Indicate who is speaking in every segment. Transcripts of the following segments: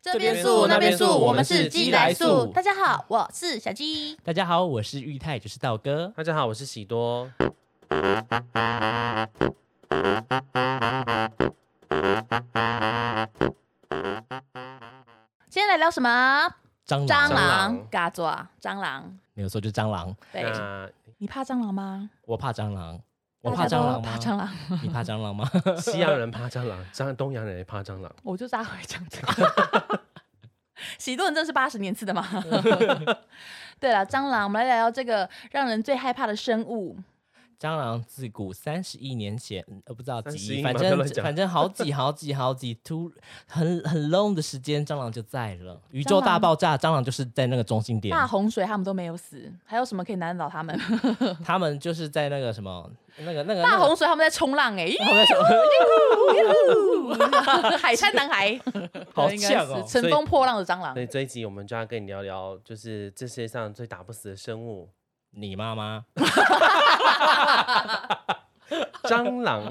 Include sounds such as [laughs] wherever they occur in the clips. Speaker 1: 这
Speaker 2: 边素那边素我们是鸡来素
Speaker 1: 大家好，我是小鸡。
Speaker 3: 大家好，我是玉泰，就是道哥。
Speaker 2: 大家好，我是喜多。
Speaker 1: 今天来聊什么？
Speaker 3: 蟑螂，
Speaker 1: 蟑
Speaker 2: 嗯螂嗯
Speaker 1: 螂，嘎抓蟑螂。
Speaker 3: 没有错，就是蟑螂。
Speaker 1: 对，
Speaker 2: 那
Speaker 1: 你怕蟑螂吗？
Speaker 3: 我怕蟑螂，我
Speaker 1: 大
Speaker 3: 怕
Speaker 1: 家
Speaker 3: 蟑
Speaker 1: 都
Speaker 3: 螂
Speaker 1: 怕
Speaker 3: 吗？
Speaker 1: 蟑螂，
Speaker 3: 你怕蟑螂吗？ [laughs]
Speaker 2: 西洋人怕蟑
Speaker 1: [laughs]
Speaker 2: 螂，蟑东洋人也怕蟑螂。
Speaker 1: 我就大回讲蟑螂。 [laughs] 喜多人真是八十年次的吗？ [laughs] 对了，蟑螂，我们来聊聊这个让人最害怕的生物。
Speaker 3: 蟑螂自古三十亿年前，呃，不知道
Speaker 2: 31
Speaker 3: 几
Speaker 2: 吗
Speaker 3: 亿，反
Speaker 2: 不要
Speaker 3: 正
Speaker 2: 乱讲
Speaker 3: 反正好几好几好几，突很很 long 的时间，蟑螂就在了。宇宙大爆炸，蟑螂就是在那个中心点，
Speaker 1: 大洪水他们都没有死，还有什么可以难倒
Speaker 2: [laughs]
Speaker 1: 他们？
Speaker 3: 他们就是在那个什么，那个那个
Speaker 1: 大。
Speaker 3: 那
Speaker 1: 洪
Speaker 3: 个
Speaker 1: 水他们在冲浪
Speaker 2: [laughs]
Speaker 1: 哎、
Speaker 3: 他们在什
Speaker 1: [laughs]
Speaker 3: 么 [laughs]
Speaker 1: 海滩男孩，
Speaker 3: 好
Speaker 1: 应该
Speaker 3: 呛
Speaker 1: 是
Speaker 3: 哦！
Speaker 1: 乘风破浪的蟑螂
Speaker 2: 所。以这一集我们就要跟你聊聊，就是这世界上最打不死的生
Speaker 1: [laughs]
Speaker 2: 物
Speaker 3: 你妈妈，
Speaker 2: ——
Speaker 1: [laughs]
Speaker 2: 蟑螂。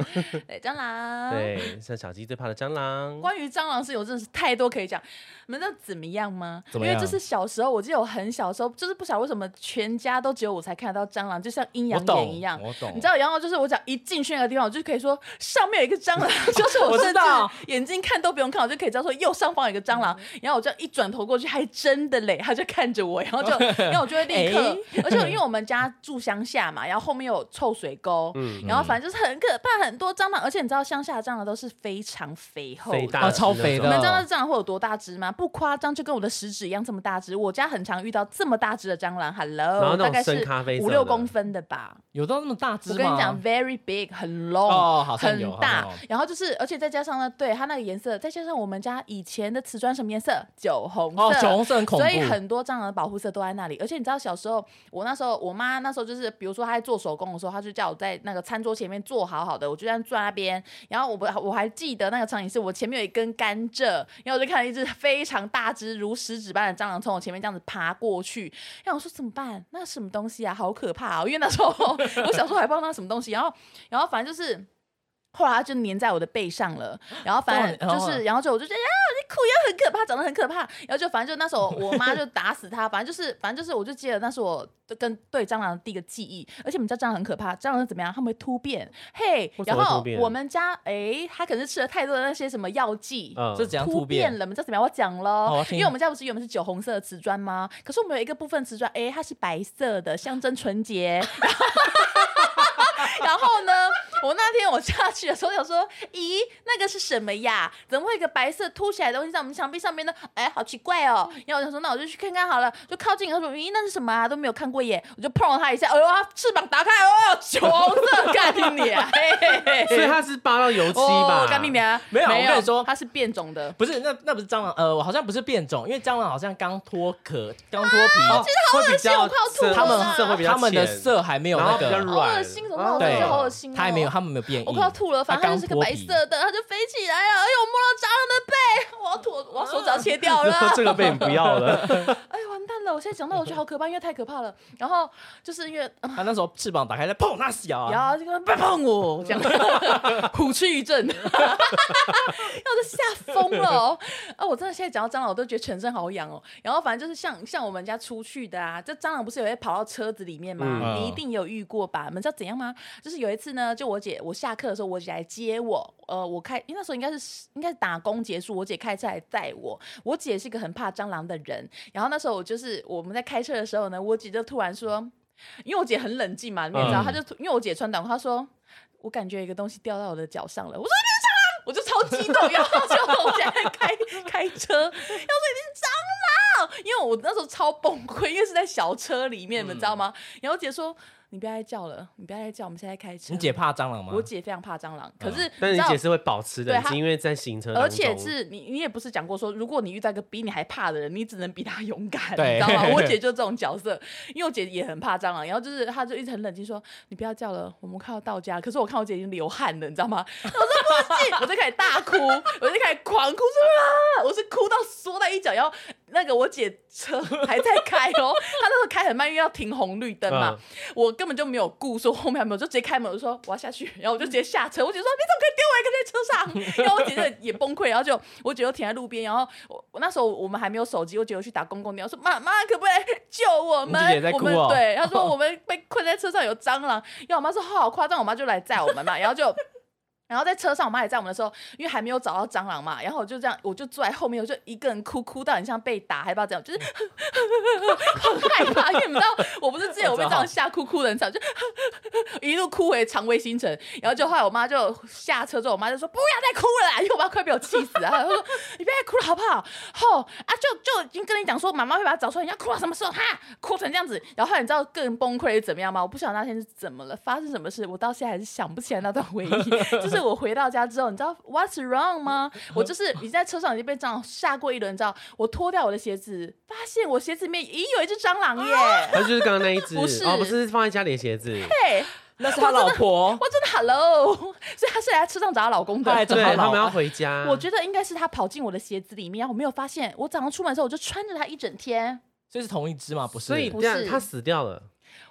Speaker 1: 对，蟑螂。
Speaker 2: 对，像小鸡最怕的蟑螂。
Speaker 1: 关于蟑螂是有真的是太多可以讲，你们知道怎么样吗？
Speaker 3: 怎么
Speaker 1: 因为
Speaker 3: 样
Speaker 1: 就是小时候，我记得我很小时候，就是不晓得为什么全家都只有我才看得到蟑螂，就像阴
Speaker 3: 我
Speaker 1: 阳眼
Speaker 3: 懂
Speaker 1: 一样。
Speaker 3: 我懂。
Speaker 1: 你知道，然后就是我只要一进去那个地方，我就可以说上面有一个
Speaker 3: [laughs]
Speaker 1: 蟑螂，就是我
Speaker 3: 我知
Speaker 1: 甚
Speaker 3: 道
Speaker 1: 至眼睛看都不用看，我就可以知道说右上方有一个蟑螂。然后我就一转头过去，还真的嘞，他就看着我，然后就，然后我就会立
Speaker 3: [laughs]
Speaker 1: 刻，而且因为我们家住乡下嘛，然后后面有臭水沟，
Speaker 2: 嗯，
Speaker 1: 然后反正就是很可怕，很多蟑螂，而且你知道乡下的蟑螂都是非常哦肥厚
Speaker 2: 肥
Speaker 1: 的。
Speaker 2: 大
Speaker 3: 啊超肥
Speaker 1: 你
Speaker 3: 的
Speaker 1: 们知道那蟑螂会有多大只吗？不夸张，就跟我的食指一样这么大只。我家很常遇到这么大只的蟑螂
Speaker 2: 然后
Speaker 1: ，Hello，
Speaker 2: 那
Speaker 1: 大
Speaker 2: 种
Speaker 1: 概
Speaker 2: 深
Speaker 1: 是
Speaker 2: 咖啡色
Speaker 1: 五
Speaker 2: 的
Speaker 1: 六公分的吧。
Speaker 3: 有到那么大只
Speaker 1: 我
Speaker 3: 吗？
Speaker 1: 跟你讲，very big，很 long，、
Speaker 3: 哦好像
Speaker 1: 很
Speaker 3: 有
Speaker 1: 大
Speaker 3: 好像有，
Speaker 1: 然后就是，而且再加上呢，对它那个颜色，再加上我们家以前的瓷砖什么颜色，酒红色，
Speaker 3: 哦，酒红色很恐怖，
Speaker 1: 所以很多蟑螂的保护色都在那里。而且你知道小时候，我那时候我妈那时候就是，比如说她在做手工的时候，她就叫我在那个餐桌前面坐好好的，我就这样坐在那边。然后我不我还记得那个场景是我前面有一根甘蔗，然后我就看到一只非常大只如食指般的蟑螂从我前面这样子爬过去，然后我说怎么办？那什么东西啊？好可怕哦！因为那时候我小时候还不知道那什么东西，然后然后反正就是。后来它就粘在我的背上了，然后反正
Speaker 3: 哇然
Speaker 1: 就
Speaker 3: 后
Speaker 1: 是，然后就我就觉得啊，你哭又很可怕，长得很可怕。然后就反正就那时候我妈就打死它，反正就是反正就是，我就记得那是我跟对蟑螂的第一个记忆。而且你们知道蟑螂很可怕，蟑螂怎么样？它们会突变，嘿
Speaker 2: 为。什
Speaker 1: 然
Speaker 2: 么会突
Speaker 1: 后
Speaker 2: 变
Speaker 1: 我们家诶，它可能是吃了太多的那些什么药剂，
Speaker 2: 嗯
Speaker 3: 这怎样
Speaker 1: 突
Speaker 3: 突变
Speaker 1: 变？了，你知道怎么样？我讲了，
Speaker 3: 好我要听
Speaker 1: 因为我们家不是原本是酒红色的瓷砖吗？可是我们有一个部分瓷砖，哎，它是白色的，象征纯洁。 [laughs] 然后然后呢，我那天我下去的时候想说，咦，那个是什么呀？怎么会有一个白色凸起来的东西在我们墙壁上面呢？哎，好奇怪哦。然后我就说，那我就去看看好了，就靠近，他说，咦，那是什么啊？都没有看过耶。我就碰了它一下，哎呦，它翅膀打开，哦，酒红色，干你啊！嘿嘿嘿
Speaker 2: 所以它是扒到油漆吧？
Speaker 1: 哦干你娘！
Speaker 3: 没有
Speaker 1: 没
Speaker 3: 我跟你说
Speaker 1: 它是变种的。
Speaker 3: 不是，那那不是蟑螂，呃，我好像不是变种，因为蟑螂好像刚脱壳，刚脱皮，
Speaker 2: 会比
Speaker 1: 我
Speaker 2: 较
Speaker 1: 快要吐了
Speaker 2: 深
Speaker 3: 他们
Speaker 1: 啊
Speaker 2: 色哦会比较
Speaker 3: 它们的
Speaker 2: 浅
Speaker 3: 色还没有
Speaker 2: 然后
Speaker 3: 那
Speaker 2: 比较
Speaker 3: 个，
Speaker 1: 好
Speaker 2: 软，
Speaker 1: 恶心，怎么办？我
Speaker 2: 对
Speaker 1: 真的好恶心、哦。
Speaker 3: 它还没有，，它们没有变异。
Speaker 1: 我快要吐了。反正它就是个白色的，它就飞起来了。哎呦，我摸到蟑螂的背， [laughs] 我要吐，我要手指要切
Speaker 2: [laughs]
Speaker 1: 掉了。
Speaker 2: 这个被你不要
Speaker 1: [laughs]
Speaker 2: 了，
Speaker 1: 哎，完蛋了！我现在讲到我觉得好可怕，因为太可怕了。然后就是因为，
Speaker 2: 嗯
Speaker 3: 它那时候翅膀打开在砰，那小
Speaker 1: 然
Speaker 3: 啊，
Speaker 1: 后这个别碰我，这样虎躯一震，然 [laughs] 后我就吓疯了哦。啊，我真的现在讲到蟑螂，我都觉得全身好痒哦。然后反正就是像像我们家出去的啊，这蟑螂不是有些跑到车子里面吗？
Speaker 3: 嗯
Speaker 1: 你一定有遇过吧？你们知道怎样吗？就是有一次呢，就我姐我下课的时候，我姐来接我，呃，我开因为那时候应该是应该是打工结束，我姐开车来载我。我姐是一个很怕蟑螂的人，然后那时候我就是我们在开车的时候呢，我姐就突然说。因为我姐很冷静嘛，你们也知道，
Speaker 3: 嗯
Speaker 1: 她就突因为我姐穿短裤，她说我感觉有一个东西掉到我的脚上了，我说你是蟑螂，我就超激动，然后就我姐在开开车，然后说你是蟑螂，因为我那时候超崩溃，因为是在小车里面，你们知道吗？然后我姐说你不要再叫了，你不要再叫，我们现在开车。
Speaker 3: 你姐怕蟑螂吗？
Speaker 1: 我姐非常怕蟑螂，可是
Speaker 2: 但
Speaker 1: 知
Speaker 2: 你
Speaker 1: 道
Speaker 2: 姐是会保持冷
Speaker 1: 对她
Speaker 2: 静，因为在行车当中，
Speaker 1: 而且是你，你也不是讲过说，如果你遇到一个比你还怕的人，你只能比他勇敢，
Speaker 3: 对
Speaker 1: 你知道
Speaker 2: [laughs]
Speaker 1: 吗？我姐就这种角色，因为我姐也很怕蟑螂，然后就是她就一直很冷静说：“你不要叫了，我们快要到家。”可是我看我姐已经流汗了，你知道吗？ [laughs] 然后我说不行，我就开始大哭，我就开始狂哭，说啊，我是哭到缩在一角，然后 [laughs] 那个我姐车还在开
Speaker 3: [laughs]
Speaker 1: 哦，她那时候开很慢，因为要停红绿灯嘛，
Speaker 2: 嗯
Speaker 1: 我根本就没有顾说后面还没有，就直接开门，我就说我要下去，然后我就直接下车，我姐说你怎么可以丢我一个人在车
Speaker 3: [laughs]
Speaker 1: 上？然后我姐就也崩溃，然后就我姐就停在路边，然后我我那时候我们还没有手机，我姐就去打公共电话说妈妈可不可以救我们？
Speaker 3: 你姐姐在
Speaker 1: 我
Speaker 3: 哭
Speaker 1: 们
Speaker 3: 哦
Speaker 1: 对，她
Speaker 3: [laughs]
Speaker 1: 说我们被困在车上有蟑螂，然后我妈说好好夸张，我妈就来载我们嘛，然后就。然后在车上，我妈也在我们的时候，因为还没有找到蟑螂嘛，然后我就这样，我就坐在后面，我就一个人哭，哭到很像被打，害怕这样，就是 [laughs] 很害怕，因为你知道，我不是之前我被这样吓哭哭的很惨，就 [laughs] 一路哭回肠胃新城，然后就后来我妈就下车之后，我妈就说不要再哭了啦，因为我妈快被我气死了，她说你不要再哭了好不好？吼啊，就就已经跟你讲说妈妈会把它找出来，你要哭到什么时候？哈，哭成这样子，然后后来你知道更崩溃是怎么样吗？我不晓得那天是怎么了，发生什么事，我到现在还是想不起来那段回忆。就是我回到家之后，你知道 what's wrong 吗？我就是已经在车上已经被蟑螂吓过一轮，你知道，我脱掉我的鞋子，发现我鞋子里面已有一只蟑螂耶！
Speaker 2: 他就是刚刚那一
Speaker 1: [laughs]
Speaker 2: 只，
Speaker 1: 不是
Speaker 2: 哦，不是是放在家里的鞋子，
Speaker 1: 对，
Speaker 3: 那是他老婆，
Speaker 1: 我真的 hello，所 [laughs] 以她是来车上找她老公的
Speaker 3: 她。还
Speaker 2: 对
Speaker 3: 正好，
Speaker 2: 他
Speaker 3: 老
Speaker 2: 们要回家。
Speaker 1: 我觉得应该是她跑进我的鞋子里面，我没有发现。我早上出门的时候，我就穿着它一整天。
Speaker 3: 所以是同一只嘛？不是？
Speaker 2: 所以
Speaker 1: 不
Speaker 2: 这样
Speaker 1: 是
Speaker 2: 他死掉了，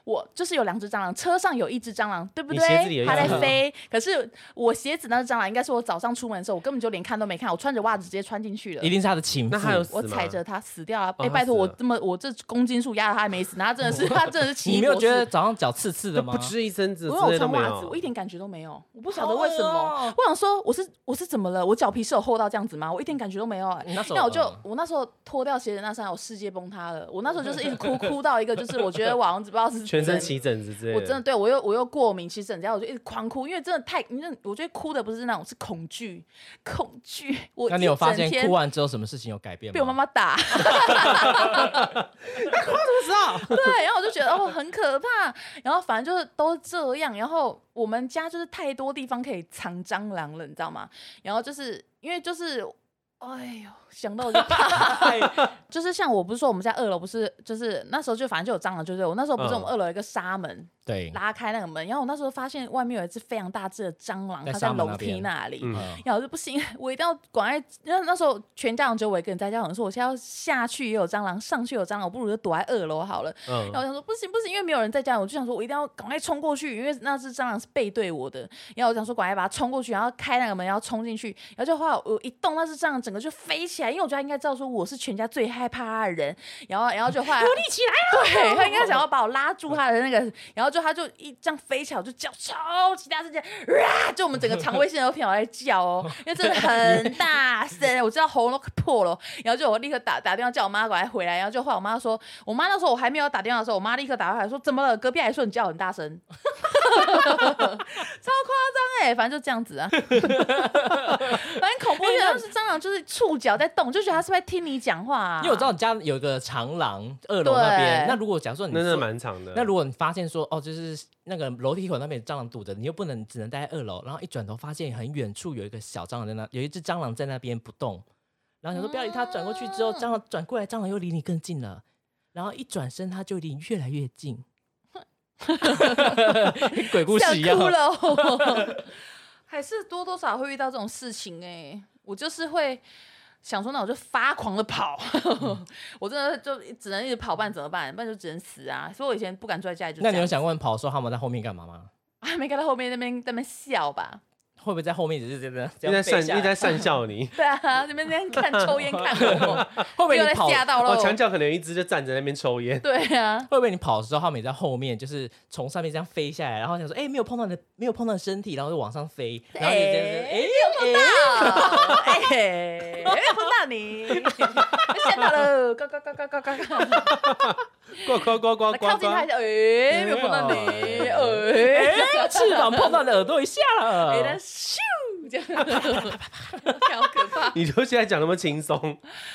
Speaker 1: 我就是有两只蟑螂，车上有一只蟑螂，对不
Speaker 2: 你
Speaker 1: 对
Speaker 2: 鞋子里有？一
Speaker 1: 它
Speaker 2: 只
Speaker 1: 在
Speaker 2: 蟑螂
Speaker 1: 飞，可是我鞋子那只蟑螂应该是我早上出门的时候，我根本就连看都没看，我穿着袜子直接穿进去了
Speaker 3: 一。定是他的情妇。
Speaker 2: 那他有死
Speaker 1: 我
Speaker 2: 吗？
Speaker 1: 踩着它死掉啊！
Speaker 2: 哦
Speaker 1: 哎、
Speaker 2: 它
Speaker 1: 拜托，
Speaker 2: 死
Speaker 1: 我
Speaker 2: 了
Speaker 1: 这么我这公斤数压着它还没死，那它真的是它真的
Speaker 2: [laughs]
Speaker 1: 是奇异
Speaker 3: 你没有
Speaker 1: 博
Speaker 3: 觉
Speaker 1: 士
Speaker 3: 得早上脚刺刺的
Speaker 2: 就
Speaker 3: 吗？
Speaker 2: 不织一身子
Speaker 1: 我
Speaker 2: 之
Speaker 1: 有
Speaker 2: 类都
Speaker 1: 穿
Speaker 2: 没
Speaker 1: 袜子，我一
Speaker 2: 有。
Speaker 1: 点感觉都没有，我不晓
Speaker 3: 好
Speaker 1: 得为什么。
Speaker 3: 恶哦
Speaker 1: 我想说，我是我是怎么了？我脚皮是有厚到这样子吗？我一点感觉都没有、哎
Speaker 3: 你那时候
Speaker 1: 那我就
Speaker 3: 嗯
Speaker 1: 我那时候脱掉鞋子那下，我世界崩塌了。我那时候就是一直
Speaker 2: [laughs]
Speaker 1: 哭哭到一个，就是我觉得王子不知道是
Speaker 2: 全身
Speaker 1: 怎
Speaker 2: 起疹子之类的。
Speaker 1: 我真的对我又我又过敏，其实整家我就一直狂哭，因为真的太，因为我觉得哭的不是那种是恐惧，恐惧。我
Speaker 3: 那你有
Speaker 1: 一
Speaker 3: 发
Speaker 1: 整
Speaker 3: 现
Speaker 1: 天
Speaker 3: 哭完之后什么事情有改变吗？
Speaker 1: 被我妈妈打？
Speaker 3: 知道。
Speaker 1: [laughs] 对，然后我就觉得哦很可怕，然后反正就是都这样，然后我们家就是太多地方可以藏蟑螂了，你知道吗？然后就是因为就是。哎呦，想到我就
Speaker 3: [laughs]
Speaker 1: 怕，就是像我不是说我们家二楼不是就是那时候就反正就有蟑螂，就是我那时候不是我们
Speaker 2: 嗯
Speaker 1: 二楼有一个纱门， [laughs]
Speaker 3: 对，
Speaker 1: 拉开那个门，然后我那时候发现外面有一只非常大只的蟑螂，
Speaker 3: 在
Speaker 1: 它在
Speaker 3: 纱门
Speaker 1: 楼
Speaker 3: 那
Speaker 1: 梯
Speaker 3: 边
Speaker 1: 那里。
Speaker 2: 嗯
Speaker 3: 嗯
Speaker 1: 然后我就不行，我一定要赶快。因为那时候全家长只有我一个人在家，我想说我现在要下去也有蟑螂，上去有蟑螂，我不如就躲在二楼好了。然后
Speaker 2: 嗯，
Speaker 1: 我想说不行不行，因为没有人在家，我就想说我一定要赶快冲过去，因为那只蟑螂是背对我的。然后我想说赶快把它冲过去，然后开那个门，然后冲进去。然后就后来我一动，那只蟑螂整个就飞起来，因为我觉得它应该知道说我是全家最害怕它的人。然后然后就后来啊我立起来了，对，它应该 [laughs] 想要把我拉住它的那个，然后就它就一这样飞起来，我就叫超级大声，这样啊！就我们整个肠胃线都听到我在叫哦，因为真的很大声，我知道喉咙都快破了。然后就我立刻打打电话叫我妈过来回来，然后就后来我妈说，我妈那时候我还没有打电话的时候，我妈立刻打过来说怎么了？隔壁还说你叫很大声， [laughs] 超夸张哎，反正就这样子啊， [laughs] 反正恐怖片就是蟑螂就是触角在动，就觉得它是不是在听你讲话、啊？
Speaker 3: 因为我知道你家有一个长廊，二楼那边。
Speaker 1: 对
Speaker 3: 那如果假如说你
Speaker 2: 那真
Speaker 3: 说
Speaker 2: 的蛮长的。
Speaker 3: 那如果你发现说哦，就是那个楼梯口那边有蟑螂堵着，你又不能只能待在二楼，然后一转头发现很远处有一个小蟑螂在那，有一只蟑螂在那边不动，然后你说不要理它，转过去 [laughs] 之后，蟑螂转过来，蟑螂又离你更近了，然后一转身它就离你越来越近，跟鬼故
Speaker 1: 吓
Speaker 3: 事一样
Speaker 1: 哭。了哦，还是多多少少会遇到这种事情哎、我就是会。想说，那我就发狂的跑，我真的就只能一直跑，不然怎么办？不然就只能死啊！所以我以前不敢住在家里就这
Speaker 3: 那
Speaker 1: 样。
Speaker 3: 你有想问跑说他们在后面干嘛吗？
Speaker 1: 还没看到后面那边在那边笑吧？
Speaker 3: 会不会在后面只是这边这
Speaker 2: 又
Speaker 3: 样
Speaker 2: 在
Speaker 3: 背
Speaker 2: 善
Speaker 3: 下
Speaker 2: 又
Speaker 3: 来
Speaker 2: 在
Speaker 1: [laughs]
Speaker 2: 善笑你，
Speaker 1: 对啊，那边在看抽烟看我，
Speaker 3: 会不
Speaker 1: 我
Speaker 3: 会
Speaker 1: 又
Speaker 3: 你
Speaker 1: 在
Speaker 3: 跑
Speaker 1: 吓到
Speaker 2: 哦，
Speaker 1: 了。
Speaker 2: 墙角可能有一只就站在那边
Speaker 1: [laughs]
Speaker 2: 抽烟。
Speaker 1: 对啊，
Speaker 3: 会不会你跑的时候，他们也在后面，就是从上面这样飞下来，然后想说，哎、没有碰到你的，没有碰到你身体，然后就往上飞，然后你就觉得，哎、
Speaker 1: 到，哎，碰到你，吓到了，嘎嘎嘎嘎嘎嘎嘎，
Speaker 2: 呱呱呱呱呱
Speaker 1: 靠近他一
Speaker 2: 呱！
Speaker 1: 下，哎，没有碰到你，哎。
Speaker 3: 哎翅膀碰到你的耳朵一下了，
Speaker 1: 哎，它咻 [laughs] 这样，好可怕！
Speaker 2: [laughs] 你就现在讲那么轻松，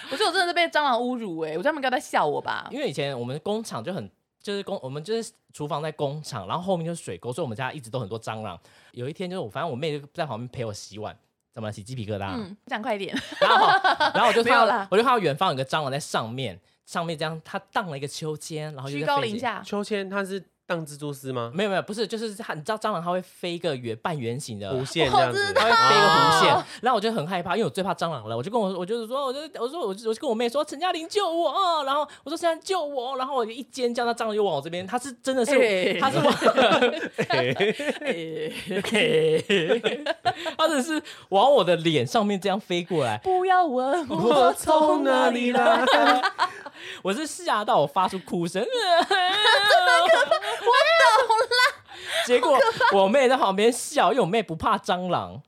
Speaker 1: 我觉得我真的是被蟑螂侮辱哎、我觉得他们应该在笑我吧。
Speaker 3: 因为以前我们工厂就很，就是工，我们就是厨房在工厂，然后后面就是水沟，所以我们家一直都很多蟑螂。有一天就是我，反正我妹就在旁边陪我洗碗，怎么了洗鸡皮疙瘩？啊
Speaker 1: 嗯，讲快一点，
Speaker 3: 然后，然
Speaker 1: [laughs]
Speaker 3: 后我就
Speaker 1: 没有
Speaker 3: 看
Speaker 1: 啦
Speaker 3: 到，我就看到远方有个蟑螂在上面，上面这样它荡了一个秋千，然后就
Speaker 1: 居
Speaker 3: 在
Speaker 1: 高
Speaker 3: 飞
Speaker 1: 临
Speaker 3: [laughs] 起
Speaker 1: 下，
Speaker 2: 秋千它是当蜘蛛丝吗？
Speaker 3: 没有没有，不是，就是它，你知道蟑螂它会飞一个圆半圆形的，
Speaker 2: 弧线
Speaker 1: 我
Speaker 2: 这样
Speaker 1: 知
Speaker 2: 子，
Speaker 1: 道
Speaker 3: 它会飞一个弧线
Speaker 2: 哦。
Speaker 3: 然后我就很害怕，因为我最怕蟑螂了。我就跟我，我就是说，我就我说我就我就跟我妹说，陈嘉玲救我哦！然后我说陈嘉玲救我，哦然后我就一尖叫，那蟑螂就往我这边，它是真的
Speaker 1: 哎
Speaker 3: 是，它是往， [laughs] 它真的是往我的脸上面这样飞过来。
Speaker 1: 不要问
Speaker 2: 我
Speaker 1: [laughs] [laughs] 我
Speaker 2: 从
Speaker 1: 从
Speaker 2: 哪
Speaker 1: 哪里 [laughs]
Speaker 2: 里来
Speaker 1: 来，？
Speaker 3: 我是吓到我发出
Speaker 2: [laughs]
Speaker 3: 哭声，真的可怕，我懂了。 [laughs] 结果我妹在旁边笑，因为我妹不怕蟑螂。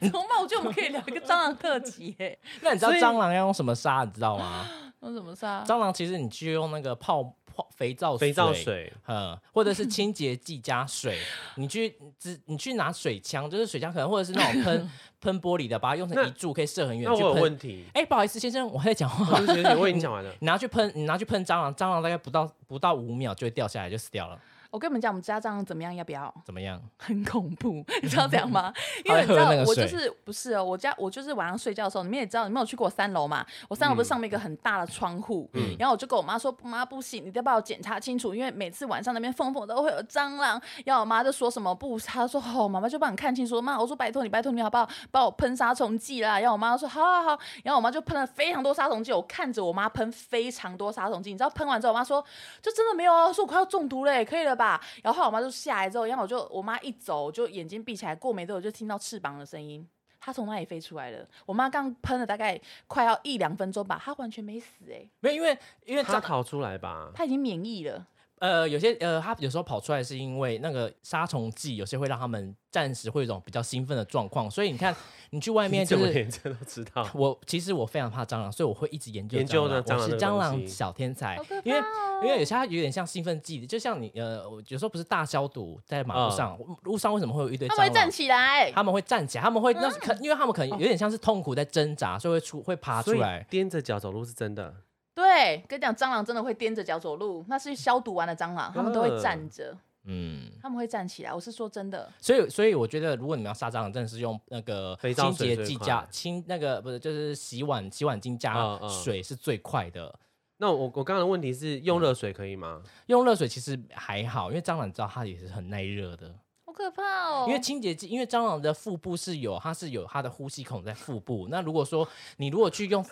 Speaker 1: 怎么办？我觉得我们可以聊一个蟑螂特辑欸
Speaker 3: [laughs]
Speaker 1: 耶。
Speaker 3: 那你知道
Speaker 2: 所以
Speaker 3: 蟑螂要用什么杀？你知道吗？
Speaker 1: 那怎么啊杀？
Speaker 3: 蟑螂其实你去用那个泡泡肥皂
Speaker 2: 肥皂，水，
Speaker 3: 嗯，或者是清洁剂加水，你去只你去拿水枪，就是水枪可能或者是那种喷喷玻璃的，把它用
Speaker 2: 那
Speaker 3: 成一柱可以射很远
Speaker 2: 那我
Speaker 3: 去
Speaker 2: 有
Speaker 3: 喷
Speaker 2: 问。题，
Speaker 3: 哎、不好意思，先生，我还在讲
Speaker 2: 我
Speaker 3: 话。。
Speaker 2: 对不起对不起我已经讲 [laughs] 完了
Speaker 3: 你拿去喷，你拿去喷蟑螂，蟑螂大概不到不到五秒就会掉下来就死掉了，
Speaker 1: 我跟你们讲，我们家蟑螂怎么样？要不要？
Speaker 3: 怎么样？
Speaker 1: 很恐怖，你知道怎样吗？
Speaker 3: [laughs]
Speaker 1: 因为
Speaker 3: 它会
Speaker 1: 你知道
Speaker 3: 喝那个，
Speaker 1: 我
Speaker 3: 水
Speaker 1: 就是不是哦，我家我就是晚上睡觉的时候，你们也知道，你们有去过我三楼嘛？我三楼不
Speaker 3: 嗯
Speaker 1: 是上面一个很大的窗户，然后我就跟我妈说，妈不行，你得帮我检查清楚，因为每次晚上那边缝缝都会有蟑螂。然后我妈就说什么不，她说哦，妈妈就帮你看清楚，妈，我说拜托你，拜托你好不好，帮我喷杀虫剂啦。然后我妈说好好好，然后我妈就喷了非常多杀虫剂，我看着我妈喷非常多杀虫剂，你知道喷完之后，我妈说就真的没有啊，说我快要中毒嘞，可以了吧？然后后来我妈就下来之后，然后我就我妈一走，我就眼睛闭起来，过没多久就听到翅膀的声音。它从那里飞出来了。我妈刚喷了大概快要一两分钟吧，它完全没死哎、欸，
Speaker 3: 没有，因为因为
Speaker 2: 它
Speaker 3: 蟑
Speaker 2: 逃出来吧？
Speaker 1: 它已经免疫了。
Speaker 3: 呃有些呃，它有时候跑出来是因为那个杀虫剂，有些会让它们暂时会有一种比较兴奋的状况，所以你看你去外面
Speaker 2: 你怎
Speaker 3: 就
Speaker 2: 么
Speaker 3: 是
Speaker 2: 连这都知 [laughs] 道？
Speaker 3: 我其实我非常怕蟑螂，所以我会一直研究
Speaker 2: 研究那
Speaker 3: 蟑
Speaker 2: 蟑螂
Speaker 3: 螂。我
Speaker 2: 那
Speaker 3: 是
Speaker 2: 个
Speaker 3: 蟑
Speaker 2: 东
Speaker 3: 螂
Speaker 2: 西
Speaker 3: 小天才
Speaker 1: 好可，
Speaker 3: 因为
Speaker 1: 怕哦
Speaker 3: 因为有些它有点像兴奋剂，就像你呃，我有时候不是大消毒在马路上，
Speaker 2: 嗯
Speaker 3: 路上为什么会有一堆
Speaker 1: 它
Speaker 3: 蟑
Speaker 1: 们
Speaker 3: 螂
Speaker 1: 会？站起来，嗯
Speaker 3: 他们会站起来，他们会那是可，因为他们可能有点像是痛苦在挣扎，所以会出会爬出
Speaker 2: 哦所以
Speaker 3: 来。
Speaker 2: 踮着脚走路是真的。
Speaker 1: 对，跟你讲，蟑螂真的会踮着脚走路，那是消毒完的蟑螂，它们都会站着，
Speaker 3: 嗯，
Speaker 1: 它们会站起来。我是说真的，
Speaker 3: 所以所以我觉得，如果你们要杀蟑螂，真的是用那个
Speaker 2: 肥皂
Speaker 3: 清
Speaker 2: 水
Speaker 3: 洁
Speaker 2: 最
Speaker 3: 剂
Speaker 2: 快
Speaker 3: 加清那个不是就是洗碗洗碗巾加
Speaker 2: 嗯嗯
Speaker 3: 水是最快的。
Speaker 2: 那我我刚刚的问题是用热水可以
Speaker 3: [laughs]
Speaker 2: 吗？
Speaker 3: 用热水其实还好，因为蟑螂你知道它也是很耐热的。
Speaker 1: 好可怕哦。
Speaker 3: 因为清洁剂，因为蟑螂的腹部是有，它是有它的呼吸孔在腹部。那如果说你如果去用，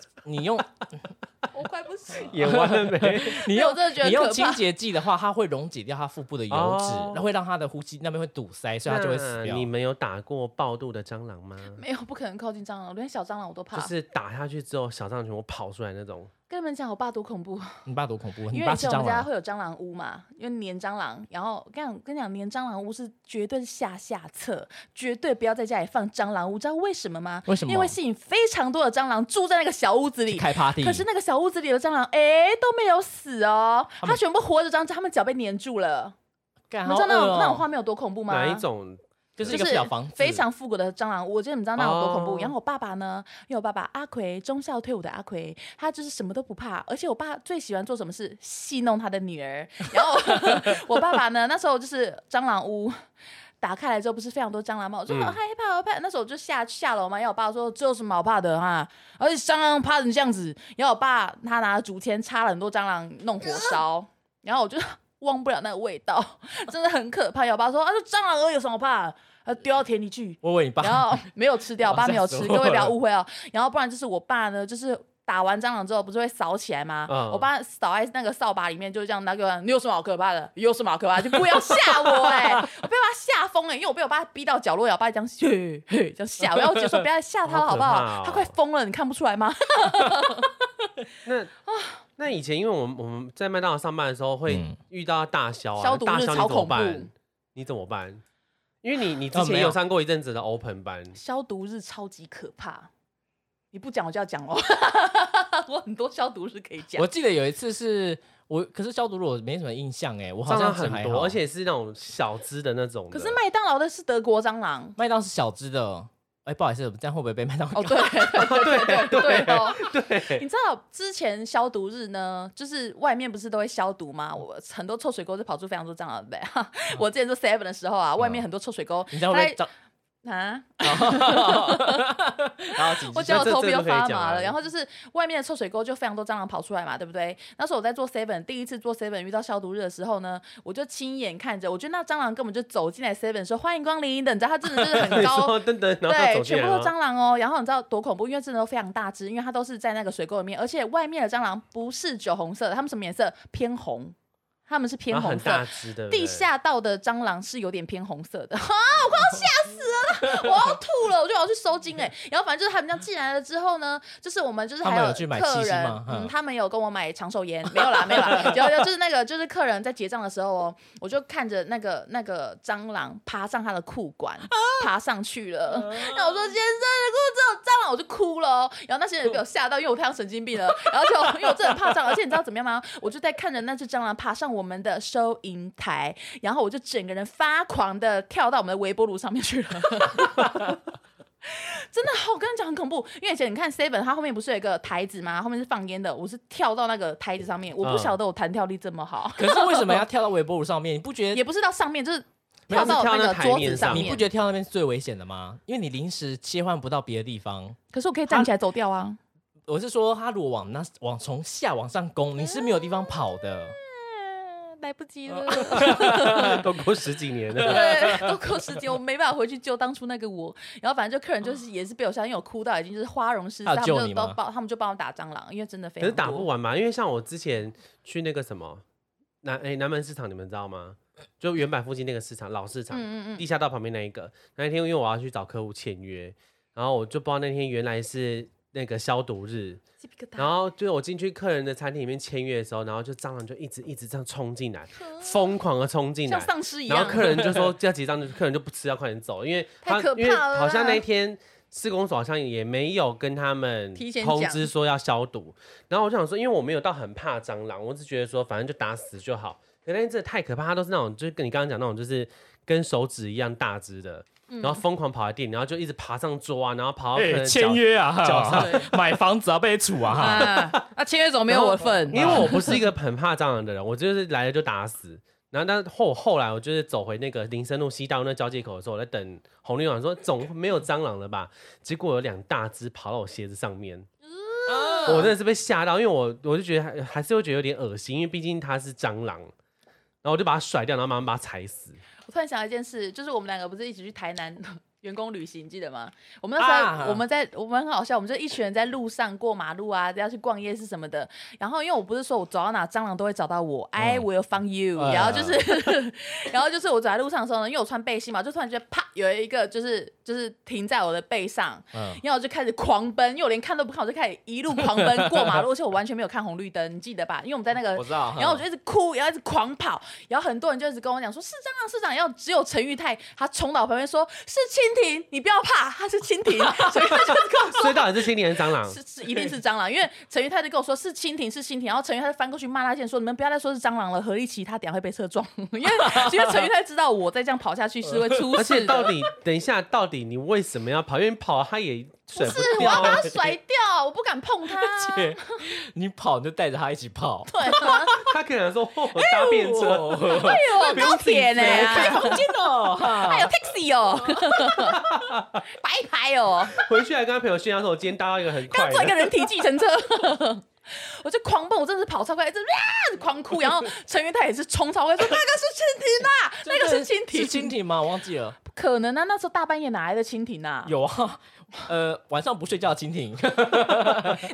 Speaker 1: [laughs]
Speaker 3: 你用
Speaker 1: 我快不行了。
Speaker 2: 演完了没？ [laughs]
Speaker 3: 你
Speaker 1: 有
Speaker 3: 用
Speaker 1: 我真的觉得
Speaker 3: 你用
Speaker 1: 可怕
Speaker 3: 清洁剂的话，它会溶解掉它腹部的油脂，
Speaker 2: 哦
Speaker 3: 那、会让它的呼吸那边会堵塞，所以它就会死
Speaker 2: 那
Speaker 3: 掉。
Speaker 2: 你们有打过暴肚的蟑螂吗？
Speaker 1: [laughs] 没有，不可能靠近蟑螂，连小蟑螂我都怕。
Speaker 2: 就是打下去之后，小蟑螂全部跑出来那种。
Speaker 1: 跟你们讲，我爸多恐怖，
Speaker 3: 你爸多恐怖！你
Speaker 1: 因为
Speaker 3: 爸
Speaker 1: 以
Speaker 3: 吃
Speaker 1: 前我
Speaker 3: 蟑
Speaker 1: 们家
Speaker 3: 螂，
Speaker 1: 会有蟑螂屋嘛，因为粘蟑螂。然后跟你讲，跟你讲，粘蟑螂屋是绝对是下下策，绝对不要在家里放蟑螂屋。知道为什么吗？
Speaker 3: 为什么
Speaker 1: 因为吸引非常多的蟑螂住在那个小屋子里。
Speaker 3: 开 party，
Speaker 1: 可是那个小屋子里的蟑螂，哎、都没有死哦，
Speaker 3: 它们
Speaker 1: 它全部活着蟑螂，它们脚被粘住了。
Speaker 3: 干
Speaker 1: 你
Speaker 3: 好
Speaker 1: 们知道那
Speaker 3: 恶
Speaker 1: 种
Speaker 3: 哦
Speaker 1: 那种画面有多恐怖吗？
Speaker 2: 哪一种？
Speaker 3: 就是一
Speaker 1: 就
Speaker 3: 个
Speaker 1: 是
Speaker 3: 小房子，
Speaker 1: 非常复古的蟑螂屋，我觉得你们知道那有多恐怖。
Speaker 2: 哦
Speaker 1: 然后我爸爸呢，因为我爸爸阿奎，忠孝退伍的阿奎，他就是什么都不怕，而且我爸最喜欢做什么事，戏弄他的女儿。然后 [laughs] 我爸爸呢，那时候就是蟑螂屋。打开来之后不是非常多蟑螂吗？我说哦
Speaker 2: 嗯
Speaker 1: 好害怕，好害怕。那时候我就下下楼嘛，然后我爸说这有什么好怕的啊？而且蟑螂怕成这样子，然后我爸他拿竹签插了很多蟑螂弄火烧，然后我就忘不了那个味道， [laughs] 真的很可怕。然后我爸说啊，这蟑螂而已有什么好怕？呃，丢到田里去，
Speaker 3: 我以为你
Speaker 1: [laughs] 然
Speaker 3: 爸
Speaker 1: 后没有吃掉，我爸没有吃
Speaker 3: 吓，死我
Speaker 1: 各位不要
Speaker 3: 了
Speaker 1: 误会哦。然后不然就是我爸呢，就是打完蟑螂之后不是会扫起来吗？
Speaker 2: 嗯
Speaker 1: 我爸扫在那个扫把里面，就是这样拿给我看，你有什么好可怕的？有什么好可怕的？就不要吓我哎、我被我爸吓疯哎、因为我被我爸逼到角落，然后我爸这样嘿嘿这样吓我，然后我就说不要吓他了好不好？
Speaker 2: 好可怕哦
Speaker 1: 他快疯了，你看不出来吗？ [laughs]
Speaker 2: 那那以前因为我们我们在麦当劳上班的时候会
Speaker 3: 嗯
Speaker 2: 遇到大消啊，
Speaker 1: 消毒
Speaker 2: 大
Speaker 1: 日
Speaker 2: 消你
Speaker 1: 超
Speaker 2: 怎么
Speaker 1: 恐怖
Speaker 2: 办？你怎么办？因为你你之
Speaker 3: 哦
Speaker 2: 前
Speaker 3: 没
Speaker 2: 有
Speaker 3: 有
Speaker 2: 上过一阵子的 open 班，
Speaker 1: 消毒日超级可怕，你不讲我就要讲哦， [laughs] 我很多消毒日可以讲
Speaker 3: 我。记得有一次是我，可是消毒乳我没什么印象哎，我好
Speaker 2: 蟑螂
Speaker 3: 像是
Speaker 2: 很
Speaker 3: 还好
Speaker 2: 多，而且是那种小只的那种的。
Speaker 1: 可是麦当劳的是德国蟑螂，
Speaker 3: 麦当是小只的，哎，不好意思，这样会不会被麦当？
Speaker 1: 哦，对对对对对哦，对。你知道之前消毒日呢，就是外面不是都会消毒
Speaker 2: 嗯
Speaker 1: 吗？我很多臭
Speaker 2: [laughs] 嗯
Speaker 1: 水沟就跑出非常多蟑螂，对不对？我之前做 Seven 的时候啊，外面很多臭水沟，
Speaker 3: 你知道会不
Speaker 1: 大概
Speaker 3: 会蟑
Speaker 1: 啊，
Speaker 3: 然后几
Speaker 1: 我
Speaker 3: 只
Speaker 1: 脚
Speaker 2: 这
Speaker 1: 头
Speaker 2: 这
Speaker 1: 皮
Speaker 2: 都
Speaker 1: 都
Speaker 2: 可以
Speaker 1: 发
Speaker 2: 讲
Speaker 1: 麻
Speaker 2: 啊
Speaker 1: 了。然后就是外面的臭水沟就非常多蟑螂跑出来嘛，对不对？那时候我在做 seven 第一次做 seven 遇到消毒日的时候呢，我就亲眼看着，我觉得那蟑螂根本就走进来 seven 说欢迎光临的，你知道它真的就是很
Speaker 2: [laughs] [laughs] 你
Speaker 1: 高
Speaker 2: 说噔噔，然后他
Speaker 1: 对，
Speaker 2: 走进
Speaker 1: 全
Speaker 2: 来
Speaker 1: 部都
Speaker 2: 了
Speaker 1: 是
Speaker 2: 吗，
Speaker 1: 蟑螂哦。然后你知道多恐怖，因为真的都非常大只，因为它都是在那个水沟里面，而且外面的蟑螂不是酒红色的，它们什么颜色？偏红，它们是偏
Speaker 2: 然后
Speaker 1: 红
Speaker 2: 啊很
Speaker 1: 色。
Speaker 2: 大只的
Speaker 1: 地。下道的蟑螂是有点偏红色
Speaker 3: [laughs]
Speaker 1: 的，啊！我快要吓死了，我要吐了，我就要去收金哎、然后反正就是他们这样进来了之后呢，就是我们就是还
Speaker 3: 他们有去买
Speaker 1: 客
Speaker 3: 七星
Speaker 1: 人
Speaker 3: 吗，
Speaker 1: 嗯，
Speaker 3: 嗯
Speaker 1: 他们有跟我买长寿烟，没有啦，没有啦， [laughs] 有有就是那个就是客人在结账的时候哦，我就看着那个那个蟑螂爬上他的裤管，
Speaker 3: 啊
Speaker 1: 爬上去了。那我说先生，如果只有蟑螂，我就哭了哦、然后那些人被
Speaker 2: 嗯
Speaker 1: 我吓到，因为我太像神经病了。然后就因为我真的很怕蟑螂，而且你知道怎么样吗？我就在看着那只蟑螂爬上我们的收银台，然后我就整个人发狂的跳到我们的微波炉上面去了。 [laughs] 真的，我跟你讲很恐怖，因为以前你看 Seven，它后面不是有一个台子吗？后面是放烟的，我是跳到那个台子上面，我不
Speaker 2: 嗯
Speaker 1: 晓得我弹跳力这么好，
Speaker 3: 可是为什么
Speaker 1: [laughs]
Speaker 3: 要跳到微波炉上面？你不觉
Speaker 1: 也
Speaker 3: 得
Speaker 1: 不是到上面，就是
Speaker 2: 没有
Speaker 1: 跳到
Speaker 2: 是跳
Speaker 1: 那
Speaker 2: 到
Speaker 1: 个
Speaker 2: 台
Speaker 1: 桌
Speaker 2: 面
Speaker 1: 子
Speaker 2: 上
Speaker 1: 上
Speaker 2: 面
Speaker 3: 你
Speaker 1: 面
Speaker 3: 不。觉得跳到那边是最危险的吗？因为你临时切换不到别的地方。
Speaker 1: 可是我可以站起来走掉啊。
Speaker 3: 我是说，他如果往那往从下往上攻，你是没有地方跑的。
Speaker 1: 嗯来不及 [laughs] 了，
Speaker 2: [laughs] 都过十几年了， [laughs]
Speaker 1: 对，都过时间，我没办法回去救当初那个我。然后反正就客人就是也是被我吓，因为我哭到已经就是花容失色，他
Speaker 3: 他有
Speaker 1: 们
Speaker 3: 救
Speaker 1: 就
Speaker 3: 你
Speaker 1: 都
Speaker 3: 吗
Speaker 1: 帮他们就帮我打蟑螂，因为真的非
Speaker 2: 可
Speaker 1: 常
Speaker 2: 是打
Speaker 1: 多
Speaker 2: 不完嘛，因为像我之前去那个什么南哎、南门市场，你们知道吗？就原版附近那个市场老市场，
Speaker 1: 嗯嗯嗯，
Speaker 2: 地下道旁边那一个。那一天因为我要去找客户签约，然后我就不知道那天原来是那个消毒日，
Speaker 1: 鸡皮疙瘩
Speaker 2: 然后就是我进去客人的餐厅里面签约的时候，然后就蟑螂就一直一直这样冲进来， [laughs] 疯狂的冲进
Speaker 1: 像
Speaker 2: 来。
Speaker 1: 丧尸一
Speaker 2: 然
Speaker 1: 样
Speaker 2: 后。客人就说 [laughs] 要结账，就客人就不吃，要快点走，因为他
Speaker 1: 太可怕
Speaker 2: 因为
Speaker 1: 了
Speaker 2: 好像
Speaker 1: 啦
Speaker 2: 那一天施工所好像也没有跟他们
Speaker 1: 提前
Speaker 2: 通
Speaker 1: 讲
Speaker 2: 知说要消毒。然后我就想说，因为我没有到很怕蟑螂，我只觉得说反正就打死就好。可那天真的太可怕，它都是那种就是跟你刚刚讲那种就是跟手指一样大只的，
Speaker 1: 嗯
Speaker 2: 然后疯狂跑来店，然后就一直爬上桌啊，然后跑到客人的脚
Speaker 3: 签约啊，
Speaker 2: 脚
Speaker 3: 哈买房子啊，被处啊，哈
Speaker 1: 啊，那签约怎么没有我的份？啊
Speaker 2: 因为我不是一个很怕蟑螂的人，我就是来了就打死。然后，但后后来我就是走回那个林森路西大路那交界口的时候，我在等红绿灯，说总没有蟑螂了吧？结果有两大只跑到我鞋子上面，
Speaker 1: 啊
Speaker 2: 我真的是被吓到，因为我我就觉得还还是会觉得有点恶心，因为毕竟它是蟑螂。然后我就把它甩掉，然后马上把它踩死。
Speaker 1: 我突然想到一件事，就是我们两个不是一起去台南员工旅行，记得吗？我们那时候、
Speaker 3: 啊
Speaker 1: 我们在我们很好笑，我们就一群人在路上过马路啊，要去逛夜市什么的。然后因为我不是说我走到哪蟑螂都会找到我、i will find you、
Speaker 3: 嗯
Speaker 1: 然后就是， [laughs] 然后就是我走在路上的时候呢，因为我穿背心嘛，就突然觉得啪有一个就是就是停在我的背上，
Speaker 3: 嗯，
Speaker 1: 然后我就开始狂奔，因为我连看都不看，我就开始一路狂奔过马路，而且我完全没有看红绿灯，你记得吧？因为我们在那个
Speaker 3: 呃我知道。嗯
Speaker 1: 然后我
Speaker 2: 嗯
Speaker 1: 就一直哭，然后一直狂跑，然后很多人就一直跟我讲说，是蟑螂，是蟑螂。然后只有陈玉泰他冲到我旁边说，是蜻蜓，你不要怕，它是蜻
Speaker 2: [laughs]
Speaker 1: 蜓。所以他就跟我
Speaker 2: 所以到底是心里还是蟑
Speaker 1: [laughs]
Speaker 2: 螂？
Speaker 1: 是是一定是蟑螂，因为陈玉泰就跟我说是蜻蜓，是蜻蜓。然后陈玉泰就翻过去骂那些人说，你们不要再说是蟑螂了，何立奇他等下会被车撞， [laughs] 因为因为陈玉泰知道我再这样跑下去是会出
Speaker 2: 而且
Speaker 1: 事
Speaker 2: 到
Speaker 1: 的。
Speaker 2: 底等一下，到底你为什么要跑？因为你跑它也甩
Speaker 1: 是，我
Speaker 2: 掉
Speaker 1: 要把
Speaker 2: 啊
Speaker 1: 它甩掉，我不敢碰它。
Speaker 3: [laughs] 姐，你跑你就带着他一起跑。
Speaker 1: 对啊，
Speaker 2: 他可能说哦，搭便
Speaker 3: [laughs]
Speaker 2: 车。
Speaker 1: 哎呦，高铁呢？
Speaker 3: 开房间
Speaker 2: 啊
Speaker 3: 哦，
Speaker 1: 还
Speaker 3: 哈
Speaker 1: 有 taxi 哦， [laughs] 白牌哦。
Speaker 2: 回去还跟他朋友炫耀说，我今天搭到一个很快
Speaker 1: 刚坐一个
Speaker 2: 的。
Speaker 1: 人体计程车， [laughs] 我就狂奔，我真的是跑超快，一直啊狂哭，然后陈云泰也是冲超快，说那个
Speaker 2: [laughs]
Speaker 1: 是蜻蜓啊，那个是蜻蜓，
Speaker 3: 是蜻，蜓吗？我忘记了，
Speaker 1: 不可能啊，那时候大半夜哪来的蜻蜓啊？
Speaker 3: 有啊，呃，晚上不睡觉的蜻蜓，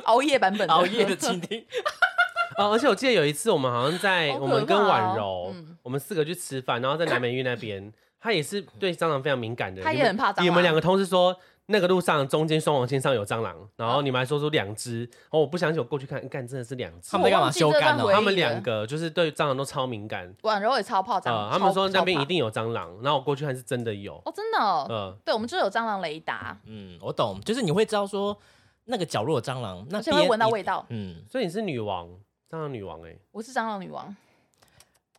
Speaker 1: 熬夜版本，
Speaker 3: 熬夜的。蜻蜓，
Speaker 2: 哦，而且我记得有一次，我们好像在
Speaker 1: 好可怕哦
Speaker 2: 我们跟婉柔
Speaker 1: 嗯，
Speaker 2: 我们四个去吃饭，然后在南美玉那
Speaker 1: [coughs]
Speaker 2: 边，他也是对蟑螂非常敏感的，
Speaker 1: 他也
Speaker 2: 你们
Speaker 1: 很怕蟑螂
Speaker 2: 你们两个同事说。那个路上中间双黄线上有蟑螂，然
Speaker 1: 嗯
Speaker 2: 后你们还说出两只，然后我不相信，我过去看，干真的是两只
Speaker 3: 他。们在干嘛修
Speaker 1: [laughs]
Speaker 3: 干
Speaker 1: 我忘记这段
Speaker 3: 呢
Speaker 1: 回忆？了
Speaker 2: 他们两个就是对蟑螂都超敏感，
Speaker 1: 婉柔也超怕蟑
Speaker 2: 呃，
Speaker 1: 螂，
Speaker 2: 他们说
Speaker 1: 超
Speaker 2: 那边
Speaker 1: 超
Speaker 2: 一
Speaker 1: 怕
Speaker 2: 定有蟑螂，然后我过去看是真的有，
Speaker 1: 哦，真的哦，
Speaker 2: 呃，
Speaker 1: 对，我们就有蟑螂雷达，
Speaker 3: [laughs] 嗯，我懂，就是你会知道说那个角落的蟑螂，那
Speaker 1: 而且会
Speaker 3: 边
Speaker 1: 闻到
Speaker 3: 你
Speaker 1: 味道。
Speaker 3: 嗯，
Speaker 2: 所以你是女王，蟑螂女王哎，
Speaker 1: 我是蟑螂女王，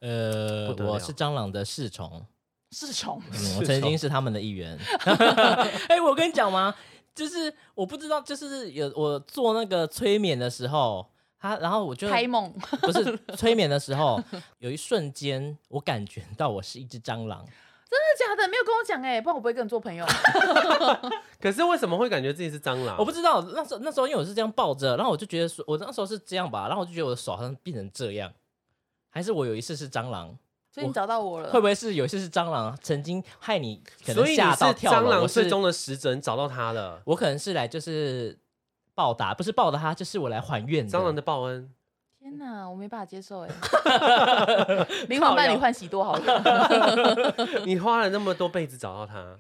Speaker 3: 呃
Speaker 2: 不，得了
Speaker 3: 我是蟑螂的侍从，
Speaker 1: 是虫，
Speaker 2: [laughs]
Speaker 3: 嗯，我曾经是他们的一员。 [laughs] 哎、我跟你讲吗？就是我不知道，就是有我做那个催眠的时候，他然后我就
Speaker 1: 开梦， [laughs]
Speaker 3: 不是催眠的时候，有一瞬间我感觉到我是一只蟑螂，真
Speaker 1: 假的？没有跟我讲哎、不然我不会跟你做朋
Speaker 2: [laughs]
Speaker 1: 友。
Speaker 2: 可是为什么会感觉自己是蟑螂？
Speaker 3: 我不知道那时候那时候因为我是这样抱着，然后我就觉得说，我那时候是这样吧，然后我就觉得我的手好像变成这样，还是我有一次是蟑螂，
Speaker 1: 所以你找到我了，
Speaker 3: 会不会是有一次是蟑螂曾经害你可能
Speaker 2: 所以你是
Speaker 3: 吓到跳
Speaker 2: 蟑
Speaker 3: 楼
Speaker 2: 螂
Speaker 3: 我
Speaker 2: 最
Speaker 3: 是
Speaker 2: 终的使者，你找到它了。
Speaker 3: 我可能是来就是报答，不是报答他，就是我来还愿的。
Speaker 2: 蟑螂的报恩，
Speaker 1: 天哪，我没办法接受哎、灵魂伴侣换喜多好了，
Speaker 2: 你花了那么多辈子找到它，
Speaker 1: 可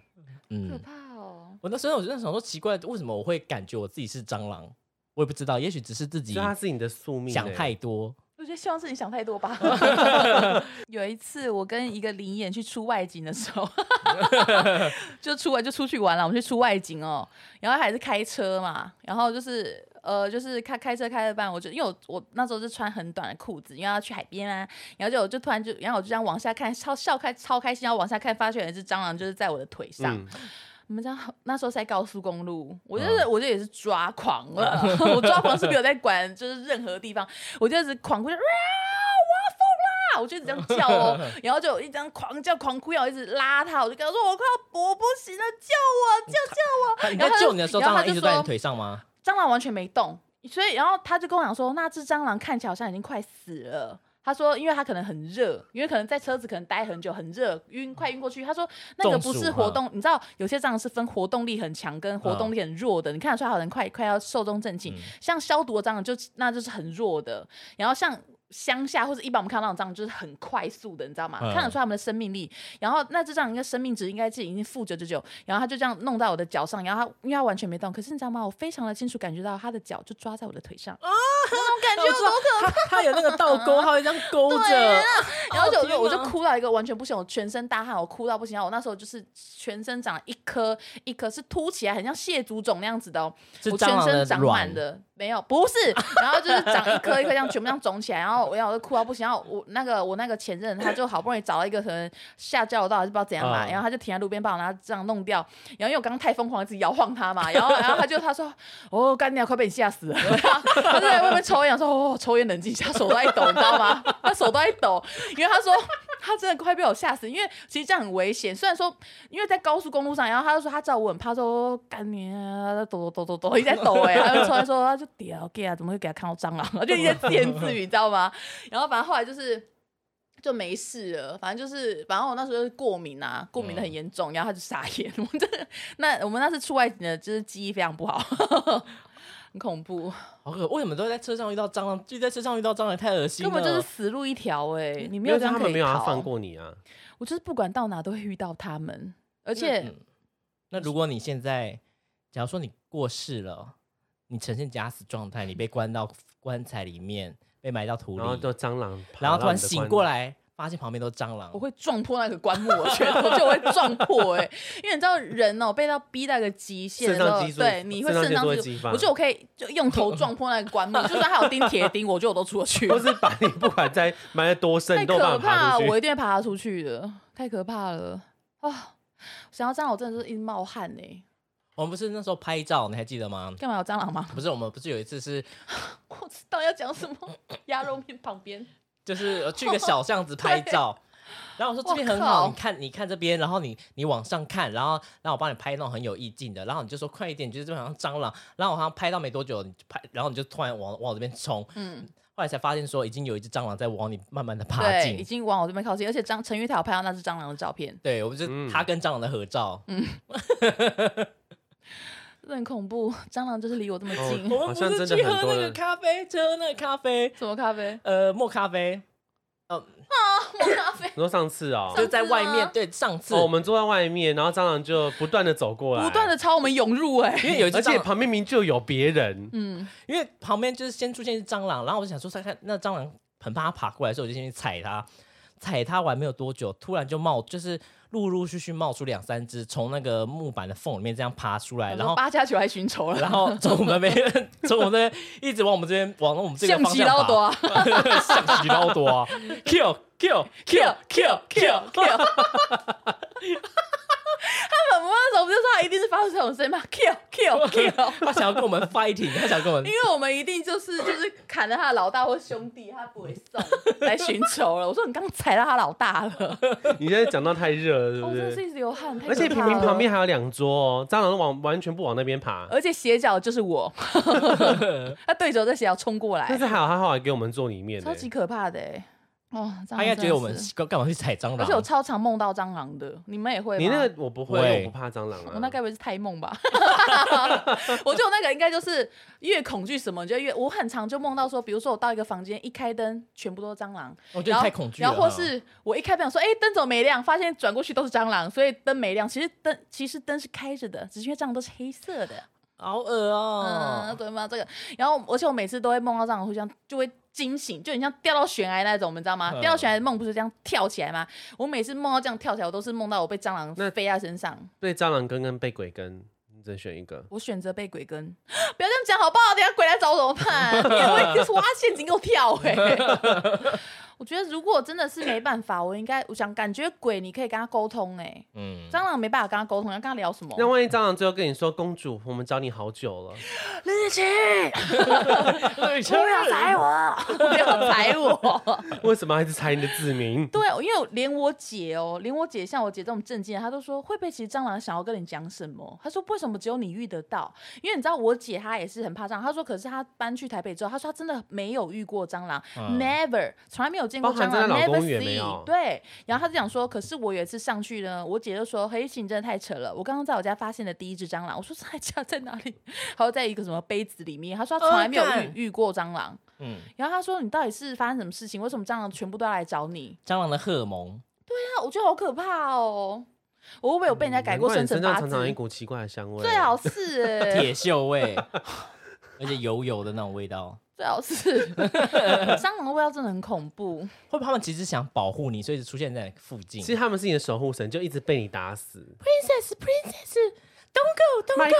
Speaker 3: 嗯，
Speaker 1: 怕哦。
Speaker 3: 我那时候我就在想说，奇怪，为什么我会感觉我自己是蟑螂？我也不知道，也许只是自己
Speaker 2: 就它是你的宿命、
Speaker 3: 想
Speaker 2: 欸
Speaker 3: 太多。
Speaker 1: 我觉得希望是你想太多吧。有一次，我跟一个灵眼去出外景的时候， [laughs] 就出来就出去玩了。我们去出外景哦，然后还是开车嘛，然后就是呃，就是开开车开了半，我就因为我我那时候是穿很短的裤子，因为要去海边啊，然后就我就突然就，然后我就这样往下看，超笑开超开心，然后往下看，发现有一只蟑螂就是在我的腿上。
Speaker 2: 嗯，
Speaker 1: 我们这样那时候是在高速公路，我就是、我就也是抓狂了， [laughs] 我抓狂是没有在管，就是任何地方，我就一直狂哭，就啊，我要疯啦！我就一直这样叫哦，然后就一直这样狂叫狂哭，然后一直拉他，我就跟他说我快要我不行了，救我救救 [laughs]
Speaker 3: 你
Speaker 1: 然
Speaker 3: 在
Speaker 1: 后他就
Speaker 3: 救你的时候，
Speaker 1: 然
Speaker 3: 蟑
Speaker 1: 后他
Speaker 3: 螂
Speaker 1: 就
Speaker 3: 一直在
Speaker 1: 说
Speaker 3: 你腿上吗？！
Speaker 1: 蟑螂完全没动，所以然后他就跟我讲说，那只蟑螂看起来好像已经快死了。他说，因为他可能很热，因为可能在车子可能待很久，很热，晕快晕过去。他说那个不
Speaker 3: 中暑
Speaker 1: 是活动，你知道有些蟑螂是分活动力很强跟活动力很弱的，你看得出来它好像快快要寿终正寝。像消毒的蟑螂就那就是很弱的，然后像。乡下或者一般我们看到那种蟑螂就是很快速的，你知道吗？
Speaker 3: 嗯
Speaker 1: 看得出他们的生命力。然后那只蟑螂应该生命值应该是已经负九九九，然后他就这样弄到我的脚上，然后他因为他完全没动，可是你知道吗？我非常的清楚感觉到他的脚就抓在我的腿上，
Speaker 3: 感觉多可怕！它有那个倒钩，它会这样勾
Speaker 1: 啊
Speaker 3: 着。
Speaker 1: 然后就我就
Speaker 3: 天
Speaker 1: 我就
Speaker 3: 哪
Speaker 1: 哭到一个完全不行，我全身大汗，我哭到不行。然后我那时候就是全身长了一颗一颗是凸起来，很像蟹足肿那样子的哦，
Speaker 3: 是
Speaker 1: 我
Speaker 3: 蟑
Speaker 1: 全
Speaker 3: 螂
Speaker 1: 身
Speaker 3: 的
Speaker 1: 长满
Speaker 3: 卵
Speaker 1: 的，没有不是，然后就是长一颗一颗这样全部这样肿起来，然后我然后我就哭到不行。然后我那个我那个前任他就好不容易找到一个可能下交流道还是不知道怎样吧，
Speaker 2: 嗯
Speaker 1: 然后他就停在路边把我拿这样弄掉，然后因为我刚刚太疯狂一直摇晃他嘛，然后然后他就他说哦干娘快被你吓死了， [laughs] 他就在外面抽烟，说哦抽烟冷静一下，手都在抖，你知道吗？他手都在抖，因为他说他真的快被我吓死，因为其实这样很危险。虽然说因为在高速公路上，然后他就说他知道我很怕，说干你啊，抖抖抖抖抖，一直在抖
Speaker 2: [laughs]
Speaker 1: 哎、欸，他就出来说他就屌 gay 啊，怎么会给他看到蟑螂 [laughs] 啊？就一直在自言自语，你知道吗？ [laughs] 然后反正后来就是。就没事了，反正就是，反正我那时候就是过敏啊，过敏的很严重，然后他就傻眼。 [laughs] 我真的，那我们那次出外景的，就是记忆非常不好， [laughs] 很恐怖，
Speaker 3: 好可，为什么都会在车上遇到蟑螂？就在车上遇到蟑螂，太恶心
Speaker 2: 啊
Speaker 1: 根
Speaker 3: 了。
Speaker 1: 本就是死路一条哎、你没
Speaker 2: 没
Speaker 1: 有
Speaker 2: 有
Speaker 1: 这样
Speaker 2: 嗯他
Speaker 1: 可
Speaker 2: 们
Speaker 1: 以
Speaker 2: 没有要
Speaker 1: 逃
Speaker 2: 放过你啊。
Speaker 1: 我就是不管到哪都会遇到他们，而
Speaker 3: 那
Speaker 1: 且、
Speaker 3: 嗯那如果你现在，假如说你过世了，你呈现假死状态，你被关到棺材里面，被埋到土里，
Speaker 2: 然后就蟑螂，
Speaker 3: 然后突然醒过，来，发现旁边都蟑螂
Speaker 1: 我。会撞破那个棺木，我觉得我就会撞破哎、因为你知道人哦、被到逼到一个极限
Speaker 2: 肾
Speaker 1: 的时
Speaker 2: 上
Speaker 1: 候
Speaker 2: 激，素，
Speaker 1: 对，你会肾
Speaker 2: 激
Speaker 1: 上
Speaker 2: 素会
Speaker 1: 激
Speaker 2: 激
Speaker 1: 素，
Speaker 2: 发，
Speaker 1: 我觉得我可以就用头撞破那个棺木，就算还有钉铁钉，我觉得我都出得
Speaker 2: [laughs]
Speaker 1: 去。
Speaker 2: 不是把你不管在埋得多深，
Speaker 1: 太
Speaker 2: 你都有
Speaker 1: 可
Speaker 2: 办法
Speaker 1: 怕了，
Speaker 2: 爬出
Speaker 1: 我
Speaker 2: 去。
Speaker 1: 一定会爬出去的，太可怕了啊！想要蟑螂，我真的是一直冒汗哎、
Speaker 3: 我们不是那时候拍照，你还记得吗？
Speaker 1: 干嘛有蟑螂吗？ [laughs]
Speaker 3: 不是，我们不是有一次是，
Speaker 1: 我知道要讲什么， [laughs] 鸭肉面旁边，
Speaker 3: 就是呃去一个小巷
Speaker 1: [laughs]
Speaker 3: 子拍照。然后我说这边很
Speaker 1: 我靠
Speaker 3: 好，你看，你看这边，然后你你往上看，然后然后我帮你拍那种很有意境的，然后你就说快一点，你觉得这边好像蟑螂，然后我好像拍到没多久，你就拍，然后你就突然往往我这边冲，
Speaker 1: 嗯，
Speaker 3: 后来才发现说已经有一只蟑螂在往你慢慢的爬
Speaker 1: 对，已
Speaker 3: 近，
Speaker 1: 经往我这边靠近，而且张陈玉台有拍到那只蟑螂的照片。
Speaker 3: 对，我们
Speaker 2: 嗯
Speaker 3: 就是它跟蟑螂的合照，
Speaker 1: 真的很恐怖，蟑螂就是离我这么近。
Speaker 2: 哦
Speaker 3: 我们
Speaker 2: 好像
Speaker 3: 不是
Speaker 2: 真的
Speaker 3: 去喝
Speaker 2: 很多
Speaker 3: 那个
Speaker 2: 人
Speaker 3: 咖啡，去喝那个咖啡，
Speaker 1: 什么咖 [laughs] 啡？
Speaker 3: 呃，墨咖啡，
Speaker 1: 咖啡
Speaker 2: 你说上次哦，
Speaker 3: 就在外面
Speaker 1: 吗，
Speaker 3: 对，上次啊
Speaker 2: 哦，我们坐在外面，然后蟑螂就不断的走过来，
Speaker 1: 不断的朝我们涌入、哎，
Speaker 3: 因为有一只
Speaker 2: 而
Speaker 3: 蟑
Speaker 2: 且
Speaker 3: 螂，
Speaker 2: 旁边明明就有别人，
Speaker 1: [laughs] 嗯，
Speaker 3: 因为旁边就是先出现一只蟑螂，然后我就想说看看那蟑螂很怕它爬过来的时候，我就先去踩它，踩它完没有多久，突然就冒，就是陆陆续续冒出两三只，从那个木板的缝里面这样爬出哎来，然后
Speaker 1: 八加九还寻仇了，
Speaker 3: 然后从我们那边从我们那边一直往我们这边往我们这个
Speaker 1: 象
Speaker 3: 方
Speaker 1: 棋
Speaker 3: 向
Speaker 1: 捞
Speaker 3: 爬
Speaker 1: 多，
Speaker 3: [laughs]
Speaker 1: 啊
Speaker 2: 象棋捞多啊，
Speaker 3: kill kill
Speaker 1: ，kill
Speaker 3: kill kill kill，
Speaker 1: kill [laughs] kill，他们我那时候不就说他一定是发出这种声音吗？kill kill kill， [laughs]
Speaker 3: 他想要跟我们 fighting，他想要跟我们
Speaker 1: 因为我们一定就是就是砍了他的老大或兄弟，他不会送来寻仇了。我说你刚踩到他老大了，
Speaker 2: 你现在讲到太热了，对
Speaker 1: 我
Speaker 2: 不
Speaker 1: 哦真的是
Speaker 2: 对？
Speaker 1: 一直流汗，太
Speaker 2: 而且
Speaker 1: 可
Speaker 2: 平
Speaker 1: 怕
Speaker 2: 平
Speaker 1: 了
Speaker 2: 旁边还有两桌哦，蟑螂往完全不往那边爬。
Speaker 1: 而且斜角就是我，他对手在斜角冲过来
Speaker 2: 但，是还好，还好还给我们坐里面呢、
Speaker 1: 超级可怕的、欸。哦，蟑螂
Speaker 3: 他应该觉得我们
Speaker 1: 真的是
Speaker 3: 干干嘛去踩蟑
Speaker 1: 而且我
Speaker 3: 螂？
Speaker 1: 超常梦到蟑螂的，你们也会吗？
Speaker 2: 你那个我不会，
Speaker 3: 喂
Speaker 2: 因为我不怕蟑螂啊。
Speaker 1: 我那该不会是太梦
Speaker 2: [laughs]
Speaker 1: 吧？我觉得我那个应该就是越恐惧什么，就越我很常就梦到说，比如说我到一个房间一开灯，全部都是蟑螂，
Speaker 3: 我觉
Speaker 1: 然后
Speaker 3: 得太恐惧了
Speaker 1: 然
Speaker 3: 哈。
Speaker 1: 后或是我一开灯说，哎、灯怎么没亮？发现转过去都是蟑螂，所以灯没亮。其实灯其实灯是开着的，只是因为蟑螂都是黑色的。
Speaker 3: 好恶
Speaker 1: 嗯，
Speaker 3: 哦，
Speaker 1: 对吗？这个，然后而且我每次都会梦到这样，互相就会惊醒，就很像掉到悬崖那种，你知道吗？
Speaker 3: 嗯
Speaker 1: 掉到悬崖的梦不是这样跳起来吗？我每次梦到这样跳起来，我都是梦到我被蟑螂
Speaker 2: 那
Speaker 1: 飞在身上。
Speaker 2: 被蟑螂跟跟被鬼跟，你只能选一个。
Speaker 1: 我选择被鬼跟， [gasps] 不要这样讲好不好？等一下鬼来找我怎么办？你也会挖陷阱给我跳哎、我觉得如果真的是没办法，我应该我想感觉鬼你可以跟他沟通哎、
Speaker 3: 嗯，
Speaker 1: 蟑螂没办法跟他沟通，要跟他聊什么？
Speaker 2: 那万一蟑螂最后跟你说：“公主，我们找你好久
Speaker 1: [laughs]
Speaker 2: 了。
Speaker 1: 李奇， [laughs]
Speaker 3: 对，
Speaker 1: 不要踩我，不要踩我。”
Speaker 2: 为什么还是猜你的字名？
Speaker 1: [laughs] 对，因为我连我姐哦，连我姐像我姐这种证件，她都说会不会其实蟑螂想要跟你讲什么？她说为什么只有你遇得到？因为你知道我姐她也是很怕蟑螂，她说可是她搬去台北之后，她说她真的没有遇过蟑螂、
Speaker 3: 嗯
Speaker 1: n e v e r 从来没有见过
Speaker 2: 包
Speaker 1: 蟑
Speaker 2: 含
Speaker 1: 螂
Speaker 2: 在老
Speaker 1: ，never
Speaker 2: 公园没
Speaker 1: see
Speaker 2: 有。
Speaker 1: 对，然后她就讲说，可是我有一次上去呢，我姐就说黑心真的太扯了，我刚刚在我家发现的第一只蟑螂，我说在家在哪里？还有在一个什么杯子里面，她说她从来没有
Speaker 3: 哦干
Speaker 1: 遇遇过蟑螂。
Speaker 3: 嗯，
Speaker 1: 然后她说：“你到底是发生什么事情？为什么蟑螂全部都要来找你？”
Speaker 3: 蟑螂的荷尔蒙，
Speaker 1: 我觉得好可怕哦！我会不会有被人家啊改过
Speaker 2: 嗯难怪
Speaker 1: 生
Speaker 2: 你
Speaker 1: 辰
Speaker 2: 身上
Speaker 1: 八
Speaker 2: 常常有一
Speaker 1: 字？
Speaker 2: 股奇怪的香味。
Speaker 1: 最好
Speaker 2: [laughs]
Speaker 1: 是哎、
Speaker 3: 铁锈味，而且油油的那种味道。
Speaker 1: 最好
Speaker 2: [laughs]
Speaker 1: 是蟑螂的味道真的很恐怖。
Speaker 3: 会不会他们其实想保护你，所以就出现在附近
Speaker 2: 其？实他们是你的守护神，就一直被你打死。
Speaker 3: Princess, princess, don't go, don't
Speaker 2: 买贵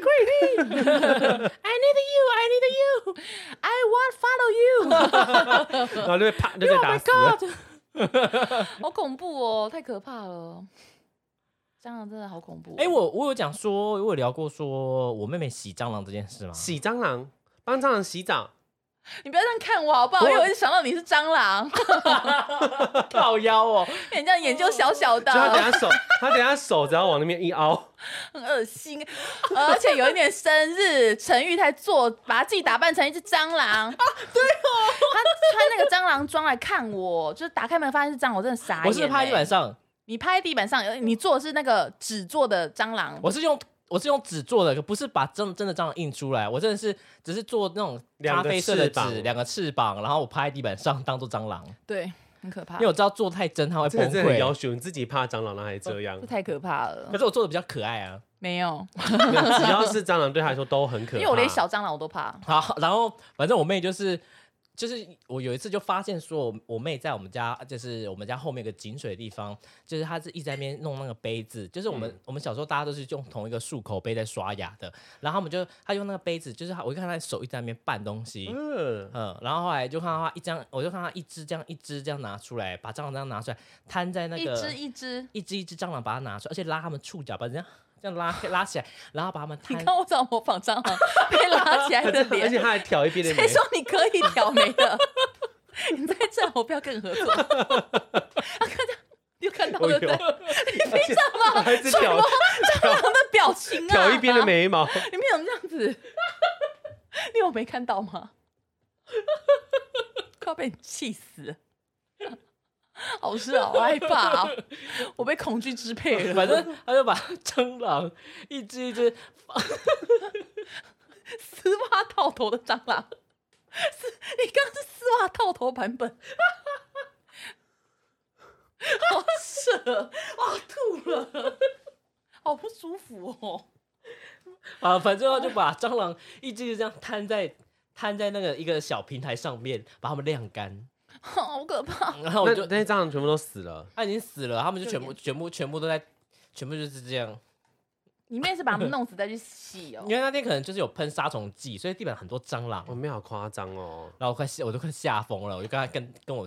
Speaker 3: go.
Speaker 2: 买贵
Speaker 3: I need you, I need you. [laughs]
Speaker 1: I want follow
Speaker 2: 然后就被啪 [laughs] 就被
Speaker 3: Oh
Speaker 2: 打死
Speaker 1: you，Oh
Speaker 2: 了。
Speaker 1: Oh my
Speaker 2: [laughs]
Speaker 1: god，好 [laughs] 恐怖哦，太可怕了！蟑螂真的好恐怖、哦
Speaker 3: 哎、我我有讲说，我有聊过说我妹妹洗蟑螂这件事吗？
Speaker 2: 洗蟑螂，帮蟑螂洗澡。
Speaker 1: 你不要这样看我好不好？
Speaker 3: 我
Speaker 1: 因为我一直想到你是蟑螂， [laughs]
Speaker 3: 靠腰哦，
Speaker 1: 人家眼睛小小
Speaker 2: 就他等
Speaker 1: 的，
Speaker 2: 下手，他等下手只要往那边一凹，
Speaker 1: 很恶心。而且有一年生日，陈玉才做把自己打扮成一只蟑螂。他穿那个蟑螂装来看我，就是打开门发现是蟑螂，我真的傻眼、欸。
Speaker 3: 我是趴在地板上，
Speaker 1: 你趴在地板上，呃你做的是那个纸做的蟑螂，
Speaker 3: 我是用我是用纸做的，可不是把真真的蟑螂印出来，我真的是只是做那种
Speaker 2: 两
Speaker 3: 咖
Speaker 2: 个
Speaker 3: 啡色的
Speaker 2: 翅膀
Speaker 3: 纸，两个翅膀，然后我趴在地板上当做蟑螂，
Speaker 1: 对，很可怕
Speaker 3: 因为，我知道做太真它会
Speaker 2: 这个
Speaker 3: 崩
Speaker 2: 真的很要
Speaker 3: 溃。
Speaker 2: 求你自己怕蟑螂，然后还这
Speaker 1: [laughs]
Speaker 2: 样
Speaker 1: 这。太可怕
Speaker 3: 可
Speaker 1: 了。
Speaker 3: 是我做的比较可爱啊。
Speaker 1: 没有，
Speaker 2: 只要是蟑螂，对他来说都很可怕。
Speaker 1: 因为我连小蟑螂我都怕。
Speaker 3: 好，然后反正我妹就是就是我有一次就发现说我，我妹在我们家就是我们家后面有个井水的地方，就是她是一直在那边弄那个杯子，就是我们、
Speaker 2: 嗯
Speaker 3: 我们小时候大家都是用同一个漱口杯在刷牙的，然后我们就她用那个杯子，就是她我就看她手一直在那边拌东西。嗯
Speaker 2: 嗯，
Speaker 3: 然后后来就看到她一张，我就看她一只这样一只这样拿出来，把蟑螂这样拿出来，摊在那
Speaker 1: 一
Speaker 3: 个
Speaker 1: 只一只，
Speaker 3: 一只一只蟑螂把它拿出来，而且拉它们触角，把人家这样拉拉起来，然后把它们
Speaker 1: 你
Speaker 3: 摊
Speaker 1: 看我怎么模仿蟑螂被拉起来的
Speaker 2: [laughs] 而且
Speaker 1: 脸？
Speaker 2: 他还挑一边的
Speaker 1: 谁
Speaker 2: 眉。
Speaker 1: 说你可以挑眉的？ [laughs] 你在这我不要跟你合作。看这样，有看到
Speaker 2: 我
Speaker 1: 对
Speaker 2: 有，
Speaker 1: 不对？
Speaker 2: 而且我哎 [laughs] 还是
Speaker 1: 啊
Speaker 2: 挑
Speaker 1: 蟑螂的表情啊，
Speaker 2: 挑一边的眉毛，
Speaker 1: 你们怎么这样子？ [laughs] 你有没看到吗？ [laughs] 快要被你气死了！ [laughs] 好是好害怕、哦， [laughs] 我被恐惧支配了。
Speaker 3: 反正他就把蟑螂一只一只，
Speaker 1: [laughs] 丝袜套头的蟑螂，是你刚刚是丝袜套头版本， [laughs] 好扯，哇吐了，好不舒服哦。
Speaker 3: 啊，反正他就把蟑螂一只一只这样摊在摊在那个一个小平台上面，把它们晾
Speaker 1: [laughs]
Speaker 3: 干。
Speaker 1: 好可怕！
Speaker 3: 然后
Speaker 2: 那
Speaker 3: 我就
Speaker 2: 那些蟑螂全部都死了。
Speaker 3: 他已经死了，他们就全部
Speaker 1: 有
Speaker 3: 全部全部都在，全部就是这样。
Speaker 1: 你妹是把它们弄死再去洗哦 [laughs]
Speaker 3: 因。为那天可能就是有喷杀虫剂，所以地板很多蟑螂
Speaker 2: 我，们好夸张哦！
Speaker 3: 然后我快吓我都快吓疯了，我就啊跟他跟跟我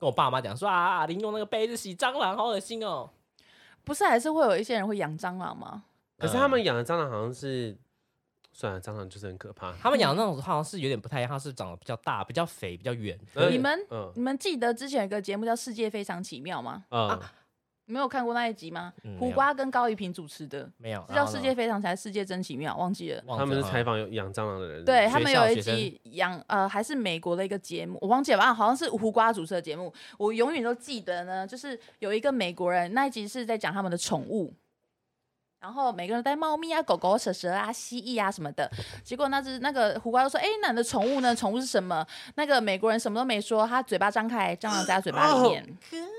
Speaker 3: 跟我爸妈讲说啊，林用那个杯子洗蟑螂，好恶心哦。
Speaker 1: 不是还是会有一些人会养蟑螂吗？
Speaker 2: 可是他们养的蟑螂好像是，算了，蟑螂就是很可怕。
Speaker 3: 他们养的那种好像是有点不太一样，它是长得比较大、比较肥、比较圆。
Speaker 2: 呃
Speaker 1: 你们
Speaker 2: 嗯
Speaker 1: 你们记得之前有个节目叫《世界非常奇妙》吗？
Speaker 2: 嗯，
Speaker 1: 你们有看过那一集吗
Speaker 3: 嗯？没
Speaker 1: 胡
Speaker 3: 有
Speaker 1: 瓜跟高一平主持的，
Speaker 3: 没有，
Speaker 1: 是叫
Speaker 3: 然
Speaker 1: 《
Speaker 3: 后呢
Speaker 1: 世界非常才世界真奇妙》，忘记了。
Speaker 3: 忘
Speaker 2: 他
Speaker 3: 记
Speaker 2: 们是
Speaker 3: 了
Speaker 2: 采访有养蟑螂的人，
Speaker 1: 对
Speaker 2: 是
Speaker 1: 他
Speaker 2: 不
Speaker 1: 们
Speaker 2: 是
Speaker 1: 有一
Speaker 3: 学校学
Speaker 1: 集养呃还是美国的一个节目，我忘记了啊，好像是胡瓜主持的节目，我永远都记得呢。就是有一个美国人那一集是在讲他们的宠物，然后每个人带猫咪啊、狗狗、蛇蛇啊、蜥蜴啊什么的。结果那只那个胡瓜就说：“哎，那你的宠物呢？宠物是什么？”那个美国人什么都没说，他嘴巴张开，蟑螂在他嘴巴里面。
Speaker 3: 哦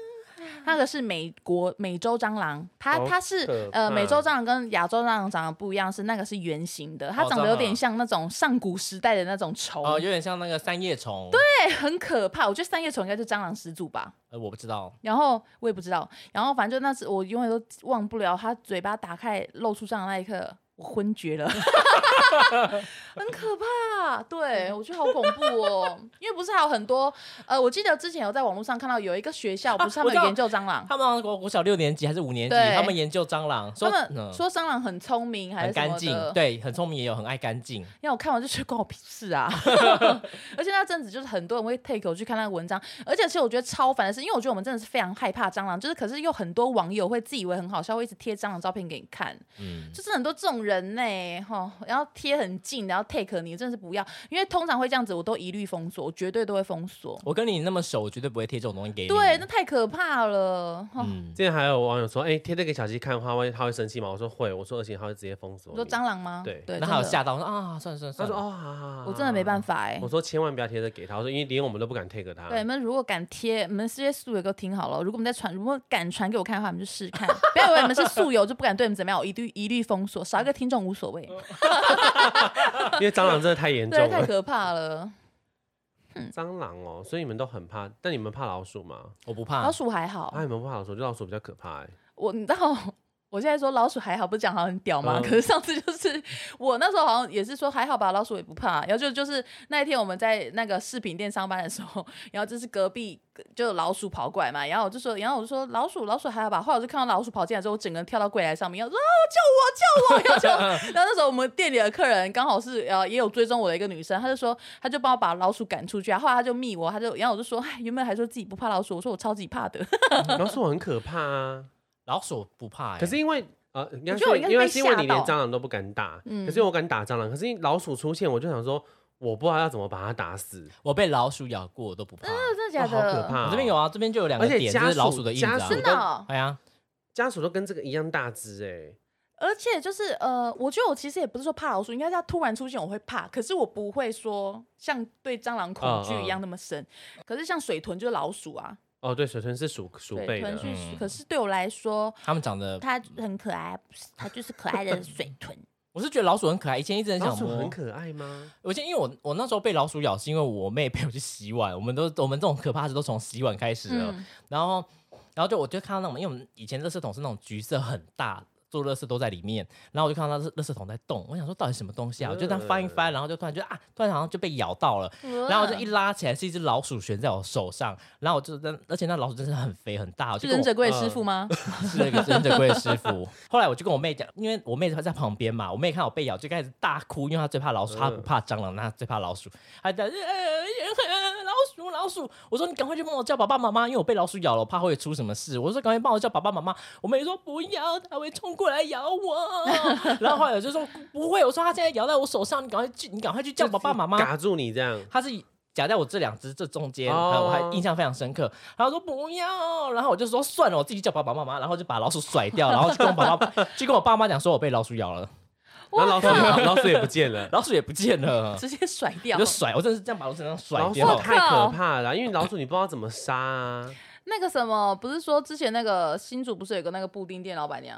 Speaker 1: 那个是美国美洲蟑螂，它
Speaker 2: 好
Speaker 1: 它是
Speaker 2: 可
Speaker 1: 呃
Speaker 2: 怕
Speaker 1: 美洲蟑螂跟亚洲蟑螂长得不一样，是那个是圆形的，它
Speaker 3: 哦
Speaker 1: 长得有
Speaker 3: 蟑螂
Speaker 1: 点像那种上古时代的那种虫，
Speaker 3: 哦，有点像那个三叶虫。对，
Speaker 1: 对，很可怕。我觉得三叶虫应该是蟑螂始祖吧。
Speaker 3: 呃，我不知道。
Speaker 1: 然后我也不知道，然后反正就那次我永远都忘不了，它嘴巴打开露出蟑螂那一刻，我昏厥了， [laughs] 很可怕。
Speaker 3: 嗯
Speaker 1: 对我觉得好恐怖哦，因为不是还有很多呃，我记得之前有在网络上看到有一个学校，不是他
Speaker 3: 啊我
Speaker 1: 们
Speaker 3: 知
Speaker 1: 有
Speaker 3: 道
Speaker 1: 研究蟑螂，
Speaker 3: 他们好像国国小六年级还是五年级，
Speaker 1: 对
Speaker 3: 他们研究蟑螂，说
Speaker 1: 他们
Speaker 3: 嗯
Speaker 1: 说蟑螂很聪明还
Speaker 3: 很
Speaker 1: 是什
Speaker 3: 干
Speaker 1: 么
Speaker 3: 净
Speaker 1: 的，，
Speaker 3: 对，很聪明也有，很爱干净。
Speaker 1: 因为我看完就觉得关我屁事啊！ [laughs] 而且那阵子就是很多人会 take 我去看那个文章，而且其实我觉得超烦的是，因为我觉得我们真的是非常害怕蟑螂，就是可是又很多网友会自以为很好笑，会一直贴蟑螂照片给你看，
Speaker 3: 嗯，
Speaker 1: 就是很多这种人呢、哈，然后贴很近，然后 take 你，真的是不要，因为通常会这样子，我都一律封锁，我绝对都会封锁。
Speaker 3: 我跟你那么熟，我绝对不会贴这种东西给你。
Speaker 1: 对，那太可怕了。哈
Speaker 3: 嗯，
Speaker 2: 之前还有网友说，哎、贴这给小鸡看的话，万一他会生气吗？我说会，我说而且他会直接封锁
Speaker 1: 你
Speaker 2: 你。
Speaker 1: 说蟑螂吗？
Speaker 2: 对
Speaker 1: 对，
Speaker 3: 那还有
Speaker 1: 真的
Speaker 3: 吓啊到我说啊，算了算了
Speaker 2: 他
Speaker 3: 算
Speaker 2: 说
Speaker 3: 了，
Speaker 2: 哦，好好好
Speaker 1: 我真的没办。法哎、
Speaker 2: 好我说千万不要贴这给他，我说因为连我们都不敢 take 他。
Speaker 1: 对，你们如果敢贴，你们这些素友给我听好了。如果你们在传，如果敢传给我看的话，你们就试试看。 [laughs] 不要以为你们是素友就不敢对你们怎么样，我一律一律封锁，少一个听众无所谓。
Speaker 2: 因为蟑螂真的太严重
Speaker 1: 对，太
Speaker 2: 了。
Speaker 1: 可嗯怕了。
Speaker 2: 蟑螂哦，所以你们都很怕，但你们怕老鼠吗？
Speaker 3: 我不怕
Speaker 1: 老。鼠还好
Speaker 2: 啊，，你们不怕老鼠，就老鼠比较可怕哎、
Speaker 1: 我你知道。我现在说老鼠还好，不是讲好像很屌吗？
Speaker 2: 嗯
Speaker 1: 可是上次就是我那时候好像也是说还好吧，老鼠也不怕。啊然后就就是那一天我们在那个饰品店上班的时候，然后就是隔壁就有老鼠跑过来嘛，然后我就说，然后我就说老鼠老鼠还好吧。后来我就看到老鼠跑进来之后，我整个人跳到柜台上面，要说啊救我救我！然后就
Speaker 2: [laughs]
Speaker 1: 然后那时候我们店里的客人刚好是呃也有追踪我的一个女生，她就说她就帮我把老鼠赶出去啊。后来她就密我，她就然后我就说哎原本还说自己不怕老鼠，我说我超级怕的。
Speaker 2: 老鼠很可怕啊。
Speaker 1: [laughs]
Speaker 3: 老鼠不怕、欸，
Speaker 2: 可是因为呃，应该
Speaker 1: 我觉得我
Speaker 2: 说
Speaker 1: 应该是
Speaker 2: 因
Speaker 1: 被
Speaker 2: 为是因为
Speaker 1: 吓
Speaker 2: 你连
Speaker 1: 到
Speaker 2: 蟑螂都不敢打，
Speaker 1: 嗯
Speaker 2: 可是我敢打蟑螂，可是老鼠出现，我就想说，我不知道要怎么把它打死，
Speaker 3: 我被老鼠咬过，我都不怕。
Speaker 1: 真的假
Speaker 2: 哇好
Speaker 1: 的？
Speaker 2: 可怕、哦
Speaker 3: 我这边有，啊，这边就有两
Speaker 2: 而
Speaker 3: 个
Speaker 2: 且
Speaker 3: 点，就
Speaker 2: 家
Speaker 3: 是老
Speaker 2: 属
Speaker 3: 鼠的印子
Speaker 2: 家
Speaker 3: 啊
Speaker 2: 属。
Speaker 1: 真的哦、
Speaker 3: 哎呀，
Speaker 2: 家鼠都跟这个一样大只哎、
Speaker 1: 而且就是呃，我觉得我其实也不是说怕老鼠，应该是它突然出现我会怕，可是我不会说像对蟑螂恐
Speaker 3: 嗯
Speaker 1: 惧一样那么深。可是像水豚就是老鼠啊，
Speaker 2: 哦，对，水豚是鼠鼠
Speaker 1: 对，
Speaker 2: 辈的哦
Speaker 1: 豚，是鼠。
Speaker 3: 嗯
Speaker 1: 可是对我来说，
Speaker 3: 它们长得，
Speaker 1: 它很可爱，它就是可爱
Speaker 3: [laughs]
Speaker 1: 的水豚。
Speaker 3: 我是觉得老鼠很可爱，以前一直很
Speaker 2: 老
Speaker 3: 想
Speaker 2: 鼠
Speaker 3: 摸
Speaker 2: 很。可爱吗？
Speaker 3: 我记得，因为我我那时候被老鼠咬，是因为我妹陪我去洗碗，我们都我们这种可怕事都从洗碗开始了。
Speaker 1: 嗯，
Speaker 3: 然后，然后就我就看到那种，因为我们以前垃圾桶是那种橘色很大，做垃圾都在里面。然后我就看到那垃垃圾桶在动，我想说到底什么东西啊？我就这样翻一翻，然后就突然就啊，突然好像就被咬到了。
Speaker 1: 嗯
Speaker 3: 然后我就一拉起来，是一只老鼠悬在我手上，然后我就在，而且那老鼠真是很肥很大，我
Speaker 1: 是
Speaker 3: 就跟
Speaker 1: 忍
Speaker 3: 我嗯
Speaker 1: 者龟的师傅
Speaker 3: [laughs]
Speaker 1: 吗？
Speaker 3: 是那个忍者龟的师傅。后来我就跟我妹讲，因为我妹在旁边嘛，我妹看我被咬就开始大哭，因为她最怕老鼠，她不怕蟑螂，她最怕老鼠，她在呃呃老鼠老鼠。我说你赶快去帮我叫爸爸妈妈，因为我被老鼠咬了，我怕会出什么事。我说赶快帮我叫爸爸妈妈。我妹说不要，它会冲过来咬我。 [laughs] 然后后来我就说不会，我说它现在咬在我手上，你赶快去，你赶快去叫爸爸妈妈。
Speaker 2: 嘎住你这样，
Speaker 3: 他是夹在我这两只这中间，
Speaker 2: 哦
Speaker 3: 然后我还印象非常深刻。然后说不要，然后我就说算了，我自己叫爸爸妈妈，然后就把老鼠甩掉， [laughs] 然后就跟我爸爸去跟我爸妈讲说我被老鼠咬了，
Speaker 2: 然后老鼠老鼠也不见了。
Speaker 3: 老鼠也不见了，
Speaker 1: 直接
Speaker 3: [laughs]
Speaker 1: 甩掉
Speaker 3: 我就。甩，我真的是这样把我身上甩
Speaker 2: 老鼠
Speaker 3: 掉。
Speaker 2: 太可怕了，因为老鼠你不知道怎么杀啊。
Speaker 1: 那个什么，不是说之前那个新竹不是有个那个布丁店老板娘，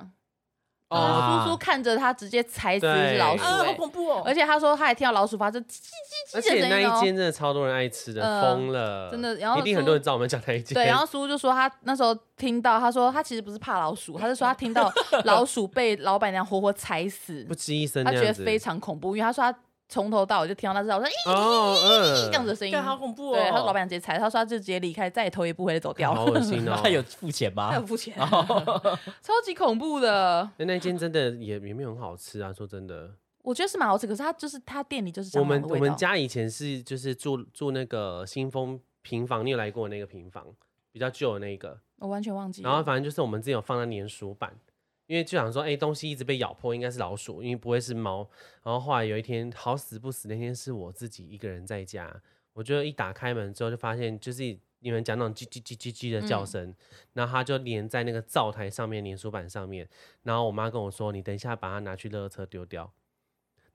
Speaker 3: 啊
Speaker 2: 哦
Speaker 1: 就是叔叔看着他直接踩死一只
Speaker 2: 对
Speaker 1: 老鼠、
Speaker 2: 啊
Speaker 1: 欸
Speaker 3: 怖哦
Speaker 1: 而且他说他还听到老鼠发出叽叽
Speaker 2: 而
Speaker 1: 叽的
Speaker 2: 且那
Speaker 1: 声音
Speaker 2: 一
Speaker 1: 哦。
Speaker 2: 间真的超多人爱吃的，
Speaker 1: 嗯
Speaker 2: 疯了，
Speaker 1: 真的然后
Speaker 2: 一定很
Speaker 1: 说
Speaker 2: 多人知道我们讲那一间。
Speaker 1: 对，然后叔叔就说他那时候听到，他说他其实不是怕老鼠，他是说他听到老鼠被老板娘活活踩死
Speaker 2: 不，吱一声
Speaker 1: 他
Speaker 2: 那
Speaker 1: 觉得
Speaker 2: 样子，
Speaker 1: 非常恐怖，因为他说他从头到尾就听到那只老鼠咦
Speaker 2: 哦，嗯，
Speaker 1: [laughs] 这样子的声音，
Speaker 3: 对，好恐怖哦！
Speaker 1: 对，他说老板娘直接踩，他说他就直接离开，再也头也不回的走掉，
Speaker 2: 好恶心啊哦
Speaker 1: [laughs]
Speaker 3: 那。他有付钱
Speaker 1: 他
Speaker 3: 吗
Speaker 1: 很？肤浅， [laughs] 超级恐怖的。
Speaker 2: 那那间真的也也没有很好吃啊，说真的，
Speaker 1: 我觉得是蛮好吃，可是它就是它店里就是蟑
Speaker 2: 我
Speaker 1: 螂的
Speaker 2: 们我
Speaker 1: 味
Speaker 2: 们
Speaker 1: 道
Speaker 2: 家以前是就是住住那个新丰平房，你有来过那个平房，比较旧的那个，
Speaker 1: 我完全忘记了。
Speaker 2: 然后反正就是我们之前有放在粘鼠板，因为就想说，哎、东西一直被咬破，应该是老鼠，因为不会是猫。然后后来有一天，好死不死，那天是我自己一个人在家，我就一打开门之后就发现，就是你们讲那种叽叽叽叽叽的
Speaker 1: 嗯
Speaker 2: 叫声，然后它就粘在那个灶台上面、粘鼠板上面。然后我妈跟我说，你等一下把它拿去垃圾车丢掉。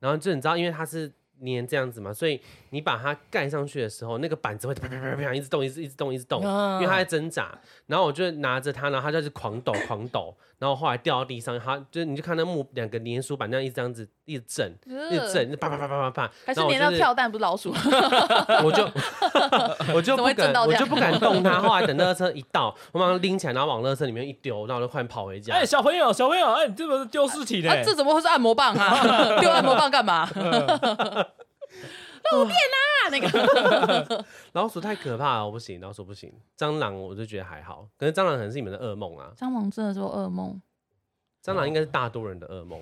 Speaker 2: 然后就你知道，因为它是。粘这样子嘛，所以你把它盖上去的时候，那个板子会啪啪啪啪啪一直动，一直一直动，一直动，
Speaker 1: 嗯
Speaker 2: 因为它在挣扎。然后我就拿着它，然后它就是狂抖狂抖，然后后来掉到地上，它就你就看那木两个粘鼠板那样一直这样子一直震，一直震，啪啪啪啪啪啪，
Speaker 1: 呃还是
Speaker 2: 然后我
Speaker 1: 连到
Speaker 2: 就是
Speaker 1: 跳蛋不是老鼠，
Speaker 2: 我就我
Speaker 1: 怎么
Speaker 2: 就 [laughs] 不
Speaker 1: 会震
Speaker 2: 敢，
Speaker 1: 到
Speaker 2: 我
Speaker 1: 这样
Speaker 2: 就不敢动它。后来等垃圾车一到，我马上拎起来，然后往垃圾车里面一丢，然后我就快点跑回家。
Speaker 3: 哎，小朋友，小朋友，哎，你这不是丢尸体的
Speaker 1: 啊，？这怎么会是按摩棒啊？ [laughs] 丢按摩棒干嘛？漏电啦！ [laughs] 那 [laughs] 个
Speaker 2: 老鼠太可怕了，我不行，老鼠不行。蟑螂我就觉得还好，可是蟑螂可能是你们的噩梦啊，
Speaker 1: 蟑螂真的是我噩梦。
Speaker 2: 蟑螂应
Speaker 1: 哦
Speaker 2: 该是大多人的噩梦。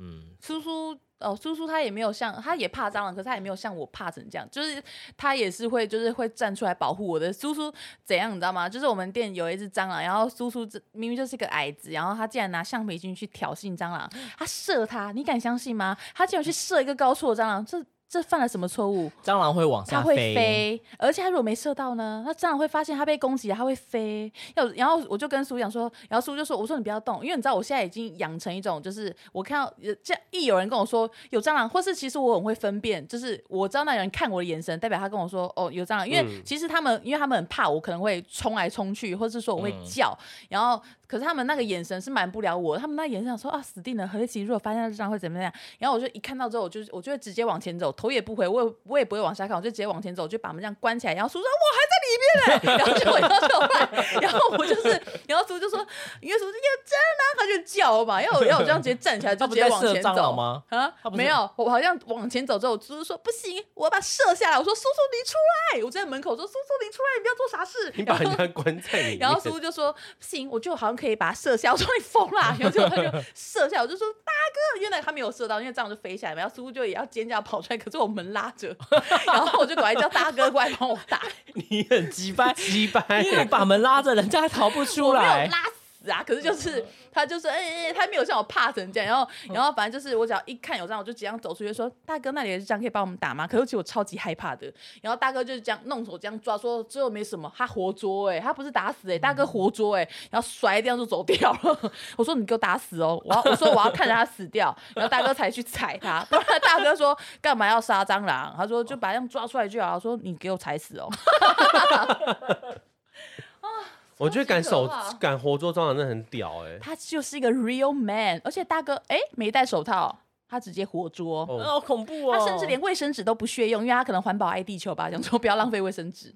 Speaker 3: 嗯，
Speaker 1: 苏苏哦，苏苏他也没有像他也怕蟑螂，可是他也没有像我怕成这样，就是他也是会就是会站出来保护我的。苏苏怎样你知道吗？就是我们店有一只蟑螂，然后苏苏这明明就是个矮子，然后他竟然拿橡皮筋去挑衅蟑螂，他射他，你敢相信吗？他竟然去射一个高处的蟑螂，这这犯了什么错误？
Speaker 3: 蟑螂会往
Speaker 1: 它
Speaker 3: 下
Speaker 1: 会
Speaker 3: 飞，
Speaker 1: 飞，而且它如果没射到呢，它蟑螂会发现它被攻击了，它会飞。要然后我就跟苏讲说，然后苏就说，我说你不要动，因为你知道我现在已经养成一种，就是我看到呃这样一有人跟我说有蟑螂，或是其实我很会分辨，就是我知道那人看我的眼神，代表他跟我说哦有蟑螂，因为
Speaker 2: 嗯
Speaker 1: 其实他们因为他们很怕我，可能会冲来冲去，或是说我会
Speaker 3: 嗯
Speaker 1: 叫，然后可是他们那个眼神是瞒不了我，他们那眼神想说啊死定了，何立奇如果发现他蟑螂会怎么样？然后我就一看到之后，我就我就会直接往前走，头也不回，我也我也不会往下看，我就直接往前走，就把门这样关起来。然后叔说我还在里面嘞，然后 [laughs] 就我要出来，然后我就是，然后叔就说，你为什么要蟑螂？他就叫我嘛，然后我然后我这样直接站起来，就
Speaker 3: [laughs] 他
Speaker 1: 直
Speaker 3: 不
Speaker 1: 接
Speaker 3: 在
Speaker 1: 往
Speaker 3: 射
Speaker 1: 前
Speaker 3: 蟑
Speaker 1: 走
Speaker 3: 螂？吗？
Speaker 1: 啊
Speaker 3: 他，不是
Speaker 1: 没有，我好像往前走之后，叔叔说不行，我要把它射下来。我说叔叔你出来，我就在门口说叔叔你出来，你不要做傻事。
Speaker 2: 你把
Speaker 1: 然后
Speaker 2: 人家关在里面，
Speaker 1: 然后叔叔就说：“不行，我就好像可以把它射下。”我说：“你疯啦！” [laughs] 然后结果他就射下，我就说：“大哥！”原来他没有射到，因为这样就飞下来嘛。然后叔叔就也要尖叫跑出来，可是我门拉着， [laughs] 然后我就赶快叫大哥过来帮我打，
Speaker 3: 你很鸡掰，
Speaker 2: 击败
Speaker 3: 你有把门拉着，人家还逃不出
Speaker 1: 我没有
Speaker 3: 来。嗯
Speaker 1: 拉死啊。可是就是他就是哎哎、哎他没有像我怕成这样。然后然后反正就是我只要一看有这样，我就即将走出去说：“大哥，那里的这样可以帮我们打吗？”可是其实我超级害怕的。然后大哥就是这样弄手这样抓，说：“最后没什么，他活捉哎、他不是打死哎、
Speaker 3: 嗯
Speaker 1: 大哥活捉哎、然后甩掉就走掉了。 [laughs] 我说你给我打死哦，我要我说我要看着他死掉，然后大哥才去踩他。不然大哥说干嘛要杀蟑螂？他说就把他们抓出来就好。我说你给我踩死哦，
Speaker 2: 我觉得敢
Speaker 1: 超
Speaker 2: 手
Speaker 1: 级可怕
Speaker 2: 敢活捉蟑螂真的很屌哎、
Speaker 1: 他就是一个 real man，而且大哥哎没戴手套，他直接活捉。
Speaker 2: 哦
Speaker 3: 好恐怖
Speaker 1: 他甚至连卫生纸都不屑用，因为他可能环保爱地球吧，想说不要浪费卫生纸。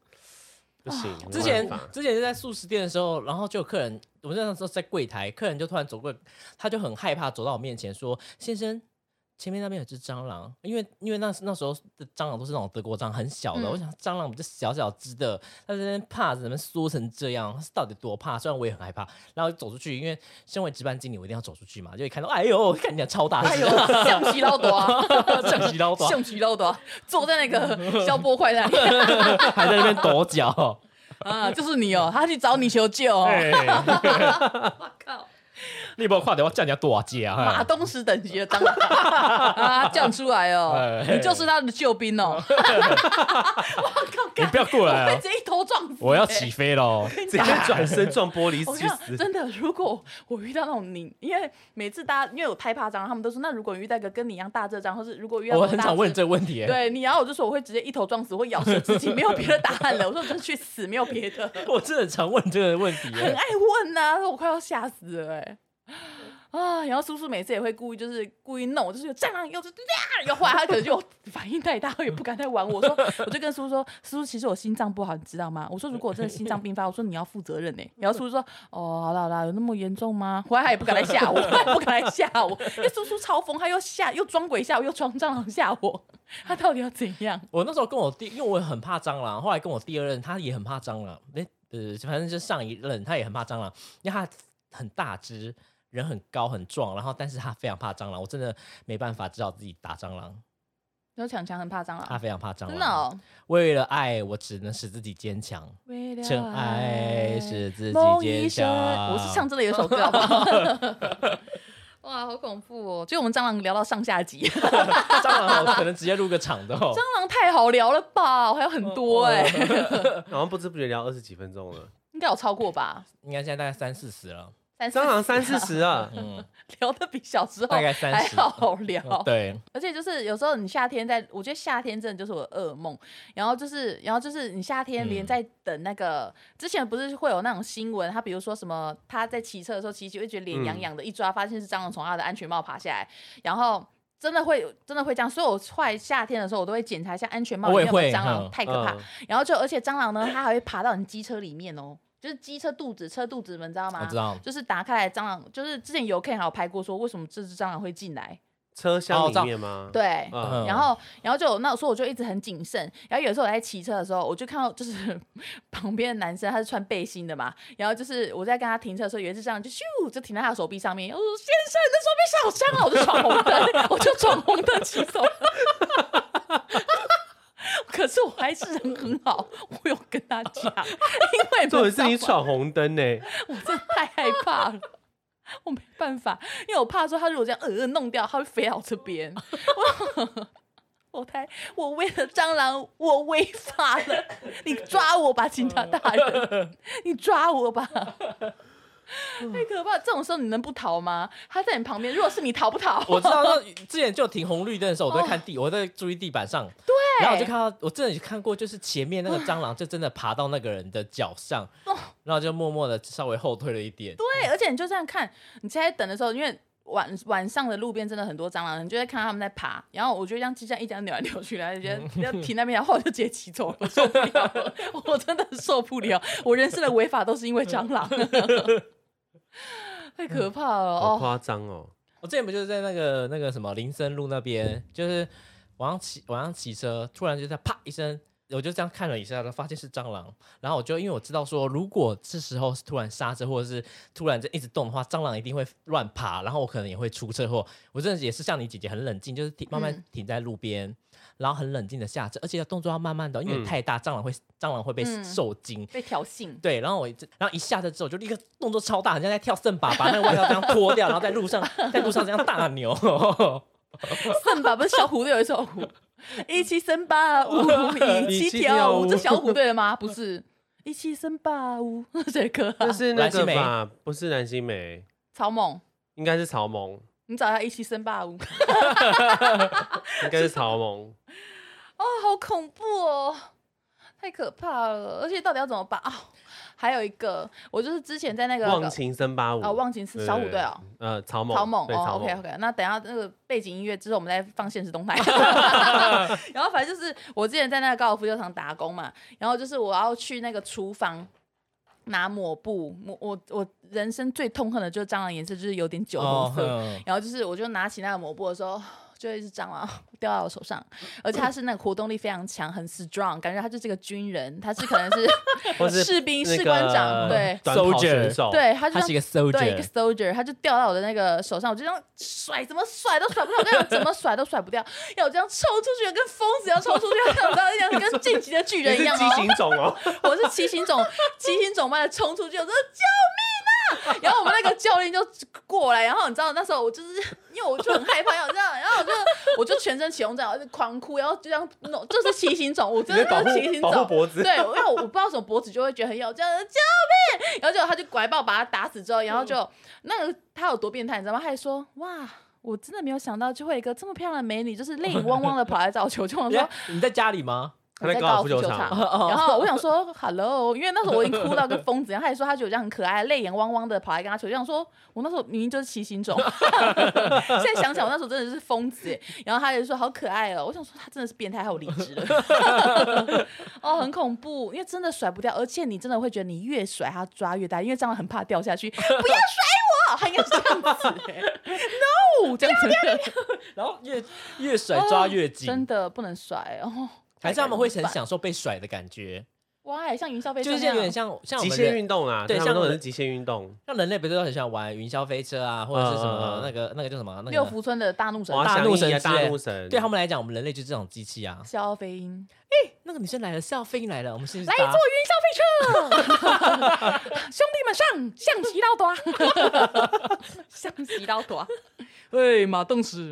Speaker 2: 不行，没
Speaker 3: 之
Speaker 2: 办
Speaker 3: 前
Speaker 2: 法
Speaker 3: 之前在素食店的时候，然后就有客人，我那时候在柜台，客人就突然走过，他就很害怕走到我面前说：“先生，前面那边有只蟑螂。”因为因为那那时候的蟑螂都是那种德国蟑螂，很小的。
Speaker 1: 嗯
Speaker 3: 我想蟑螂不就小小只的，他在那边怕，怎么缩成这样？他是到底多怕？虽然我也很害怕，然后就走出去，因为身为值班经理，我一定要走出去嘛。就一看到， [laughs] 哎呦，看你俩超大
Speaker 1: 哎
Speaker 3: 只
Speaker 1: 呦，，橡皮捞
Speaker 3: [laughs]
Speaker 1: 多啊，
Speaker 3: 像极老短，
Speaker 1: 橡皮捞多啊，坐在那
Speaker 3: [laughs]
Speaker 1: 个消波块那里
Speaker 3: 还在那边跺
Speaker 1: [laughs]
Speaker 3: 脚。
Speaker 1: 啊，就是你哦，他去找你求救、哦。
Speaker 3: 哎，
Speaker 1: [laughs] 我靠，
Speaker 3: 你不要快点，我叫人家跺脚啊！
Speaker 1: 马东石等级的
Speaker 3: [laughs]
Speaker 1: 蟑螂啊，叫出来哦，
Speaker 3: 哎
Speaker 1: 你就是他的救兵
Speaker 3: [laughs]
Speaker 1: 哦， [laughs]
Speaker 3: 你不要过来
Speaker 1: 被
Speaker 3: 啊
Speaker 1: 直！接一头撞死、
Speaker 3: 我要
Speaker 1: 欸
Speaker 3: 起飞喽！
Speaker 2: 直接转身撞玻璃
Speaker 1: 我
Speaker 2: 去
Speaker 1: 跟你讲，。
Speaker 2: 死
Speaker 1: 真的，如果我遇到那种你，因为每次大家因为我太怕蟑螂，他们都说，那如果你遇到一个跟你一样大只的蟑螂，或是如果遇到
Speaker 3: 我
Speaker 1: 那种
Speaker 3: 很
Speaker 1: 大
Speaker 3: 想
Speaker 1: 只
Speaker 3: 问这个问题、欸，
Speaker 1: 对你，然后我就说我会直接一头撞死，会咬死自己，没有别的答案了。我说我真的去死，没有别的， [laughs]
Speaker 3: 我真的很常问这个问题、
Speaker 1: 很啊
Speaker 3: 欸。
Speaker 1: 爱问呐、说我快要吓死了哎、啊，然后叔叔每次也会故意就是故意弄我，就是有蟑螂，又是呀，又后来他可能就反应太大，也不敢再玩我。说， [laughs] 我就跟叔叔说，叔叔，其实我心脏不好，你知道吗？我说如果我真的心脏病发，我说你要负责任
Speaker 3: [laughs]
Speaker 1: 呢、然后叔叔说，哦，好啦好啦，有那么严重吗？后来他也不敢来吓
Speaker 3: [laughs]
Speaker 1: 我，他也不敢来吓我，因为叔叔超疯，他又吓又装鬼吓我，又装蟑螂吓我，他到底要怎
Speaker 3: [laughs]
Speaker 1: 样？
Speaker 3: 我那时候跟我第，因为我很怕蟑螂，后来跟我第二任他也很怕蟑螂，那呃反正就上一任他也很怕蟑螂，因为他很大只，人很高很壮，然后但是他非常怕蟑螂，我真的没办法，只好自己打蟑螂。
Speaker 1: 然后强强很怕蟑
Speaker 3: 他
Speaker 1: 螂，
Speaker 3: 非常怕蟑螂，
Speaker 1: 真的、哦。
Speaker 3: 为了爱，我只能使自己坚强，
Speaker 1: 为了
Speaker 3: 真爱使自己
Speaker 1: 梦
Speaker 3: 坚
Speaker 1: 一生，
Speaker 3: 强。
Speaker 1: 我是唱这里有一首歌，好不好？ [laughs] 哇，好恐怖哦！就我们蟑螂聊到上下集， [laughs] 蟑
Speaker 3: 蟑螂，我可能直接录个场的、哦。
Speaker 1: 螂太好聊了吧？我还有很多哎、
Speaker 2: 好像不知不觉聊二十几分钟了，
Speaker 1: [laughs] 应该有超过吧？
Speaker 3: [laughs] 应该现在大概三四十了，
Speaker 1: 三四
Speaker 2: 蟑螂三四十啊，
Speaker 3: [laughs] 嗯，
Speaker 1: 聊的比小时候
Speaker 3: 大概
Speaker 1: 还
Speaker 3: 30
Speaker 1: 好聊。
Speaker 3: 对，
Speaker 1: 而且就是有时候你夏天在，我觉得夏天真的就是我的噩梦。然后就是，然后就是你夏天
Speaker 3: 嗯
Speaker 1: 连在等那个、之前不是会有那种新闻，他比如说什么他在骑车的时候骑骑会觉得脸
Speaker 3: 嗯
Speaker 1: 痒痒的，一抓发现是蟑螂从他的安全帽爬下来，然后。真的会真的会这样，所以我快夏天的时候，我都会检查一下安全帽里
Speaker 3: 我
Speaker 1: 面
Speaker 3: 也
Speaker 1: 有没有
Speaker 3: 会
Speaker 1: 蟑螂，
Speaker 3: 嗯
Speaker 1: 太可怕。
Speaker 2: 嗯
Speaker 1: 然后就而且蟑螂呢，它还会爬到你机车里面哦，就是机车肚子、车肚子，你们知道吗？
Speaker 3: 我知 [laughs] 道。
Speaker 1: 就是打开来蟑螂，就是之前有 K 还有拍过说，为什么这只蟑螂会进来？
Speaker 2: 车
Speaker 3: 哦
Speaker 2: 厢
Speaker 3: 我知道
Speaker 2: 里面吗？，
Speaker 1: 对，
Speaker 2: 嗯，
Speaker 1: 然后，然后就有那时候我就一直很谨慎。然后有时候我在骑车的时候，我就看到就是 [laughs] 旁边的男生他是穿背心的嘛，然后就是我在跟他停车的时候，有一次这样就咻就停在他的手臂上面。我说：“先生，你的手臂上有蟑螂！”我就闯红灯， [laughs] 我就闯红灯骑走。 [laughs] 可是我还是人很好，我有跟他讲， [laughs] 因 [laughs] 为
Speaker 2: 重点是
Speaker 1: 你
Speaker 2: 你
Speaker 1: 们知道吗
Speaker 2: 闯红灯欸呢，
Speaker 1: 我真的太害怕了。我没办法，因为我怕说他如果这样呃呃弄掉，他会飞到我这边。我我太我为了蟑螂，我违法了。你抓我吧，警察大
Speaker 3: [laughs]
Speaker 1: 人，你抓我吧。 [laughs] 太可怕！这种时候你能不逃吗？他在你旁边，如果是你逃不逃？
Speaker 3: 我知道，那之前就停红绿灯的时候，我都在看地，我在注意地板上。对，然后我就看到，我真的有看过，就是前面那个蟑螂就真的爬到那个人的脚上，然后就默默的稍微后退了一点。
Speaker 1: 对，
Speaker 2: 嗯
Speaker 1: 而且你就这样看，你现在等的时候，因为晚晚上的路边真的很多蟑螂，你就会看到他们在爬。然后我就这样就这样一家扭来扭去，然后就觉
Speaker 2: 嗯
Speaker 1: 得要
Speaker 2: [laughs]
Speaker 1: 停那边，然后我就直接骑走了，我受不了了， [laughs] 我真的受不了，我人生的违法都是因为蟑
Speaker 2: [laughs]
Speaker 1: 螂。太可怕了
Speaker 2: 好
Speaker 1: 哦！
Speaker 2: 夸张哦，
Speaker 3: 我之前不就是在那个那个什么林森路那边，就是晚上骑晚上骑车，突然就在啪一声，我就这样看了一下，然后发现是蟑螂，然后我就因为我知道说，如果这时候是突然刹车或者是突然就一直动的话，蟑螂一定会乱爬，然后我可能也会出车祸。我真的也是像你姐姐很冷静，就是停慢慢
Speaker 1: 嗯
Speaker 3: 停在路边，然后很冷静的下车，而且动作要慢慢的，因为
Speaker 2: 嗯
Speaker 3: 太大，蟑螂会蟑螂会被
Speaker 1: 嗯
Speaker 3: 受惊。
Speaker 1: 被挑衅， [laughs]
Speaker 3: 对，然后我一直然后一下车之后就立刻动作超大，很像在跳圣把，把那个外套这样脱掉，然后在路上在路上这样大扭。
Speaker 1: 圣吧不是小虎队有一首舞，一起森
Speaker 2: [laughs]
Speaker 1: 巴舞，一
Speaker 2: 一
Speaker 1: 起
Speaker 2: 起
Speaker 1: 跳
Speaker 2: 跳
Speaker 1: 舞，
Speaker 2: 舞
Speaker 1: 这小虎队的
Speaker 2: [laughs]
Speaker 1: 吗？不是，一起森巴舞， [laughs] 这歌啊、
Speaker 2: 但是那
Speaker 3: 蓝心
Speaker 2: 个
Speaker 3: 湄
Speaker 2: 吧，不是蓝心湄，
Speaker 1: 超猛。
Speaker 2: 应该是曹萌，
Speaker 1: 你找他一起森巴舞。
Speaker 2: 应该是曹萌，
Speaker 1: 哦，好恐怖哦，太可怕了！而且到底要怎么办啊、还有一个，我就是之前在那个
Speaker 2: 忘情森巴舞
Speaker 1: 啊，忘情是小虎队哦。，
Speaker 2: 对对对呃，曹萌，
Speaker 1: 草蜢
Speaker 2: 对，
Speaker 1: 哦
Speaker 2: 曹
Speaker 1: ，OK
Speaker 2: 萌，
Speaker 1: OK，那等一下那个背景音乐之后，我们再放现实
Speaker 2: [laughs]
Speaker 1: 动态。 [laughs] 然后反正就是我之前在那个高尔夫球场打工嘛，然后就是我要去那个厨房拿抹布，抹我我人生最痛恨的就是蟑螂颜色，就是有点酒红
Speaker 3: 哦
Speaker 2: 哦
Speaker 1: 色。
Speaker 3: 哼
Speaker 1: 然后就是我就拿起那个抹布的时候，就有一只蟑螂 [laughs] 掉在我手上，而且它是那个活动力非常强，很 strong，感觉它就是个军人，他是可能
Speaker 2: 或
Speaker 1: 是
Speaker 2: 是
Speaker 1: 士兵、
Speaker 2: 那
Speaker 1: 士
Speaker 2: 个哦
Speaker 1: 官长，对
Speaker 2: 短跑
Speaker 3: Soldier
Speaker 2: 选手，，
Speaker 1: 对，他就
Speaker 3: 他
Speaker 1: 像
Speaker 3: 是一个
Speaker 1: 对一个
Speaker 3: soldier，
Speaker 1: soldier，他就掉到我的那个手上，我就这样甩，怎么甩都甩不掉，我这样怎么甩都甩不掉，要我这样抽出去，跟疯子一样抽出去， [laughs] 然后我这样跟晋级的巨
Speaker 2: 你
Speaker 1: 人一
Speaker 2: 是
Speaker 1: 样
Speaker 2: 畸
Speaker 1: 哦。
Speaker 2: 形种
Speaker 1: [laughs]
Speaker 2: 哦，
Speaker 1: 我是骑行总， [laughs] 骑行总般的冲出去，我说救命啊！然后我们那个教练就过来，然后你知道那时候我就是 [laughs] 因为我就很害怕，要这样，然后我就我就全身起红疹，我就狂哭，然后就这样弄，就是骑行总，我真的
Speaker 2: 你在保
Speaker 1: 就
Speaker 2: 护
Speaker 1: 是骑行
Speaker 2: 保护
Speaker 1: 总。
Speaker 2: 脖子，
Speaker 1: 对，因为我不知道为什么脖子就会觉得很痒，这样救命！然后结果他就拐把我把他打死之后，
Speaker 2: 嗯
Speaker 1: 然后就那个他有多变态，你知道吗？他还说哇。我
Speaker 2: [laughs]
Speaker 1: 真的没有想到，就会有一个这么漂亮的美女，就是泪眼汪汪的跑来找我求救。我
Speaker 3: 哎你
Speaker 1: 说
Speaker 3: 在你在家里吗？
Speaker 2: 他
Speaker 1: 我
Speaker 2: 在
Speaker 1: 在
Speaker 2: 高
Speaker 1: 高
Speaker 2: 尔
Speaker 1: 尔
Speaker 2: 夫
Speaker 1: 夫
Speaker 2: 球
Speaker 1: 球
Speaker 2: 场
Speaker 1: 场哦然 [laughs] 后我想说 “hello”，因为那时候我已经哭到跟疯子一样。他也说他觉得我这样很可爱，泪眼汪汪的跑来跟他求救。我想说，我那时候明明就是七星种， [laughs] 现在想想我那时候真的是疯子耶。然后他也说好可爱哦，我想说他真的是变态，还有理智了。 [laughs] 哦，很恐怖，因为真的甩不掉，而且你真的会觉得你越甩它抓越大，因为蟑螂很怕掉下去。不 [laughs] 要甩我，他应该是这样子耶。No，这样子
Speaker 3: 然后越越甩抓越
Speaker 1: [laughs] 哦
Speaker 3: 紧，
Speaker 1: 真的不能甩哦。
Speaker 3: 还是他们会很享受被甩的感觉，
Speaker 1: 哇，像云霄飞车
Speaker 3: 就
Speaker 1: 那
Speaker 3: 是
Speaker 1: 样，
Speaker 3: 有点像像我
Speaker 2: 极
Speaker 3: 们
Speaker 2: 限
Speaker 3: 人，
Speaker 2: 运动啦，
Speaker 3: 对
Speaker 2: 他们
Speaker 3: 像
Speaker 2: 都
Speaker 3: 我
Speaker 2: 很
Speaker 3: 们
Speaker 2: 是极限运动，
Speaker 3: 像人类不是都很喜欢玩云霄飞车啊，或者是什
Speaker 2: 嗯嗯
Speaker 3: 么
Speaker 2: 嗯
Speaker 3: 那个那个叫什么那
Speaker 1: 六
Speaker 3: 个。
Speaker 1: 福村的大怒神
Speaker 2: 滑
Speaker 3: 大
Speaker 2: 翔
Speaker 3: 怒
Speaker 2: 翼
Speaker 3: 神
Speaker 2: 啊
Speaker 3: 之
Speaker 2: 大
Speaker 3: 类
Speaker 2: 怒神，
Speaker 3: 对他们来讲，我们人类就是这种机器啊。
Speaker 1: 消飞鹰，
Speaker 3: 那个女生来了，是要飞来了，我们先
Speaker 1: 来坐云霄飞车，兄弟们上象棋刀短， [laughs] 象棋刀短。哎，马东石，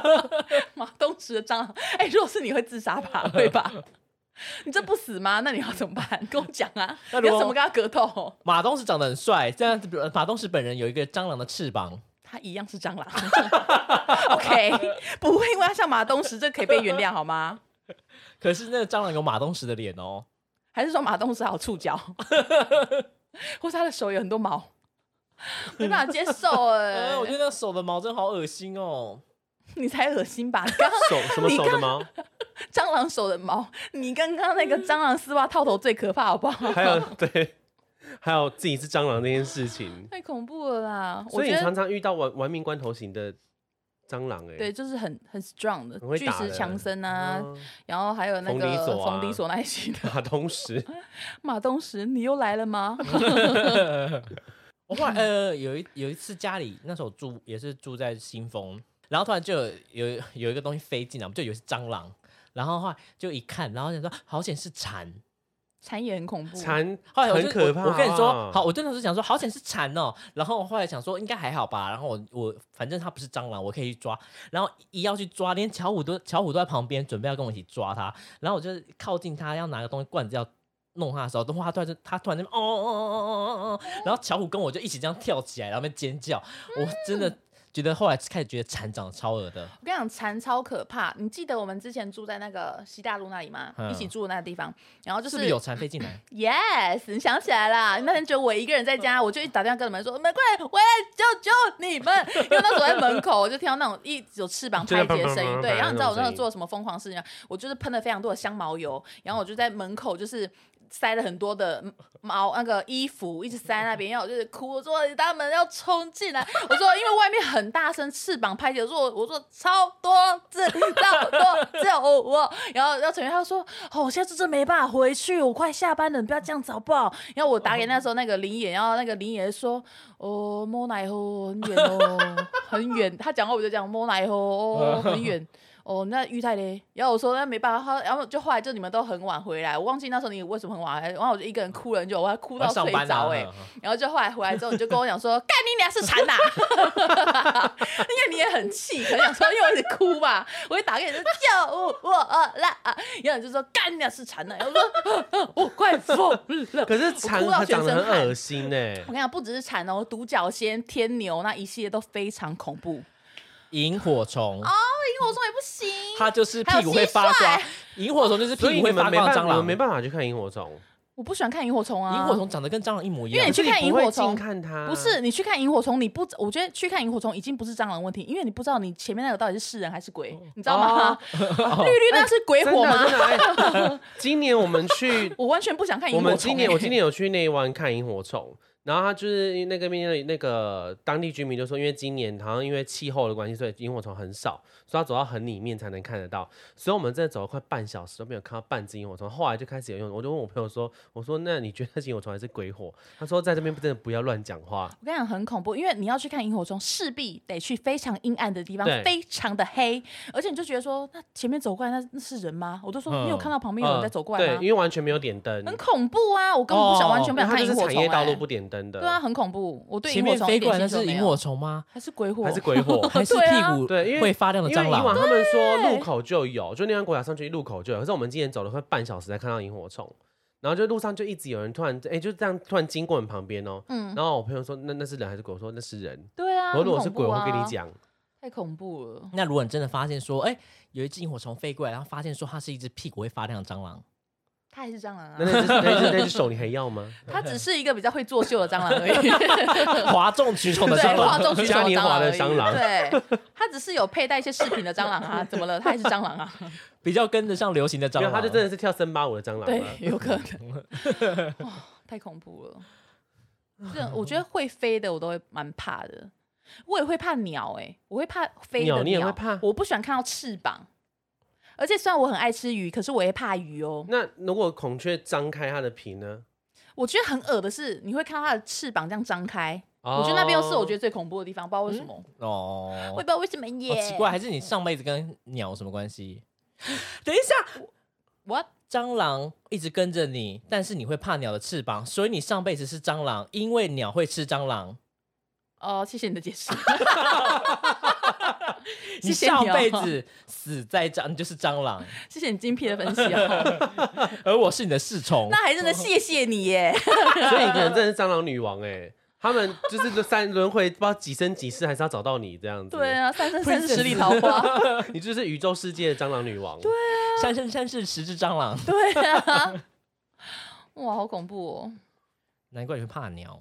Speaker 1: [laughs] 马东石的蟑螂，哎，如果是你会自杀 [laughs] 吧？会吧？你这不死吗？那你要怎么办？ [laughs] 跟我讲啊！
Speaker 3: 那
Speaker 1: 你
Speaker 3: 如果
Speaker 1: 要怎么跟他格斗？
Speaker 3: 马东石长得很帅，这样子呃马东石本人有一个蟑螂的翅膀，
Speaker 1: 他一样是蟑螂 [laughs] ，OK，不会因为他像马东石，这可以被原谅好吗？
Speaker 3: 可是那个蟑螂有马东石的脸哦。
Speaker 1: 还是说马东石好触 [laughs] 角，或是他的手有很多 [laughs] 毛，没办法接受哎、
Speaker 3: 呃，我觉得那手的毛真好恶心哦。
Speaker 1: 你才恶心吧？刚刚 [laughs]
Speaker 2: 手什么手的毛，
Speaker 1: 蟑螂手的毛，你刚刚那个蟑螂丝袜套头最可怕，好不好？
Speaker 2: 还有对，还有自己是蟑螂这件事情，
Speaker 1: [laughs] 太恐怖了啦！我
Speaker 2: 所以
Speaker 1: 觉
Speaker 2: 你
Speaker 1: 得
Speaker 2: 常常遇到玩玩命关头型的蟑螂哎，
Speaker 1: 对，，就是很很 strong 的
Speaker 2: 很会
Speaker 1: 巨
Speaker 2: 打
Speaker 1: 石
Speaker 2: 的
Speaker 1: 强森啊，
Speaker 3: 哦
Speaker 2: [laughs]
Speaker 1: 然后还有那
Speaker 2: 冯迪
Speaker 1: 个
Speaker 2: 索啊
Speaker 1: 冯迪索那一型
Speaker 2: [laughs]
Speaker 1: 的
Speaker 2: 马同时
Speaker 1: 马东石，你又来了吗？
Speaker 3: 我后来呃有一有一次家里那时候住也是住在新丰，然后突然就有有有一个东西飞进来，我们就以为是蟑螂，然后后来就一看，然后想说好险是蝉。
Speaker 1: 蝉也很恐怖，
Speaker 2: 蝉
Speaker 3: 后来我
Speaker 2: 很
Speaker 3: 就
Speaker 2: 可怕啊，
Speaker 3: 我，我跟你说，好，我真的是想说，好险是蝉哦。然后我后来想说，应该还好吧。然后我我反正它不是蟑螂，我可以去抓。然后一要去抓，连巧虎都巧虎都在旁边，准备要跟我一起抓它。然后我就靠近它，要拿个东西罐子要弄它的时候，哇，它突然就它突然就哦哦哦哦哦哦哦，然后巧虎跟我就一起这样跳起来，然后在那边尖叫。我真
Speaker 2: [laughs]
Speaker 3: 的觉得后来开始觉得蝉长得超恶的，
Speaker 1: 我跟你讲，蝉超可怕。你记得我们之前住在那个西大路那里吗？
Speaker 3: 嗯
Speaker 1: 一起住的那个地方，然后就是
Speaker 3: 不是有蝉飞
Speaker 1: [laughs]
Speaker 3: 进来？
Speaker 1: Yes，你想起来啦？那天只有我一个人在家，我就一直打电话跟你们说：“你们快点回来救救你们！”因为那时候我在门口，我就听到那种一有翅膀拍击的声音。对，然后你知道我那时候做了什么疯狂事情吗？我就是喷了非常多的香茅油，然后我就在门口就是。塞了很多的毛那个衣服，一直塞在那边，然后我就是哭，我说他们要冲进来，我说因为外面很大声，翅膀拍击，我说我说超多只，超多只，我我，然后然后陈员他就说哦，我现在真的没办法回去，我快下班了，你不要这样子好不好？然后我打给那时候那个林野，然后那个林野说哦，摸奶哦，很远哦，很远，他讲话我就讲摸奶哦，哦很远。哦，那玉泰嘞？然后我说那没办法，他然后就后来就你们都很晚回来，我忘记那时候你为什么很晚回来，然后我就一个人哭了很久，我还哭
Speaker 3: 我
Speaker 1: 到
Speaker 3: 要上
Speaker 1: 睡
Speaker 3: 班
Speaker 1: 着
Speaker 3: 了啊
Speaker 1: 哎、然后就后来回来之后，你就跟我讲说，干你娘是蝉呐、 [laughs] 因为你也很气，可能想说，因为我一直哭嘛，我就打给你说叫我啦啊，然后你就说干你娘是蝉呐、然后我说 [laughs] 呃呃我快疯了。
Speaker 2: 可是蝉
Speaker 1: 哭到
Speaker 2: 它
Speaker 1: 全
Speaker 2: 长得
Speaker 1: 身
Speaker 2: 很
Speaker 1: 汗
Speaker 2: 恶心哎
Speaker 1: 我，跟你讲，不只是蝉哦，独角仙、天牛那一系列都非常恐怖。萤
Speaker 3: 萤火虫，
Speaker 1: 火虫也不行，
Speaker 3: 它就是
Speaker 1: 还有
Speaker 3: 屁股会
Speaker 1: 蟋
Speaker 3: 发
Speaker 1: 蟀
Speaker 3: 光，萤火虫就是
Speaker 2: 所
Speaker 3: 屁
Speaker 2: 以
Speaker 3: 股
Speaker 2: 你
Speaker 3: 会
Speaker 2: 们
Speaker 3: 发
Speaker 2: 没
Speaker 3: 光
Speaker 2: 办
Speaker 3: 的
Speaker 2: 法，
Speaker 3: 蟑
Speaker 2: 你
Speaker 3: 螂
Speaker 2: 们。没办法去看萤火虫，
Speaker 1: 我不喜欢看萤火虫啊。
Speaker 3: 萤火虫长得跟蟑螂一模一
Speaker 1: 因为
Speaker 3: 样
Speaker 1: 你。去看萤
Speaker 2: 不会
Speaker 1: 火虫
Speaker 2: 近看它
Speaker 1: 不是你去看萤火虫，你不，我觉得去看萤火虫已经不是蟑螂问题，因为你不知道你前面那个到底是是人还是鬼，你知道吗？ [laughs] 绿绿那是鬼
Speaker 2: 哦真
Speaker 1: 火
Speaker 2: 的
Speaker 1: 吗？
Speaker 2: 真的哎今年我们去
Speaker 1: 我完全不想看萤
Speaker 2: 我
Speaker 1: 火虫欸、
Speaker 2: 们今年我今年有去内湾看萤火虫，然后他就是那个面那个当地居民就说，因为今年好像因为气候的关系，所以萤火虫很少，所以要走到很里面才能看得到。所以我们真的走了快半小时都没有看到半只萤火虫。后来就开始有用，我就问我朋友说，我说那你觉得是萤火虫还是鬼火？他说在这边真的不要乱讲话。
Speaker 1: 我跟你讲很恐怖，因为你要去看萤火虫，势必得去非常阴暗的地方
Speaker 2: 对，
Speaker 1: 非常的黑，而且你就觉得说，那前面走过来那那是人吗？我都说
Speaker 3: 嗯
Speaker 1: 你有看到旁边有人在走过来
Speaker 2: 对，
Speaker 1: 吗？
Speaker 2: 因为完全没有点灯，
Speaker 1: 很恐怖啊！我根本不想，
Speaker 3: 哦
Speaker 1: 完全不想
Speaker 2: 它
Speaker 1: 看
Speaker 2: 就
Speaker 1: 萤
Speaker 2: 是
Speaker 1: 火
Speaker 2: 产
Speaker 1: 虫、
Speaker 2: 业道路
Speaker 1: 欸。
Speaker 2: 不点灯的，
Speaker 1: 对啊，很恐怖。我对
Speaker 3: 前
Speaker 1: 萤火
Speaker 3: 面
Speaker 1: 虫
Speaker 3: 飞
Speaker 1: 一
Speaker 3: 过
Speaker 1: 点
Speaker 3: 来那
Speaker 1: 兴趣都
Speaker 3: 是
Speaker 1: 没
Speaker 3: 萤
Speaker 1: 有
Speaker 3: 火，虫吗？
Speaker 1: 还是鬼火，
Speaker 2: 还是鬼
Speaker 1: [laughs]
Speaker 2: 火。
Speaker 3: 还是
Speaker 1: 对
Speaker 3: 屁
Speaker 1: 啊
Speaker 3: 股
Speaker 2: 对因为
Speaker 3: 会发亮的
Speaker 2: 因为
Speaker 3: 蟑
Speaker 2: 以往
Speaker 3: 螂？
Speaker 2: 他们说路口就有，就那湾国家上去路口就有，可是我们今天走了快半小时才看到萤火虫，然后就路上就一直有人突然哎、就这样突然经过我们旁边哦，
Speaker 1: 嗯
Speaker 2: 然后我朋友说那那是人还是鬼？我说那是人，
Speaker 1: 对啊，
Speaker 2: 我说如果是
Speaker 1: 很恐
Speaker 2: 鬼，
Speaker 1: 怖
Speaker 2: 我
Speaker 1: 啊
Speaker 2: 会跟你，讲。
Speaker 1: 太太恐怖了。
Speaker 3: 那如果你真的发现说，哎、有一只萤火虫飞过来，然后发现说它是一只屁股会发亮的
Speaker 2: [laughs]
Speaker 3: 蟑螂，
Speaker 1: 它还是蟑螂
Speaker 2: 那
Speaker 1: 啊，
Speaker 2: 那只那只
Speaker 1: [laughs]
Speaker 2: 那只手你还要吗？
Speaker 1: 它只是一个比较会作秀的蟑螂而
Speaker 2: [laughs]
Speaker 1: 已。
Speaker 3: 哗众取宠的
Speaker 1: 对，
Speaker 3: 蟑
Speaker 1: 哗
Speaker 3: 螂，
Speaker 1: 众取宠
Speaker 2: 嘉年
Speaker 1: 蟑
Speaker 2: 华
Speaker 1: 螂
Speaker 2: 的
Speaker 1: 而已
Speaker 2: 蟑螂
Speaker 1: 对，它只是有佩戴一些饰品的蟑螂啊，怎么了？它还是蟑螂啊，
Speaker 3: [laughs] 比较跟得上流行的蟑
Speaker 2: 没有，
Speaker 3: 螂。
Speaker 2: 它就真的是跳森巴舞的蟑螂
Speaker 1: 对
Speaker 2: 啊。，
Speaker 1: [laughs] 有可能。 [laughs] 哇，
Speaker 3: [laughs]
Speaker 1: 太恐怖了！这种我觉得会飞的我都会蛮怕的，我也会怕鸟哎、我会怕飞的
Speaker 2: 鸟你也会怕
Speaker 1: 我不喜欢看到翅膀。而且虽然我很爱吃鱼，可是我也怕鱼哦。
Speaker 2: 那如果孔雀张开它的皮呢？
Speaker 1: 我觉得很恶的是，你会看到它的翅膀这样张开，我觉得那边又是我觉得最恐怖的地方，不知道为什么，
Speaker 3: 嗯哦，
Speaker 1: 我也不知道为什么耶。
Speaker 3: 好奇怪，还是你上辈子跟鸟有什么
Speaker 1: [laughs]
Speaker 3: 关系？等一下，
Speaker 1: ，what？
Speaker 3: 蟑螂一直跟着你，但是你会怕鸟的翅膀，所以你上辈子是蟑螂，因为鸟会吃蟑螂。
Speaker 1: 哦，谢谢你的解释。 [laughs] 谢
Speaker 3: [laughs] 你
Speaker 1: 谢你哦
Speaker 3: 上辈子死在蟑，你就是蟑螂，
Speaker 1: 谢谢你精辟的分析
Speaker 3: [laughs]
Speaker 1: 哦。
Speaker 3: 而我是你的
Speaker 1: [laughs]
Speaker 3: 侍从。
Speaker 1: 那还真的谢谢你耶，
Speaker 2: 得，哦所以你可能真的是蟑螂女王哎、他们就是三轮回，不知道几生几世还是要找到你这样子。
Speaker 1: 对，啊，三生三世十里桃
Speaker 3: [laughs]
Speaker 1: 花，
Speaker 2: 你就是宇宙世界的蟑螂女王。对，
Speaker 3: 三生三世十只蟑螂，
Speaker 1: 对啊，哇，好恐怖哦！
Speaker 3: 难怪你会怕鸟，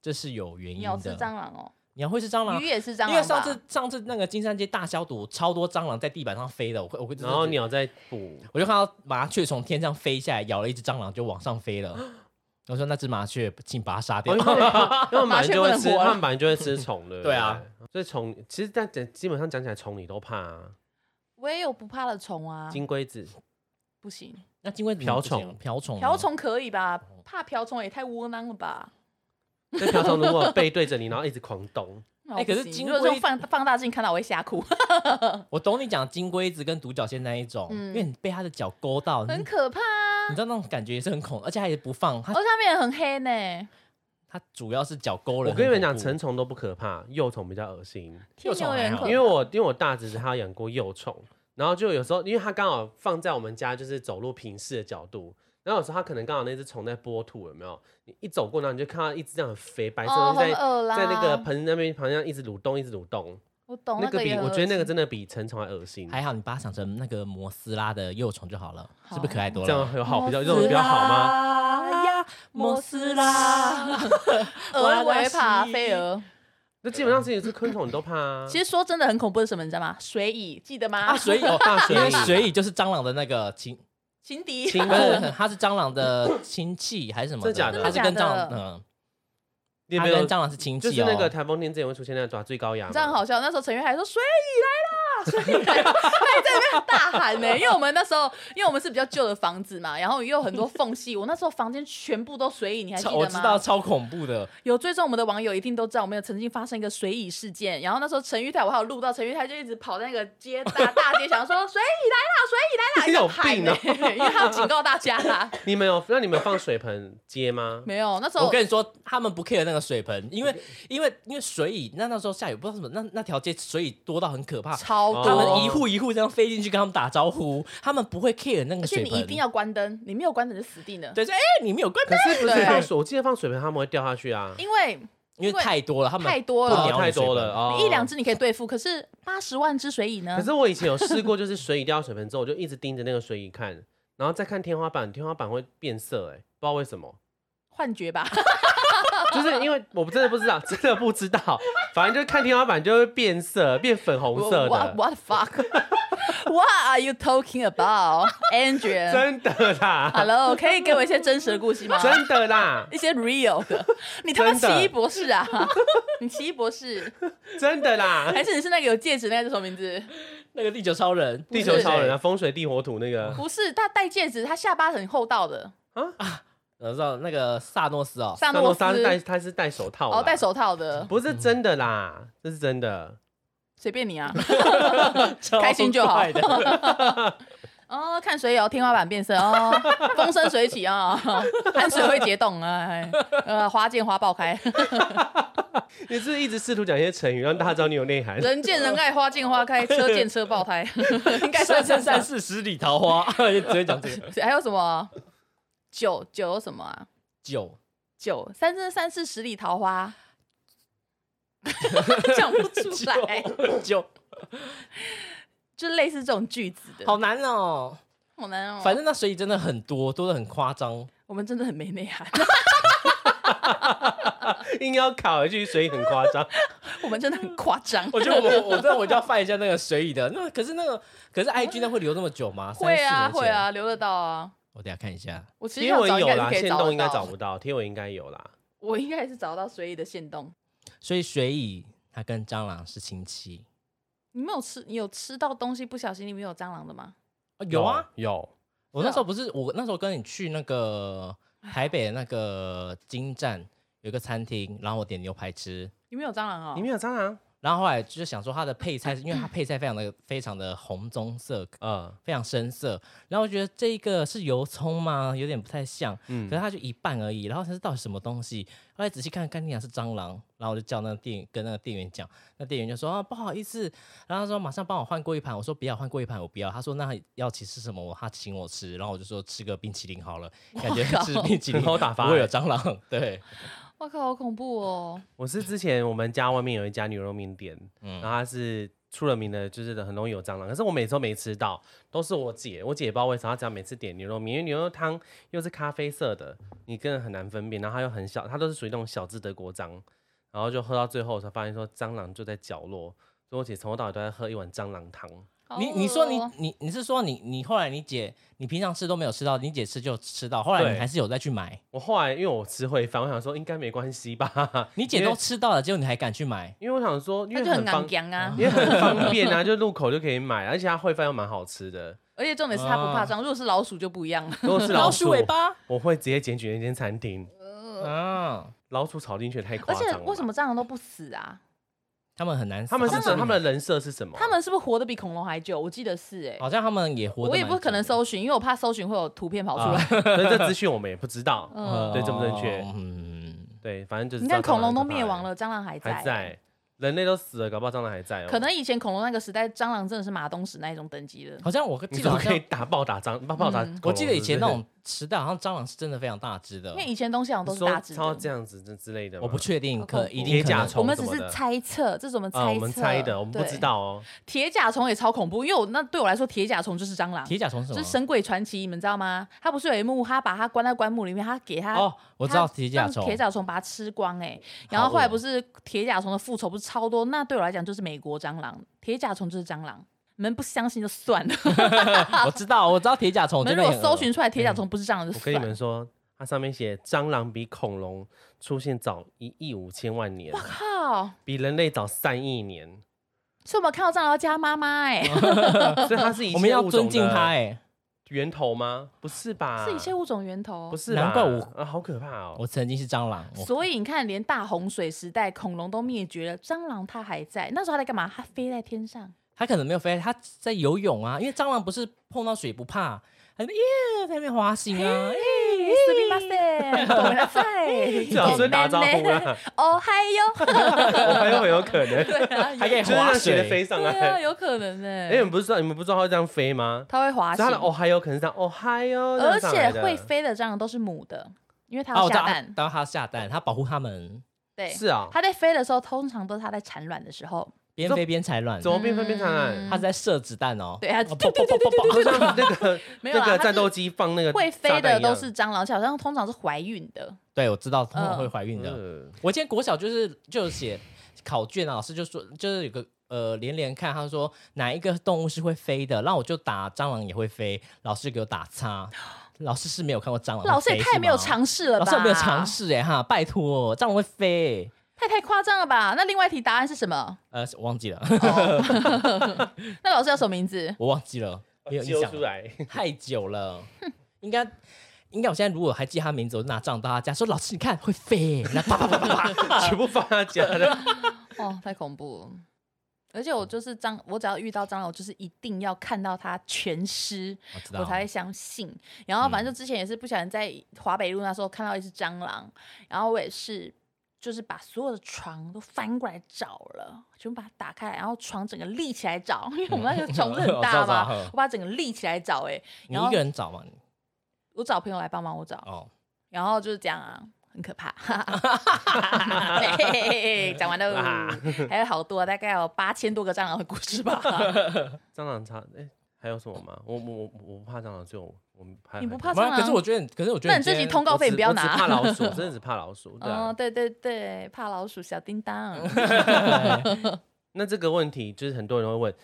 Speaker 3: 这是有原因的。
Speaker 1: 鸟吃蟑螂哦，
Speaker 3: 鸟会吃蟑螂
Speaker 1: 鱼，也是蟑螂吧，
Speaker 3: 因为上次上次那个金山街大消毒，超多蟑螂在地板上飞的，我会我会
Speaker 2: 然后鸟在补，
Speaker 3: 我就看到麻雀从天上飞下来，咬了一只蟑螂就往上飞了。 [gasps] 我说那只麻雀，请把它杀掉
Speaker 2: 哦因为。他
Speaker 1: [laughs]
Speaker 2: 们他们本来就会吃，
Speaker 1: 麻雀不能活了
Speaker 2: 他们本来就会吃虫的。
Speaker 3: 对啊
Speaker 2: 不对，所以虫其实但讲基本上讲起来虫你都怕、啊，
Speaker 1: [laughs] 我也有不怕的虫啊，
Speaker 2: 金龟子
Speaker 1: 不行，
Speaker 3: 那金龟子
Speaker 2: 瓢虫
Speaker 3: 你不行瓢虫啊呢，
Speaker 1: 瓢虫可以吧？怕瓢虫也太窝囊了吧？
Speaker 2: 那瓢虫如果背对着你，然后一直狂动，
Speaker 1: 那
Speaker 3: 哎
Speaker 1: 我不
Speaker 3: 可是
Speaker 1: 行
Speaker 3: 金
Speaker 1: 如果
Speaker 3: 龟嗯
Speaker 1: 这种放放大镜看到我会吓哭，
Speaker 3: 我懂你讲金龟子跟独角仙那一种，
Speaker 1: 嗯
Speaker 3: 因为你被它的脚勾到，你
Speaker 1: 很可怕啊
Speaker 3: 你知！道那种感觉也是很恐，而且它也不放，
Speaker 1: 而
Speaker 3: 它
Speaker 1: 且它们也很黑呢，
Speaker 3: 它主要是脚勾了。
Speaker 2: 我跟你们讲，
Speaker 3: 很恐
Speaker 2: 成
Speaker 3: 怖
Speaker 2: 虫都不可怕，幼虫比较恶心。
Speaker 1: 天牛也很可
Speaker 3: 对
Speaker 2: 因为我因为我大侄子他养过幼虫，然后就有时候因为他刚好放在我们家就是走路平视的角度，然后有时候他可能刚好那只虫在剥土，有没有？你一走过，然后你就看到一只这样很肥白色
Speaker 1: 哦，
Speaker 2: 的
Speaker 1: 很
Speaker 2: 在、
Speaker 1: 恶啦，
Speaker 2: 在那个盆那边旁边一直蠕动，一直蠕动，
Speaker 1: 我懂
Speaker 2: 那个
Speaker 1: 个
Speaker 2: 比
Speaker 1: 也很
Speaker 2: 我
Speaker 1: 恶
Speaker 2: 觉得那个
Speaker 1: 心
Speaker 2: 真的比成虫还恶心。
Speaker 3: 还好，你把它想成那个摩斯拉的幼虫就好了，
Speaker 1: 好
Speaker 3: 是不是可爱多
Speaker 2: 这
Speaker 3: 了
Speaker 2: 样？有好比较
Speaker 1: 摩
Speaker 2: 这
Speaker 1: 斯
Speaker 2: 种比较好吗？
Speaker 3: 哎呀，摩斯拉，
Speaker 1: 鹅我也怕飞蛾。
Speaker 2: 那基本上这些是昆虫你都怕啊。
Speaker 1: 其实说真的很恐怖的是什么，你知道吗？水蚁，记得吗
Speaker 3: 啊，？水蚁哦，
Speaker 2: [laughs] 大
Speaker 3: 因
Speaker 2: 水
Speaker 3: 为
Speaker 2: 蚁
Speaker 3: 水蚁就是蟑螂的那个亲
Speaker 1: [laughs] 情敌，
Speaker 2: 亲
Speaker 3: [laughs] 不是，它是蟑螂的亲戚还是什么？
Speaker 2: 真的假的
Speaker 3: 它是跟蟑
Speaker 1: 真的假
Speaker 3: 螂，
Speaker 1: 的
Speaker 3: 嗯，
Speaker 2: 你有
Speaker 3: 它
Speaker 2: 没有
Speaker 3: 跟？蟑螂是亲戚
Speaker 2: 就
Speaker 3: 哦。
Speaker 2: 是那个台风天之前会出现那个抓最高
Speaker 3: 嗯
Speaker 2: 牙
Speaker 1: 这样
Speaker 2: 嘛，
Speaker 1: 好笑。那时候陈月还说水蚁来啦，水蚁来啦，还在那边大喊呢、
Speaker 3: [laughs]
Speaker 1: 因为我们那时候，因为我们是比较旧的房子嘛，然后也有很多缝隙。我那时候房间全部都水蚁，你还记
Speaker 3: 超
Speaker 1: 得吗？
Speaker 3: [laughs] 我知道超恐怖的，
Speaker 1: 有追踪我们的网友一定都知道，我们有曾经发生一个水蚁事件。然后那时候陈玉泰，我还有录到陈玉泰就一直跑在那个街大大街，想说水蚁来啦，水蚁来啦，一直
Speaker 2: [laughs] 你
Speaker 3: [laughs] 啊
Speaker 2: 有哦
Speaker 1: 喊呢、因为他要警告大家啦。
Speaker 2: 你们有那你们放水盆接吗？
Speaker 1: 没有，那时
Speaker 3: 我
Speaker 1: 候
Speaker 3: 跟你说，他们不 care 那个水盆，因为因为因为水蚁，那那时候下雨不知道什么，那那条街水蚁多到很可怕，
Speaker 1: 超多，
Speaker 3: 他
Speaker 2: 哦
Speaker 3: 们一户一户这样飞进去跟他们打招呼，他们不会 care 那
Speaker 1: 而
Speaker 3: 个
Speaker 1: 且
Speaker 3: 水
Speaker 1: 你
Speaker 3: 盆。
Speaker 1: 一定要关灯，你没有关灯就死定了。
Speaker 3: 对，说哎，你们有关
Speaker 2: 可
Speaker 3: 灯，
Speaker 2: 是不是
Speaker 1: 对啊
Speaker 2: 放水？我记得放水盆他们会掉下去啊，
Speaker 1: 因为
Speaker 3: [laughs] 因为太多了，他们
Speaker 1: 太多
Speaker 3: 不
Speaker 1: 了
Speaker 2: 哦
Speaker 3: 鸟
Speaker 2: 太
Speaker 3: 你水
Speaker 2: 多
Speaker 3: 盆
Speaker 2: 了哦。
Speaker 1: 你一两只啊你可以对付，可是八十万只水蚁呢
Speaker 2: 可？是我以前有试过，就是水蚁掉到水盆之后，我就一直盯着那个水蚁看，然后再看天花板，天花板会变色、欸，不知道为什么，
Speaker 1: 幻觉吧？
Speaker 2: [laughs] 就是因为我真的不知道，真的不知道，反正就是看天花板就会变色，变粉红色
Speaker 1: What
Speaker 2: 的，
Speaker 1: what the fuck? [laughs] What are you talking about, Andrew?
Speaker 2: 真的啦，
Speaker 1: Hello，可以给我一些真实的故事吗？
Speaker 2: 真的啦，
Speaker 1: 一些 real 的，你他妈
Speaker 2: 真的
Speaker 1: 奇异博士啊！ [laughs] 你奇异博士，
Speaker 2: 真的啦，
Speaker 1: 还是你是那个有戒指那个叫什么名字？
Speaker 3: 那个地球超人，
Speaker 2: 地球超人啊，风水地火土那个，
Speaker 1: 不是，他戴戒指，他下巴很厚道的，
Speaker 3: 我知道那个萨诺斯哦，
Speaker 1: 萨
Speaker 2: 诺
Speaker 1: 诺
Speaker 2: 莎是戴
Speaker 1: 斯，
Speaker 2: 他是戴手套，
Speaker 1: 哦，戴，手套的，
Speaker 2: 不是真的啦，这是真的，
Speaker 1: 随便你啊。[laughs]
Speaker 3: 超
Speaker 1: 开心就好 [laughs]
Speaker 3: 怪的
Speaker 1: 哦，看水有天花板变色哦，风生水起啊、哦， [laughs] 汗水会结冻啊，哎呃，花见花爆开，
Speaker 2: 你是一直试图讲一些成语，让大家知道你有内涵。
Speaker 1: 人见人爱，花见花开，车见车爆胎，应该算
Speaker 3: 三生
Speaker 1: 算
Speaker 3: 三
Speaker 1: 算。
Speaker 3: 世十里桃花， [laughs] 直接讲这个
Speaker 1: 还有什么？九九有什么啊？
Speaker 3: 酒
Speaker 1: 九三生三世十里桃花，讲不出 [laughs] 来，
Speaker 3: 就
Speaker 1: [laughs] 就类似这种句子的，
Speaker 3: 好难哦。
Speaker 1: 好难哦。
Speaker 3: 反正那水里真的很多，多的很夸张。
Speaker 1: 我们真的很没内涵， [laughs]
Speaker 2: 硬要卡回去，所以很夸张。
Speaker 1: 我们真的很夸张。
Speaker 3: [laughs] 我觉得我们，我在我就要翻一下那个水里的那，可是那个，可是 IG 那会留那么久吗？
Speaker 1: 会啊
Speaker 3: 34年前
Speaker 1: 会，啊，留得到啊。
Speaker 3: 我等一下看一下。
Speaker 1: 我其实
Speaker 2: 贴
Speaker 1: 想
Speaker 2: 文
Speaker 1: 找应
Speaker 2: 有
Speaker 1: 该是
Speaker 2: 啦，
Speaker 1: 可以
Speaker 2: 线
Speaker 1: 找
Speaker 2: 动
Speaker 1: 得
Speaker 2: 应该
Speaker 1: 到啊
Speaker 2: 找不到，贴文应该有啦。
Speaker 1: 我应该也是找到水里的线洞。
Speaker 3: 所以水蚁它跟蟑螂是亲戚、
Speaker 1: 你没有吃，你有吃到东西不小心里面有蟑螂的吗？
Speaker 3: 哦有啊，，
Speaker 2: 有。
Speaker 3: 我那时候不是我那时候跟你去那个台北的那个金站有一个餐厅，然后我点牛排吃，
Speaker 1: 里面有蟑螂
Speaker 2: 里
Speaker 1: 哦。
Speaker 2: 面有蟑螂？
Speaker 3: 然后后来就想说它的配菜是，因为它配菜非常的非常的红棕色，
Speaker 2: 嗯
Speaker 3: 非常深色，然后我觉得这一个是油葱吗？有点不太像，可
Speaker 2: 嗯，
Speaker 3: 是它就一半而已，然后它是到底什么东西？后来仔细看，干你俩是蟑螂，然后我就叫那个店跟那个店员讲，那店员就说啊不好意思，然后他说马上帮我换过一盘，我说不要换过一盘，我不要，他说那要吃是什么？我他请我吃，然后我就说吃个冰淇淋好了，感觉
Speaker 1: 靠
Speaker 3: 吃冰淇淋
Speaker 2: 很好打发
Speaker 3: 不会
Speaker 2: 欸
Speaker 3: 有蟑螂，对，
Speaker 1: 我靠，好恐怖哦！
Speaker 2: 我是之前我们家外面有一家牛肉面店，
Speaker 3: 嗯
Speaker 2: 然后它是出了名的，就是很容易有蟑螂。可是我每次都没吃到，都是我姐，我姐也不知道为啥，她只要每次点牛肉面，因为牛肉汤又是咖啡色的，你根本很难分辨。然后它又很小，它都是属于那种小只德国蟑，然后就喝到最后才发现说蟑螂就在角落，所以我姐从头到尾都在喝一碗蟑螂汤。
Speaker 1: [laughs] 好
Speaker 3: 你你说你
Speaker 1: 恶哦
Speaker 3: 你你是说你你后来你姐你平常吃都没有吃到，你姐吃就吃到，后来你
Speaker 2: 对
Speaker 3: 还是有再去买，
Speaker 2: 我后来因为我吃会翻，我想说应该没关系吧，
Speaker 3: 你姐
Speaker 2: 因为
Speaker 3: 都吃到了，结果你还敢去买？
Speaker 2: 因为我想说，因
Speaker 1: 他
Speaker 2: 为
Speaker 1: 就很
Speaker 2: 方
Speaker 1: 难，讲啊。
Speaker 2: 因为很方便啊，就路口就可以买，而且它烩饭又蛮好吃的。
Speaker 1: 而且重点是他不怕蟑螂，如果是老鼠就不一样了。
Speaker 2: 啊如果是
Speaker 3: 老
Speaker 2: 老
Speaker 3: 鼠尾巴，
Speaker 2: 我会直接检举那间餐厅。
Speaker 3: 嗯，
Speaker 2: 老鼠炒进去也太夸
Speaker 1: 而
Speaker 2: 张了
Speaker 1: 且
Speaker 2: 吧。
Speaker 1: 为什么蟑螂都不死啊？
Speaker 3: 他们很难死，
Speaker 2: 他们是
Speaker 3: 真
Speaker 2: 什
Speaker 3: 的
Speaker 2: 么？他们的人设是什么？
Speaker 1: 他们是不是活得比恐龙还久？我记得是
Speaker 2: 啊
Speaker 1: 哎、
Speaker 3: 好像他们也活得
Speaker 1: 我也
Speaker 3: 蛮
Speaker 1: 不可能
Speaker 3: 久的
Speaker 1: 搜寻，因为我怕搜寻会有图片跑出来。
Speaker 2: 啊所
Speaker 1: [laughs]
Speaker 2: 以这资讯我们也不知道。
Speaker 1: 嗯，
Speaker 2: 对正不正确
Speaker 3: 呃嗯，
Speaker 2: 对，反正就是
Speaker 1: 你看
Speaker 2: 呃知道蟑
Speaker 1: 恐龙
Speaker 2: 螂
Speaker 1: 都
Speaker 2: 很可怕
Speaker 1: 灭亡，了，蟑螂还在。
Speaker 2: 还在，人类都死了，搞不好蟑螂还在哦。
Speaker 1: 可能以前恐龙那个时代，蟑螂真的是马东石那一种等级的。
Speaker 3: 好像我
Speaker 2: 你
Speaker 3: 记
Speaker 2: 怎
Speaker 3: 得
Speaker 2: 么
Speaker 3: 好
Speaker 2: 可以
Speaker 3: 像，
Speaker 2: 打暴打蟑暴暴打
Speaker 1: 嗯
Speaker 2: 恐龙？
Speaker 3: 我记得以前
Speaker 2: 是
Speaker 3: 那
Speaker 2: 不是
Speaker 3: 种时代，好像蟑螂是真的非常大只的
Speaker 1: 因为，以前东西好像都是
Speaker 2: 你说
Speaker 1: 大只
Speaker 2: 超这
Speaker 1: 的，
Speaker 2: 样子这之类的吗，
Speaker 3: 我不确定，
Speaker 1: 好
Speaker 3: 可
Speaker 1: 恐
Speaker 3: 一
Speaker 2: 哦铁
Speaker 3: 定可
Speaker 2: 甲
Speaker 3: 能
Speaker 2: 虫
Speaker 1: 我们只
Speaker 2: 什么
Speaker 1: 是
Speaker 2: 的
Speaker 1: 猜测，这是我们猜
Speaker 2: 啊，
Speaker 1: 测，
Speaker 2: 我们猜的，我们不
Speaker 1: 对
Speaker 2: 知。
Speaker 1: [laughs]
Speaker 2: 道哦。
Speaker 1: 铁甲虫也超恐怖，因为我那对我来说，铁甲虫就是蟑螂，
Speaker 3: 铁甲虫是什
Speaker 1: 就是《
Speaker 3: 么？
Speaker 1: 神鬼传奇》，你们知道吗？他不是有一幕，他把他关在棺木里面，他
Speaker 2: 啊
Speaker 1: 给他
Speaker 3: 哦，我知道
Speaker 1: 它
Speaker 3: 铁甲
Speaker 1: 让
Speaker 3: 虫
Speaker 1: 铁，甲虫把它吃光哎、然后后来不是铁甲虫的复仇不是超多，那对我来讲就是美国蟑螂，铁甲虫就是蟑螂，你们不相信就算
Speaker 2: [laughs]
Speaker 1: 了，
Speaker 3: 我知道，我知道铁甲虫
Speaker 1: 你们
Speaker 3: 真
Speaker 1: 如
Speaker 3: 的
Speaker 1: 果
Speaker 3: 很
Speaker 1: 搜
Speaker 3: 恶。
Speaker 1: 寻出来铁甲虫不是蟑螂就
Speaker 2: 我跟
Speaker 1: 算
Speaker 2: 你
Speaker 1: 了。
Speaker 2: 们说，它上面写蟑螂比恐龙出现早一亿五千万年，
Speaker 1: 靠，
Speaker 2: 比人类早三亿
Speaker 3: [laughs]
Speaker 2: 年，
Speaker 1: 所以我们看到蟑螂要加妈妈哎、
Speaker 2: 啊所以它 [laughs] 欸是一
Speaker 3: 我们
Speaker 2: 切
Speaker 3: 要
Speaker 2: 物
Speaker 3: 尊
Speaker 2: 种
Speaker 3: 敬
Speaker 2: 的
Speaker 3: 它哎。
Speaker 2: 源头吗？不是吧？
Speaker 1: 是一些物种源头
Speaker 2: 不。是吧，
Speaker 3: 难怪我
Speaker 2: 啊，好可怕哦！
Speaker 3: 我曾经是蟑螂，我
Speaker 1: 所以你看，连大洪水时代恐龙都灭绝了，蟑螂它还在。那时候它在干嘛？它飞在天上。
Speaker 3: 它可能没有飞，它在游泳啊，因为蟑螂不是碰到水不怕，它在那边耶在那边滑行
Speaker 2: 哎
Speaker 3: 啊，耶
Speaker 1: 斯密马 [laughs] 塞，我们在。
Speaker 2: [laughs] 最好是
Speaker 1: [laughs]
Speaker 2: 打招呼啊 [laughs] 啦，
Speaker 1: 哦嗨哟，
Speaker 2: 我还有很有可
Speaker 3: [laughs]
Speaker 2: 能，
Speaker 1: 对啊，
Speaker 3: 还
Speaker 1: [laughs]
Speaker 3: 可以
Speaker 2: 就是让
Speaker 3: 滑
Speaker 2: 学
Speaker 3: 水
Speaker 2: 的。飞上
Speaker 1: 对啊，
Speaker 2: 来。
Speaker 1: 有可能呢、
Speaker 2: 哎，你们不是说你们不知道它会这样飞吗？
Speaker 1: 它会滑
Speaker 2: 所以它的
Speaker 1: 行，
Speaker 2: 哦嗨有可能是这样哦嗨哟，这
Speaker 1: 而
Speaker 2: 样上来
Speaker 1: 且
Speaker 2: 的
Speaker 1: 会飞的蟑螂都是母的，因为它
Speaker 3: 哦，
Speaker 1: 要
Speaker 3: 我知
Speaker 1: 下
Speaker 3: 道它
Speaker 1: 蛋。
Speaker 3: 然后它下蛋，它保护它们，
Speaker 1: 对，
Speaker 2: 是啊，
Speaker 1: 它在飞的时候，通常都是它在产卵的时候。
Speaker 3: 边
Speaker 2: 怎
Speaker 3: 飞边产卵
Speaker 2: 怎。么变分变成
Speaker 1: 嗯
Speaker 2: 了？
Speaker 3: 它是在射子弹哦，
Speaker 1: 对它
Speaker 3: 哦砰砰砰砰砰
Speaker 2: 就像那个
Speaker 1: [laughs] 没有啊啦
Speaker 2: 那个战斗机放那个
Speaker 1: 会飞
Speaker 2: 炸弹
Speaker 1: 的
Speaker 2: 一样
Speaker 1: 都是蟑螂，而且好像通常是怀孕的。
Speaker 3: 对，我知道他们
Speaker 1: 嗯
Speaker 3: 会怀孕的。
Speaker 2: 呃
Speaker 3: 我今天国小就是就有写考卷啊，老师就说就是有个呃连连看，他说哪一个动物是会飞的，那我就打蟑螂也会飞，老师给我打叉。老师是没有看过蟑
Speaker 2: 哦
Speaker 3: 螂会飞，
Speaker 1: 老师也太没有
Speaker 3: 是吗
Speaker 1: 尝试了吧？
Speaker 3: 老师有没有尝，试哎哈，拜托，蟑螂会飞、欸
Speaker 1: 太太夸张了吧？那另外一题答案是什
Speaker 3: [laughs]
Speaker 1: 么？
Speaker 3: 呃，我忘记了， [laughs]
Speaker 1: 哦那老师叫什么名字？
Speaker 3: 我忘记了，没有印
Speaker 2: 揪
Speaker 3: 象
Speaker 2: 出，来，
Speaker 3: 太久了，应该。应该我现在如果还记他名字，我就拿蟑螂到他家说：“老师，你看会飞。”然后啪啪啪啪啪，
Speaker 2: [laughs] 全部放他家
Speaker 1: [laughs]
Speaker 2: 的。
Speaker 1: 哦，太恐怖了。而且我就是蟑，我只要遇到蟑螂，我就是一定要看到它全尸，
Speaker 3: 我知道，嗯
Speaker 1: 我才会相信。然后反正就之前也是不小心在华北路那时候看到一只蟑螂，然后我也是就是把所有的床都翻过来找了，全部把它打开来，然后床整个立起来找，因为我们
Speaker 3: [laughs]
Speaker 1: 那个床不是很
Speaker 3: 我知道
Speaker 1: 大
Speaker 3: 嗯
Speaker 1: 嘛
Speaker 3: 我知道，
Speaker 1: 我把它整个立起来找、欸，哎，
Speaker 3: 你
Speaker 1: 然后
Speaker 3: 一个人找嘛？
Speaker 1: 我找朋友来帮忙我找，
Speaker 3: 哦，
Speaker 1: 然后就是这样啊，很可
Speaker 2: [laughs]
Speaker 1: 怕。对讲完了
Speaker 2: 哇，
Speaker 1: 还有好多，大概有八千多个蟑螂的故事
Speaker 2: [laughs]
Speaker 1: 吧。
Speaker 2: 蟑螂差哎、还有什么吗？我我我我不怕蟑螂，就我我们怕
Speaker 1: 你不怕蟑
Speaker 3: 妈
Speaker 1: 螂？
Speaker 3: 可是我觉得，可是我觉得
Speaker 1: 那你自己
Speaker 3: 今天
Speaker 1: 通告费
Speaker 2: 我
Speaker 1: 你
Speaker 2: 只
Speaker 1: 不要
Speaker 2: 我只
Speaker 1: 拿。
Speaker 2: 怕老
Speaker 1: [laughs]
Speaker 2: 鼠，真的只怕老鼠。对、啊
Speaker 1: 哦，对对对，怕老鼠小叮
Speaker 2: [laughs]
Speaker 1: 当。
Speaker 2: 那这个问题就是很多人会问，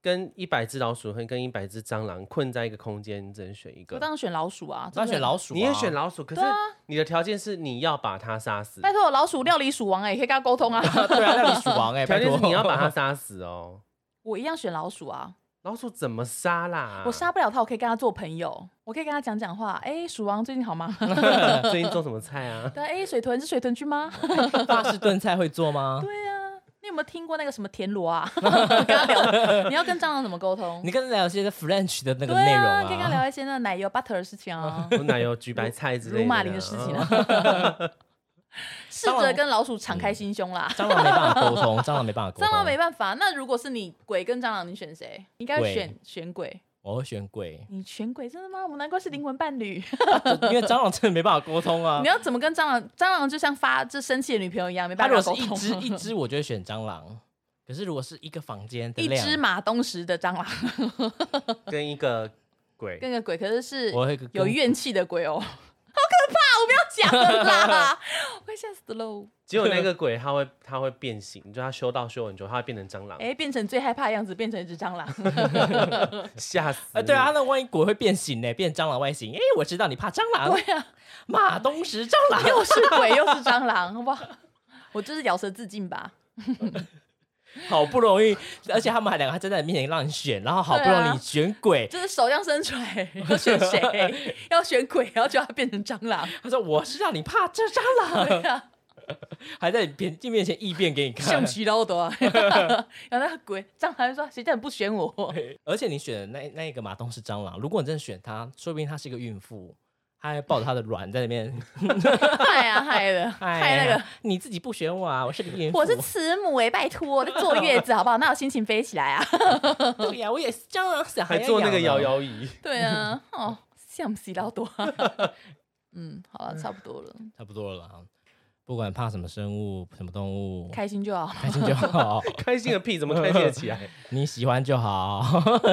Speaker 2: 跟一百只老鼠和跟一百只蟑螂困在一个空间，你只能选一
Speaker 1: 我
Speaker 2: 个。
Speaker 1: 当然选老鼠啊，
Speaker 3: 那选老鼠，
Speaker 2: 你也选，老鼠，可是
Speaker 1: 对啊
Speaker 2: 你的条件是你要把它杀死，
Speaker 1: 拜托，老鼠料理鼠王哎、也可以跟他沟通啊。 [laughs]
Speaker 3: 对啊，料理鼠王哎，
Speaker 2: 条
Speaker 3: 拜
Speaker 2: 件
Speaker 3: 托
Speaker 2: 是你要把它杀死哦。
Speaker 1: 我一样选老鼠啊，
Speaker 2: 老鼠怎么杀啦？
Speaker 1: 我杀不了它，我可以跟它做朋友，我可以跟它讲讲话。哎、鼠王最近好吗？ [laughs]
Speaker 2: [laughs] 最近做什么菜啊？
Speaker 1: 对，哎、水豚是水豚君吗？ [laughs]
Speaker 3: 法式炖菜会做吗？
Speaker 1: 对啊，你有没有听过那个什么田螺啊？ [laughs] 跟他聊，你要跟蟑螂怎么沟通？
Speaker 3: 你跟他聊一些 French 的那个
Speaker 1: 对
Speaker 3: 内容
Speaker 1: 啊，可以跟他聊一些那个奶油 butter 的事情
Speaker 3: [laughs]
Speaker 1: 啊，
Speaker 2: 有奶油、焗白菜之类的啊。
Speaker 1: 乳马林的事情啊
Speaker 2: 哦。
Speaker 1: [laughs] 试着跟老鼠敞开心胸
Speaker 3: [laughs]
Speaker 1: 啦。
Speaker 3: 蟑螂没办法沟通，蟑螂没办法沟通，
Speaker 1: 蟑螂没，办法，那如果是你鬼跟蟑螂，你选谁？你应该会选选鬼，
Speaker 3: 我会选鬼，
Speaker 1: 你选鬼真的吗？我难怪是灵魂伴侣。
Speaker 3: 因为蟑螂真的没办法沟通
Speaker 1: [laughs]
Speaker 3: 啊
Speaker 1: 你。要怎么跟蟑螂？蟑螂就像发这生气的女朋友一样，没
Speaker 3: 它
Speaker 1: 办
Speaker 3: 如
Speaker 1: 法
Speaker 3: 果
Speaker 1: 沟
Speaker 3: 是一
Speaker 1: 通。
Speaker 3: 只一只，我就会选蟑螂。可是如果是一个房间 [laughs] 的
Speaker 1: 一
Speaker 3: 量，
Speaker 1: 只马东石的蟑螂，
Speaker 2: 嗯跟一个鬼，
Speaker 1: 跟个鬼，可是是
Speaker 3: 我会跟
Speaker 1: 有怨气的鬼哦，好可怕！我不要讲了
Speaker 3: [laughs]
Speaker 1: 啦，我快吓死喽！
Speaker 2: 只有那个鬼它会它会变形，就它修到修很久，它会变成蟑螂，
Speaker 1: 哎，变成最害怕的样子，变成一只
Speaker 3: [laughs]
Speaker 1: 蟑螂。
Speaker 2: 吓死你！
Speaker 3: 啊，
Speaker 1: 嗯
Speaker 3: 对啊，那万一鬼会变形呢？变蟑螂外形？哎，我知道你怕蟑螂
Speaker 1: 对，啊，
Speaker 3: 马东石蟑螂。 [laughs]
Speaker 1: 又是鬼又是蟑螂，好不好？我就是咬舌自尽吧。
Speaker 3: 好不容易，而且他们还两个还站在你面前让你选，然后好不
Speaker 1: 对啊
Speaker 3: 容易你选鬼，
Speaker 1: 就是手这样伸出来， [laughs] 要选 [laughs] 谁？要选鬼，然后就要变成蟑 [laughs] 螂。
Speaker 3: 他说我是让你怕这蟑
Speaker 1: 对
Speaker 3: 螂，
Speaker 1: 啊，
Speaker 3: 还在你面面前异变给你看 [laughs]
Speaker 1: 象。棋老多啊。 [laughs] 然后那个鬼蟑螂就说：“谁叫你不选 [laughs] 我
Speaker 3: 而且你选的那那一个马东是蟑螂，如果你真的选它，说不定它是一个孕妇，她还抱着她的卵在
Speaker 1: [laughs]
Speaker 3: 那边。？”
Speaker 1: 害啊害的，[laughs]
Speaker 3: 哎
Speaker 1: 害
Speaker 3: 呀，
Speaker 1: 那个。
Speaker 3: 你自己不选我啊，我是个孕
Speaker 1: [laughs]
Speaker 3: 妇。
Speaker 1: 我是慈母哎、拜托，我在坐月子好不好？那有心情飞起来啊？
Speaker 3: [laughs] 对呀、我也是蟑螂小孩
Speaker 2: 还
Speaker 3: 要
Speaker 2: 做那
Speaker 3: 养
Speaker 2: 个
Speaker 3: 呢
Speaker 2: 摇。摇椅，
Speaker 1: [laughs] 对 [laughs] 啊，哦，像死老多、 [laughs] 嗯，好了，差不多了，
Speaker 3: 差不多了啦，不管怕什么生物、什么动物，
Speaker 1: 开心就好，
Speaker 3: 开心就好，
Speaker 2: 开心个屁，怎么开心得起
Speaker 1: [laughs]
Speaker 2: 来？
Speaker 3: 你喜欢就好。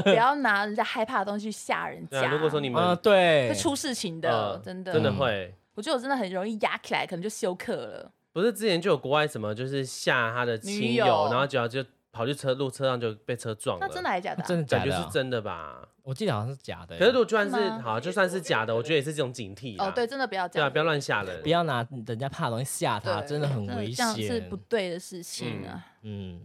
Speaker 1: 不要拿人家害怕的东西去吓人
Speaker 2: 对
Speaker 1: 家。
Speaker 2: 啊，如果说你们
Speaker 3: [laughs] 啊，对
Speaker 1: 会，出事情的，
Speaker 2: 呃
Speaker 1: 真的，
Speaker 2: 真的会，
Speaker 1: 我觉得我真的很容易压起来，可能就休克了。
Speaker 2: 不是之前就有国外什么就是吓他的亲
Speaker 1: 女友
Speaker 2: 友，然后结果就跑去车路车上就被车撞了，
Speaker 1: 那真的还是假的啊、
Speaker 3: 真的假
Speaker 2: 感
Speaker 3: 的
Speaker 2: 觉
Speaker 3: 啊、
Speaker 2: 是真的吧？
Speaker 3: 我记得好像是假的欸。
Speaker 2: 可是如果就算是
Speaker 1: 是吗
Speaker 2: 好，就算是假的，我觉得也是这种警惕啊
Speaker 1: 哦，对，，真的不要这
Speaker 2: 对啊，
Speaker 1: 样，
Speaker 2: 不要乱吓人
Speaker 3: 不。要拿人家怕的东西吓他，
Speaker 1: 对
Speaker 3: 啊真的很
Speaker 1: 真的
Speaker 3: 危
Speaker 1: 这样是
Speaker 3: 险
Speaker 1: 不。对的事情啊。
Speaker 3: 嗯，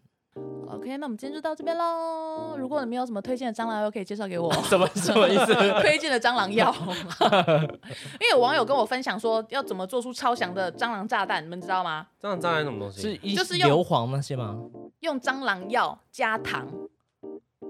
Speaker 1: OK，那我们今天就到这边喽。如果你们有什么推荐的蟑螂药，可以介绍给 [laughs] 我。
Speaker 3: 什么什么意思？
Speaker 1: [laughs] 推荐的蟑螂药， [laughs] 因为有网友跟我分享说要怎么做出超强的蟑螂炸弹，你们知道吗？
Speaker 2: 蟑螂蟑螂什么东西？
Speaker 3: [laughs] 是一
Speaker 1: 就是用
Speaker 3: 硫磺那些吗？
Speaker 1: 用蟑螂药加糖，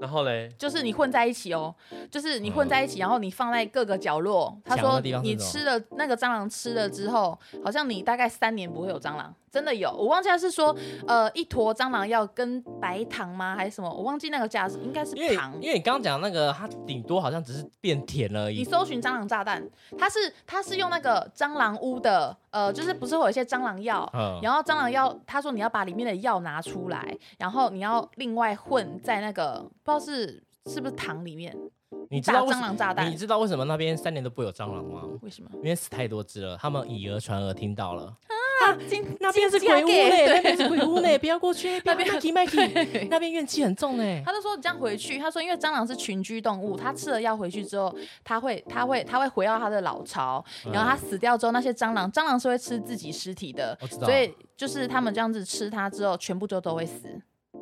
Speaker 2: 然后嘞，
Speaker 1: 就是你混在一起哦，就是你混在一起，然后你放在各个角落。他
Speaker 3: 墙
Speaker 1: 说
Speaker 3: 的地方是
Speaker 1: 你
Speaker 3: 什么
Speaker 1: 吃了那个蟑螂吃了之后，好像你大概三年不会有蟑螂，真的有。我忘记他是说呃一坨蟑螂药跟白糖吗还是什么？我忘记那个价值应该是
Speaker 3: 因为
Speaker 1: 糖。
Speaker 3: 因为你刚刚讲那个，它顶多好像只是变甜而
Speaker 1: 你
Speaker 3: 已。
Speaker 1: 搜寻蟑螂炸弹，它是它是用那个蟑螂屋的，呃，就是不是会有一些蟑螂药，
Speaker 3: 嗯，
Speaker 1: 然后蟑螂药，他说你要把里面的药拿出来，然后你要另外混在那个不知道是是不是糖里面
Speaker 3: 你知
Speaker 1: 打
Speaker 3: 道为
Speaker 1: 蟑
Speaker 3: 什
Speaker 1: 螂炸
Speaker 3: 你
Speaker 1: 弹，
Speaker 3: 知道为什么那边三年都不会有蟑螂吗？
Speaker 1: 为什么？
Speaker 3: 因为死太多只了，他们以讹传讹听
Speaker 1: [laughs]
Speaker 3: 到了。
Speaker 1: 金
Speaker 3: 那边是
Speaker 1: 金家
Speaker 3: 鬼屋嘞，
Speaker 1: 给
Speaker 3: 那
Speaker 1: 对。
Speaker 3: 边是鬼
Speaker 1: [laughs]
Speaker 3: 屋嘞，不要过去，
Speaker 1: 那
Speaker 3: 那
Speaker 1: 边
Speaker 3: 边 Mikey
Speaker 1: [laughs]
Speaker 3: Mikey，
Speaker 1: 对
Speaker 3: 那边怨气很重嘞。
Speaker 1: 他就说你这样回去，他说因为蟑螂是群居动物，它吃了药回去之后，它会它会它会回到它的老巢，然
Speaker 2: 嗯
Speaker 1: 后它死掉之后，那些蟑螂蟑螂是会吃自己尸体的
Speaker 2: 哦
Speaker 3: 我，知道
Speaker 1: 所以就是他们这样子吃它之后，全部就都会死。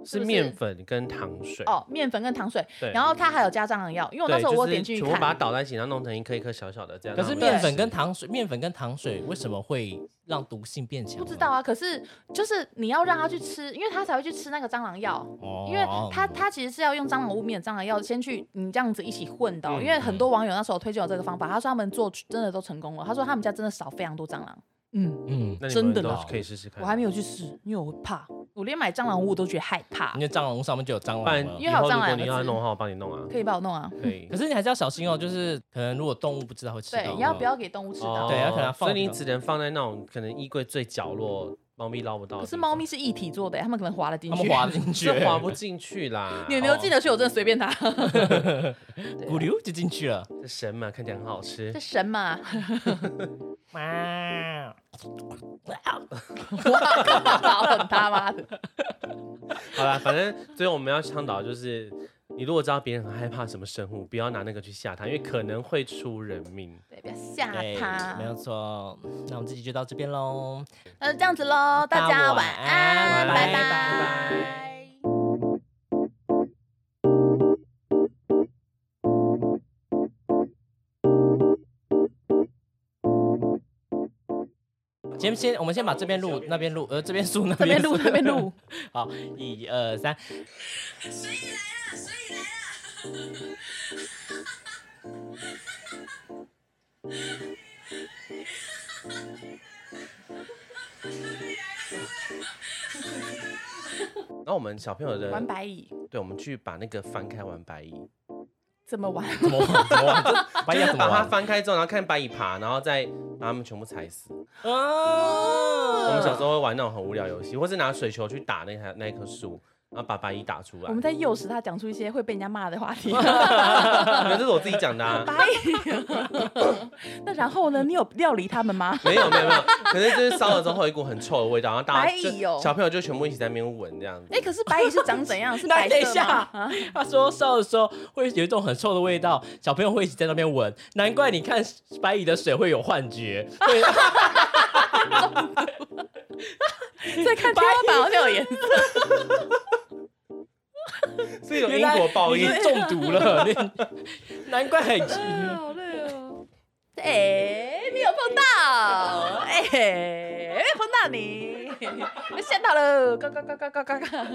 Speaker 1: 是
Speaker 2: 是
Speaker 1: 不是
Speaker 2: 面粉跟糖水，
Speaker 1: 哦，面粉跟糖水，
Speaker 2: 对
Speaker 1: 然后它还有加蟑螂药，因为我那
Speaker 2: 对，
Speaker 1: 时候
Speaker 2: 就
Speaker 1: 我有
Speaker 2: 是
Speaker 1: 点进去
Speaker 2: 全部
Speaker 1: 看，
Speaker 2: 把它捣在一起，然后弄成一颗一颗小小的这样。
Speaker 3: 可是
Speaker 2: 然后
Speaker 3: 面
Speaker 2: 我们
Speaker 3: 粉
Speaker 2: 吃
Speaker 3: 跟糖水，面粉跟糖水为什么会让毒性变强？
Speaker 1: 嗯不知道，啊，可是就是你要让他去吃，因为他才会去吃那个蟑螂药，
Speaker 3: 哦
Speaker 1: 因为他他其实是要用蟑螂污蔑的蟑螂药先去你这样子一起混的哦、
Speaker 2: 嗯
Speaker 1: 因为很多网友那时候推荐我这个方法，他说他们做真的都成功了，他说他们家真的少非常多蟑螂。哦
Speaker 4: 嗯，
Speaker 3: 嗯，
Speaker 2: 那你
Speaker 4: 真
Speaker 2: 们
Speaker 4: 的
Speaker 2: 都
Speaker 4: 啦
Speaker 2: 可以试试看。
Speaker 4: 我还没有去试，因为我会怕。
Speaker 1: 我连买蟑螂屋我都觉得害怕
Speaker 3: 因，为蟑螂屋上面就有蟑
Speaker 2: 不然
Speaker 3: 螂了
Speaker 1: 因
Speaker 2: 以
Speaker 1: 为还有
Speaker 2: 后
Speaker 1: 蟑
Speaker 2: 如
Speaker 1: 螂
Speaker 2: 果
Speaker 1: 两
Speaker 2: 你
Speaker 1: 个
Speaker 2: 要
Speaker 1: 字
Speaker 2: 弄
Speaker 1: [laughs]
Speaker 2: 的话，我帮你弄啊。
Speaker 1: 可以帮我弄啊。
Speaker 2: 可以
Speaker 3: 可。是你还是要小心哦，就是可能如果动物不知道会吃
Speaker 1: 对
Speaker 3: 到，，嗯
Speaker 1: 你要不要给动物吃到？
Speaker 3: [laughs] 对它可能要
Speaker 2: 哦所
Speaker 3: 放
Speaker 2: 以你
Speaker 3: 着
Speaker 2: 只能放在那种可能衣柜最角落，猫咪捞不到的地方。
Speaker 1: 可是猫咪是一体做的，它们可能滑了进
Speaker 3: 他
Speaker 1: 去。啊
Speaker 3: 们
Speaker 1: [laughs]
Speaker 3: 滑进
Speaker 2: [laughs]
Speaker 3: 去，欸哦
Speaker 2: 是滑不进去啦。
Speaker 1: 你有没有进得去？我真的随便它。
Speaker 3: 咕溜就进去了。
Speaker 2: 这神马看起来很好吃
Speaker 1: 这，神嘛，
Speaker 3: 哇， [laughs]
Speaker 1: 好狠他妈的！
Speaker 2: 好啦，反正最后我们要倡导就是，你如果知道别人很害怕什么生物，不要拿那个去吓他，因为可能会出人命。
Speaker 1: 对，不要吓
Speaker 3: 对，
Speaker 1: 它
Speaker 3: 没。有错。那我们这集就到这边喽。
Speaker 1: 那就这样子喽，大
Speaker 3: 大
Speaker 1: 家
Speaker 3: 家
Speaker 1: 晚
Speaker 3: 晚
Speaker 1: 安，
Speaker 3: 安
Speaker 1: 拜
Speaker 3: 拜
Speaker 1: 拜
Speaker 3: 拜。先先，我们先把这边录，那边录，呃，这边录，那
Speaker 4: 这边录，
Speaker 3: 那
Speaker 4: 这边。录。
Speaker 3: 好，一二三，
Speaker 2: 然后我们小朋友的，
Speaker 1: 玩白蚁
Speaker 2: 对，我们去把那个翻开玩白蚁，
Speaker 1: 怎么玩？
Speaker 3: 怎么玩？怎么玩？白
Speaker 2: 就
Speaker 3: 眼
Speaker 2: 是
Speaker 3: 怎
Speaker 2: [laughs] 把
Speaker 3: 么
Speaker 2: 它
Speaker 3: 玩？啊
Speaker 2: 翻开之后，然后看白蚁爬，然后再把它们全部踩死。
Speaker 3: 哦
Speaker 2: 我们小时候会玩那种很无聊游戏，或是拿水球去打那台那一棵树，然后把白蚁打出来
Speaker 1: 我。们在诱使他讲出一些会被人家骂的话题。
Speaker 2: 没有这是我自己讲的啊。
Speaker 1: 白蚁，那然后呢？你有料理他们吗？
Speaker 2: 没有没有没有，可是就是烧了之后会有一股很臭的味道，然后大
Speaker 1: 白
Speaker 2: 家
Speaker 1: 蚁
Speaker 2: 就
Speaker 1: 哦
Speaker 2: 小朋友就全部一起在那边闻这样子。
Speaker 1: 哎，可是白蚁是长怎样？是白
Speaker 3: 等一
Speaker 1: 色吗
Speaker 3: 下？， [laughs] 他说烧的时候会有一种很臭的味道，小朋友会一直在那边闻，难怪你看白蚁的水会有幻觉，会
Speaker 1: 在看天花板好像有颜色。
Speaker 2: 是有 [laughs] 因果报应
Speaker 3: 原来，你中毒了， [laughs] 你难怪很
Speaker 1: 好累哦。哎，没有碰到，哎，碰到你，被吓到了，嘎嘎嘎嘎嘎嘎嘎。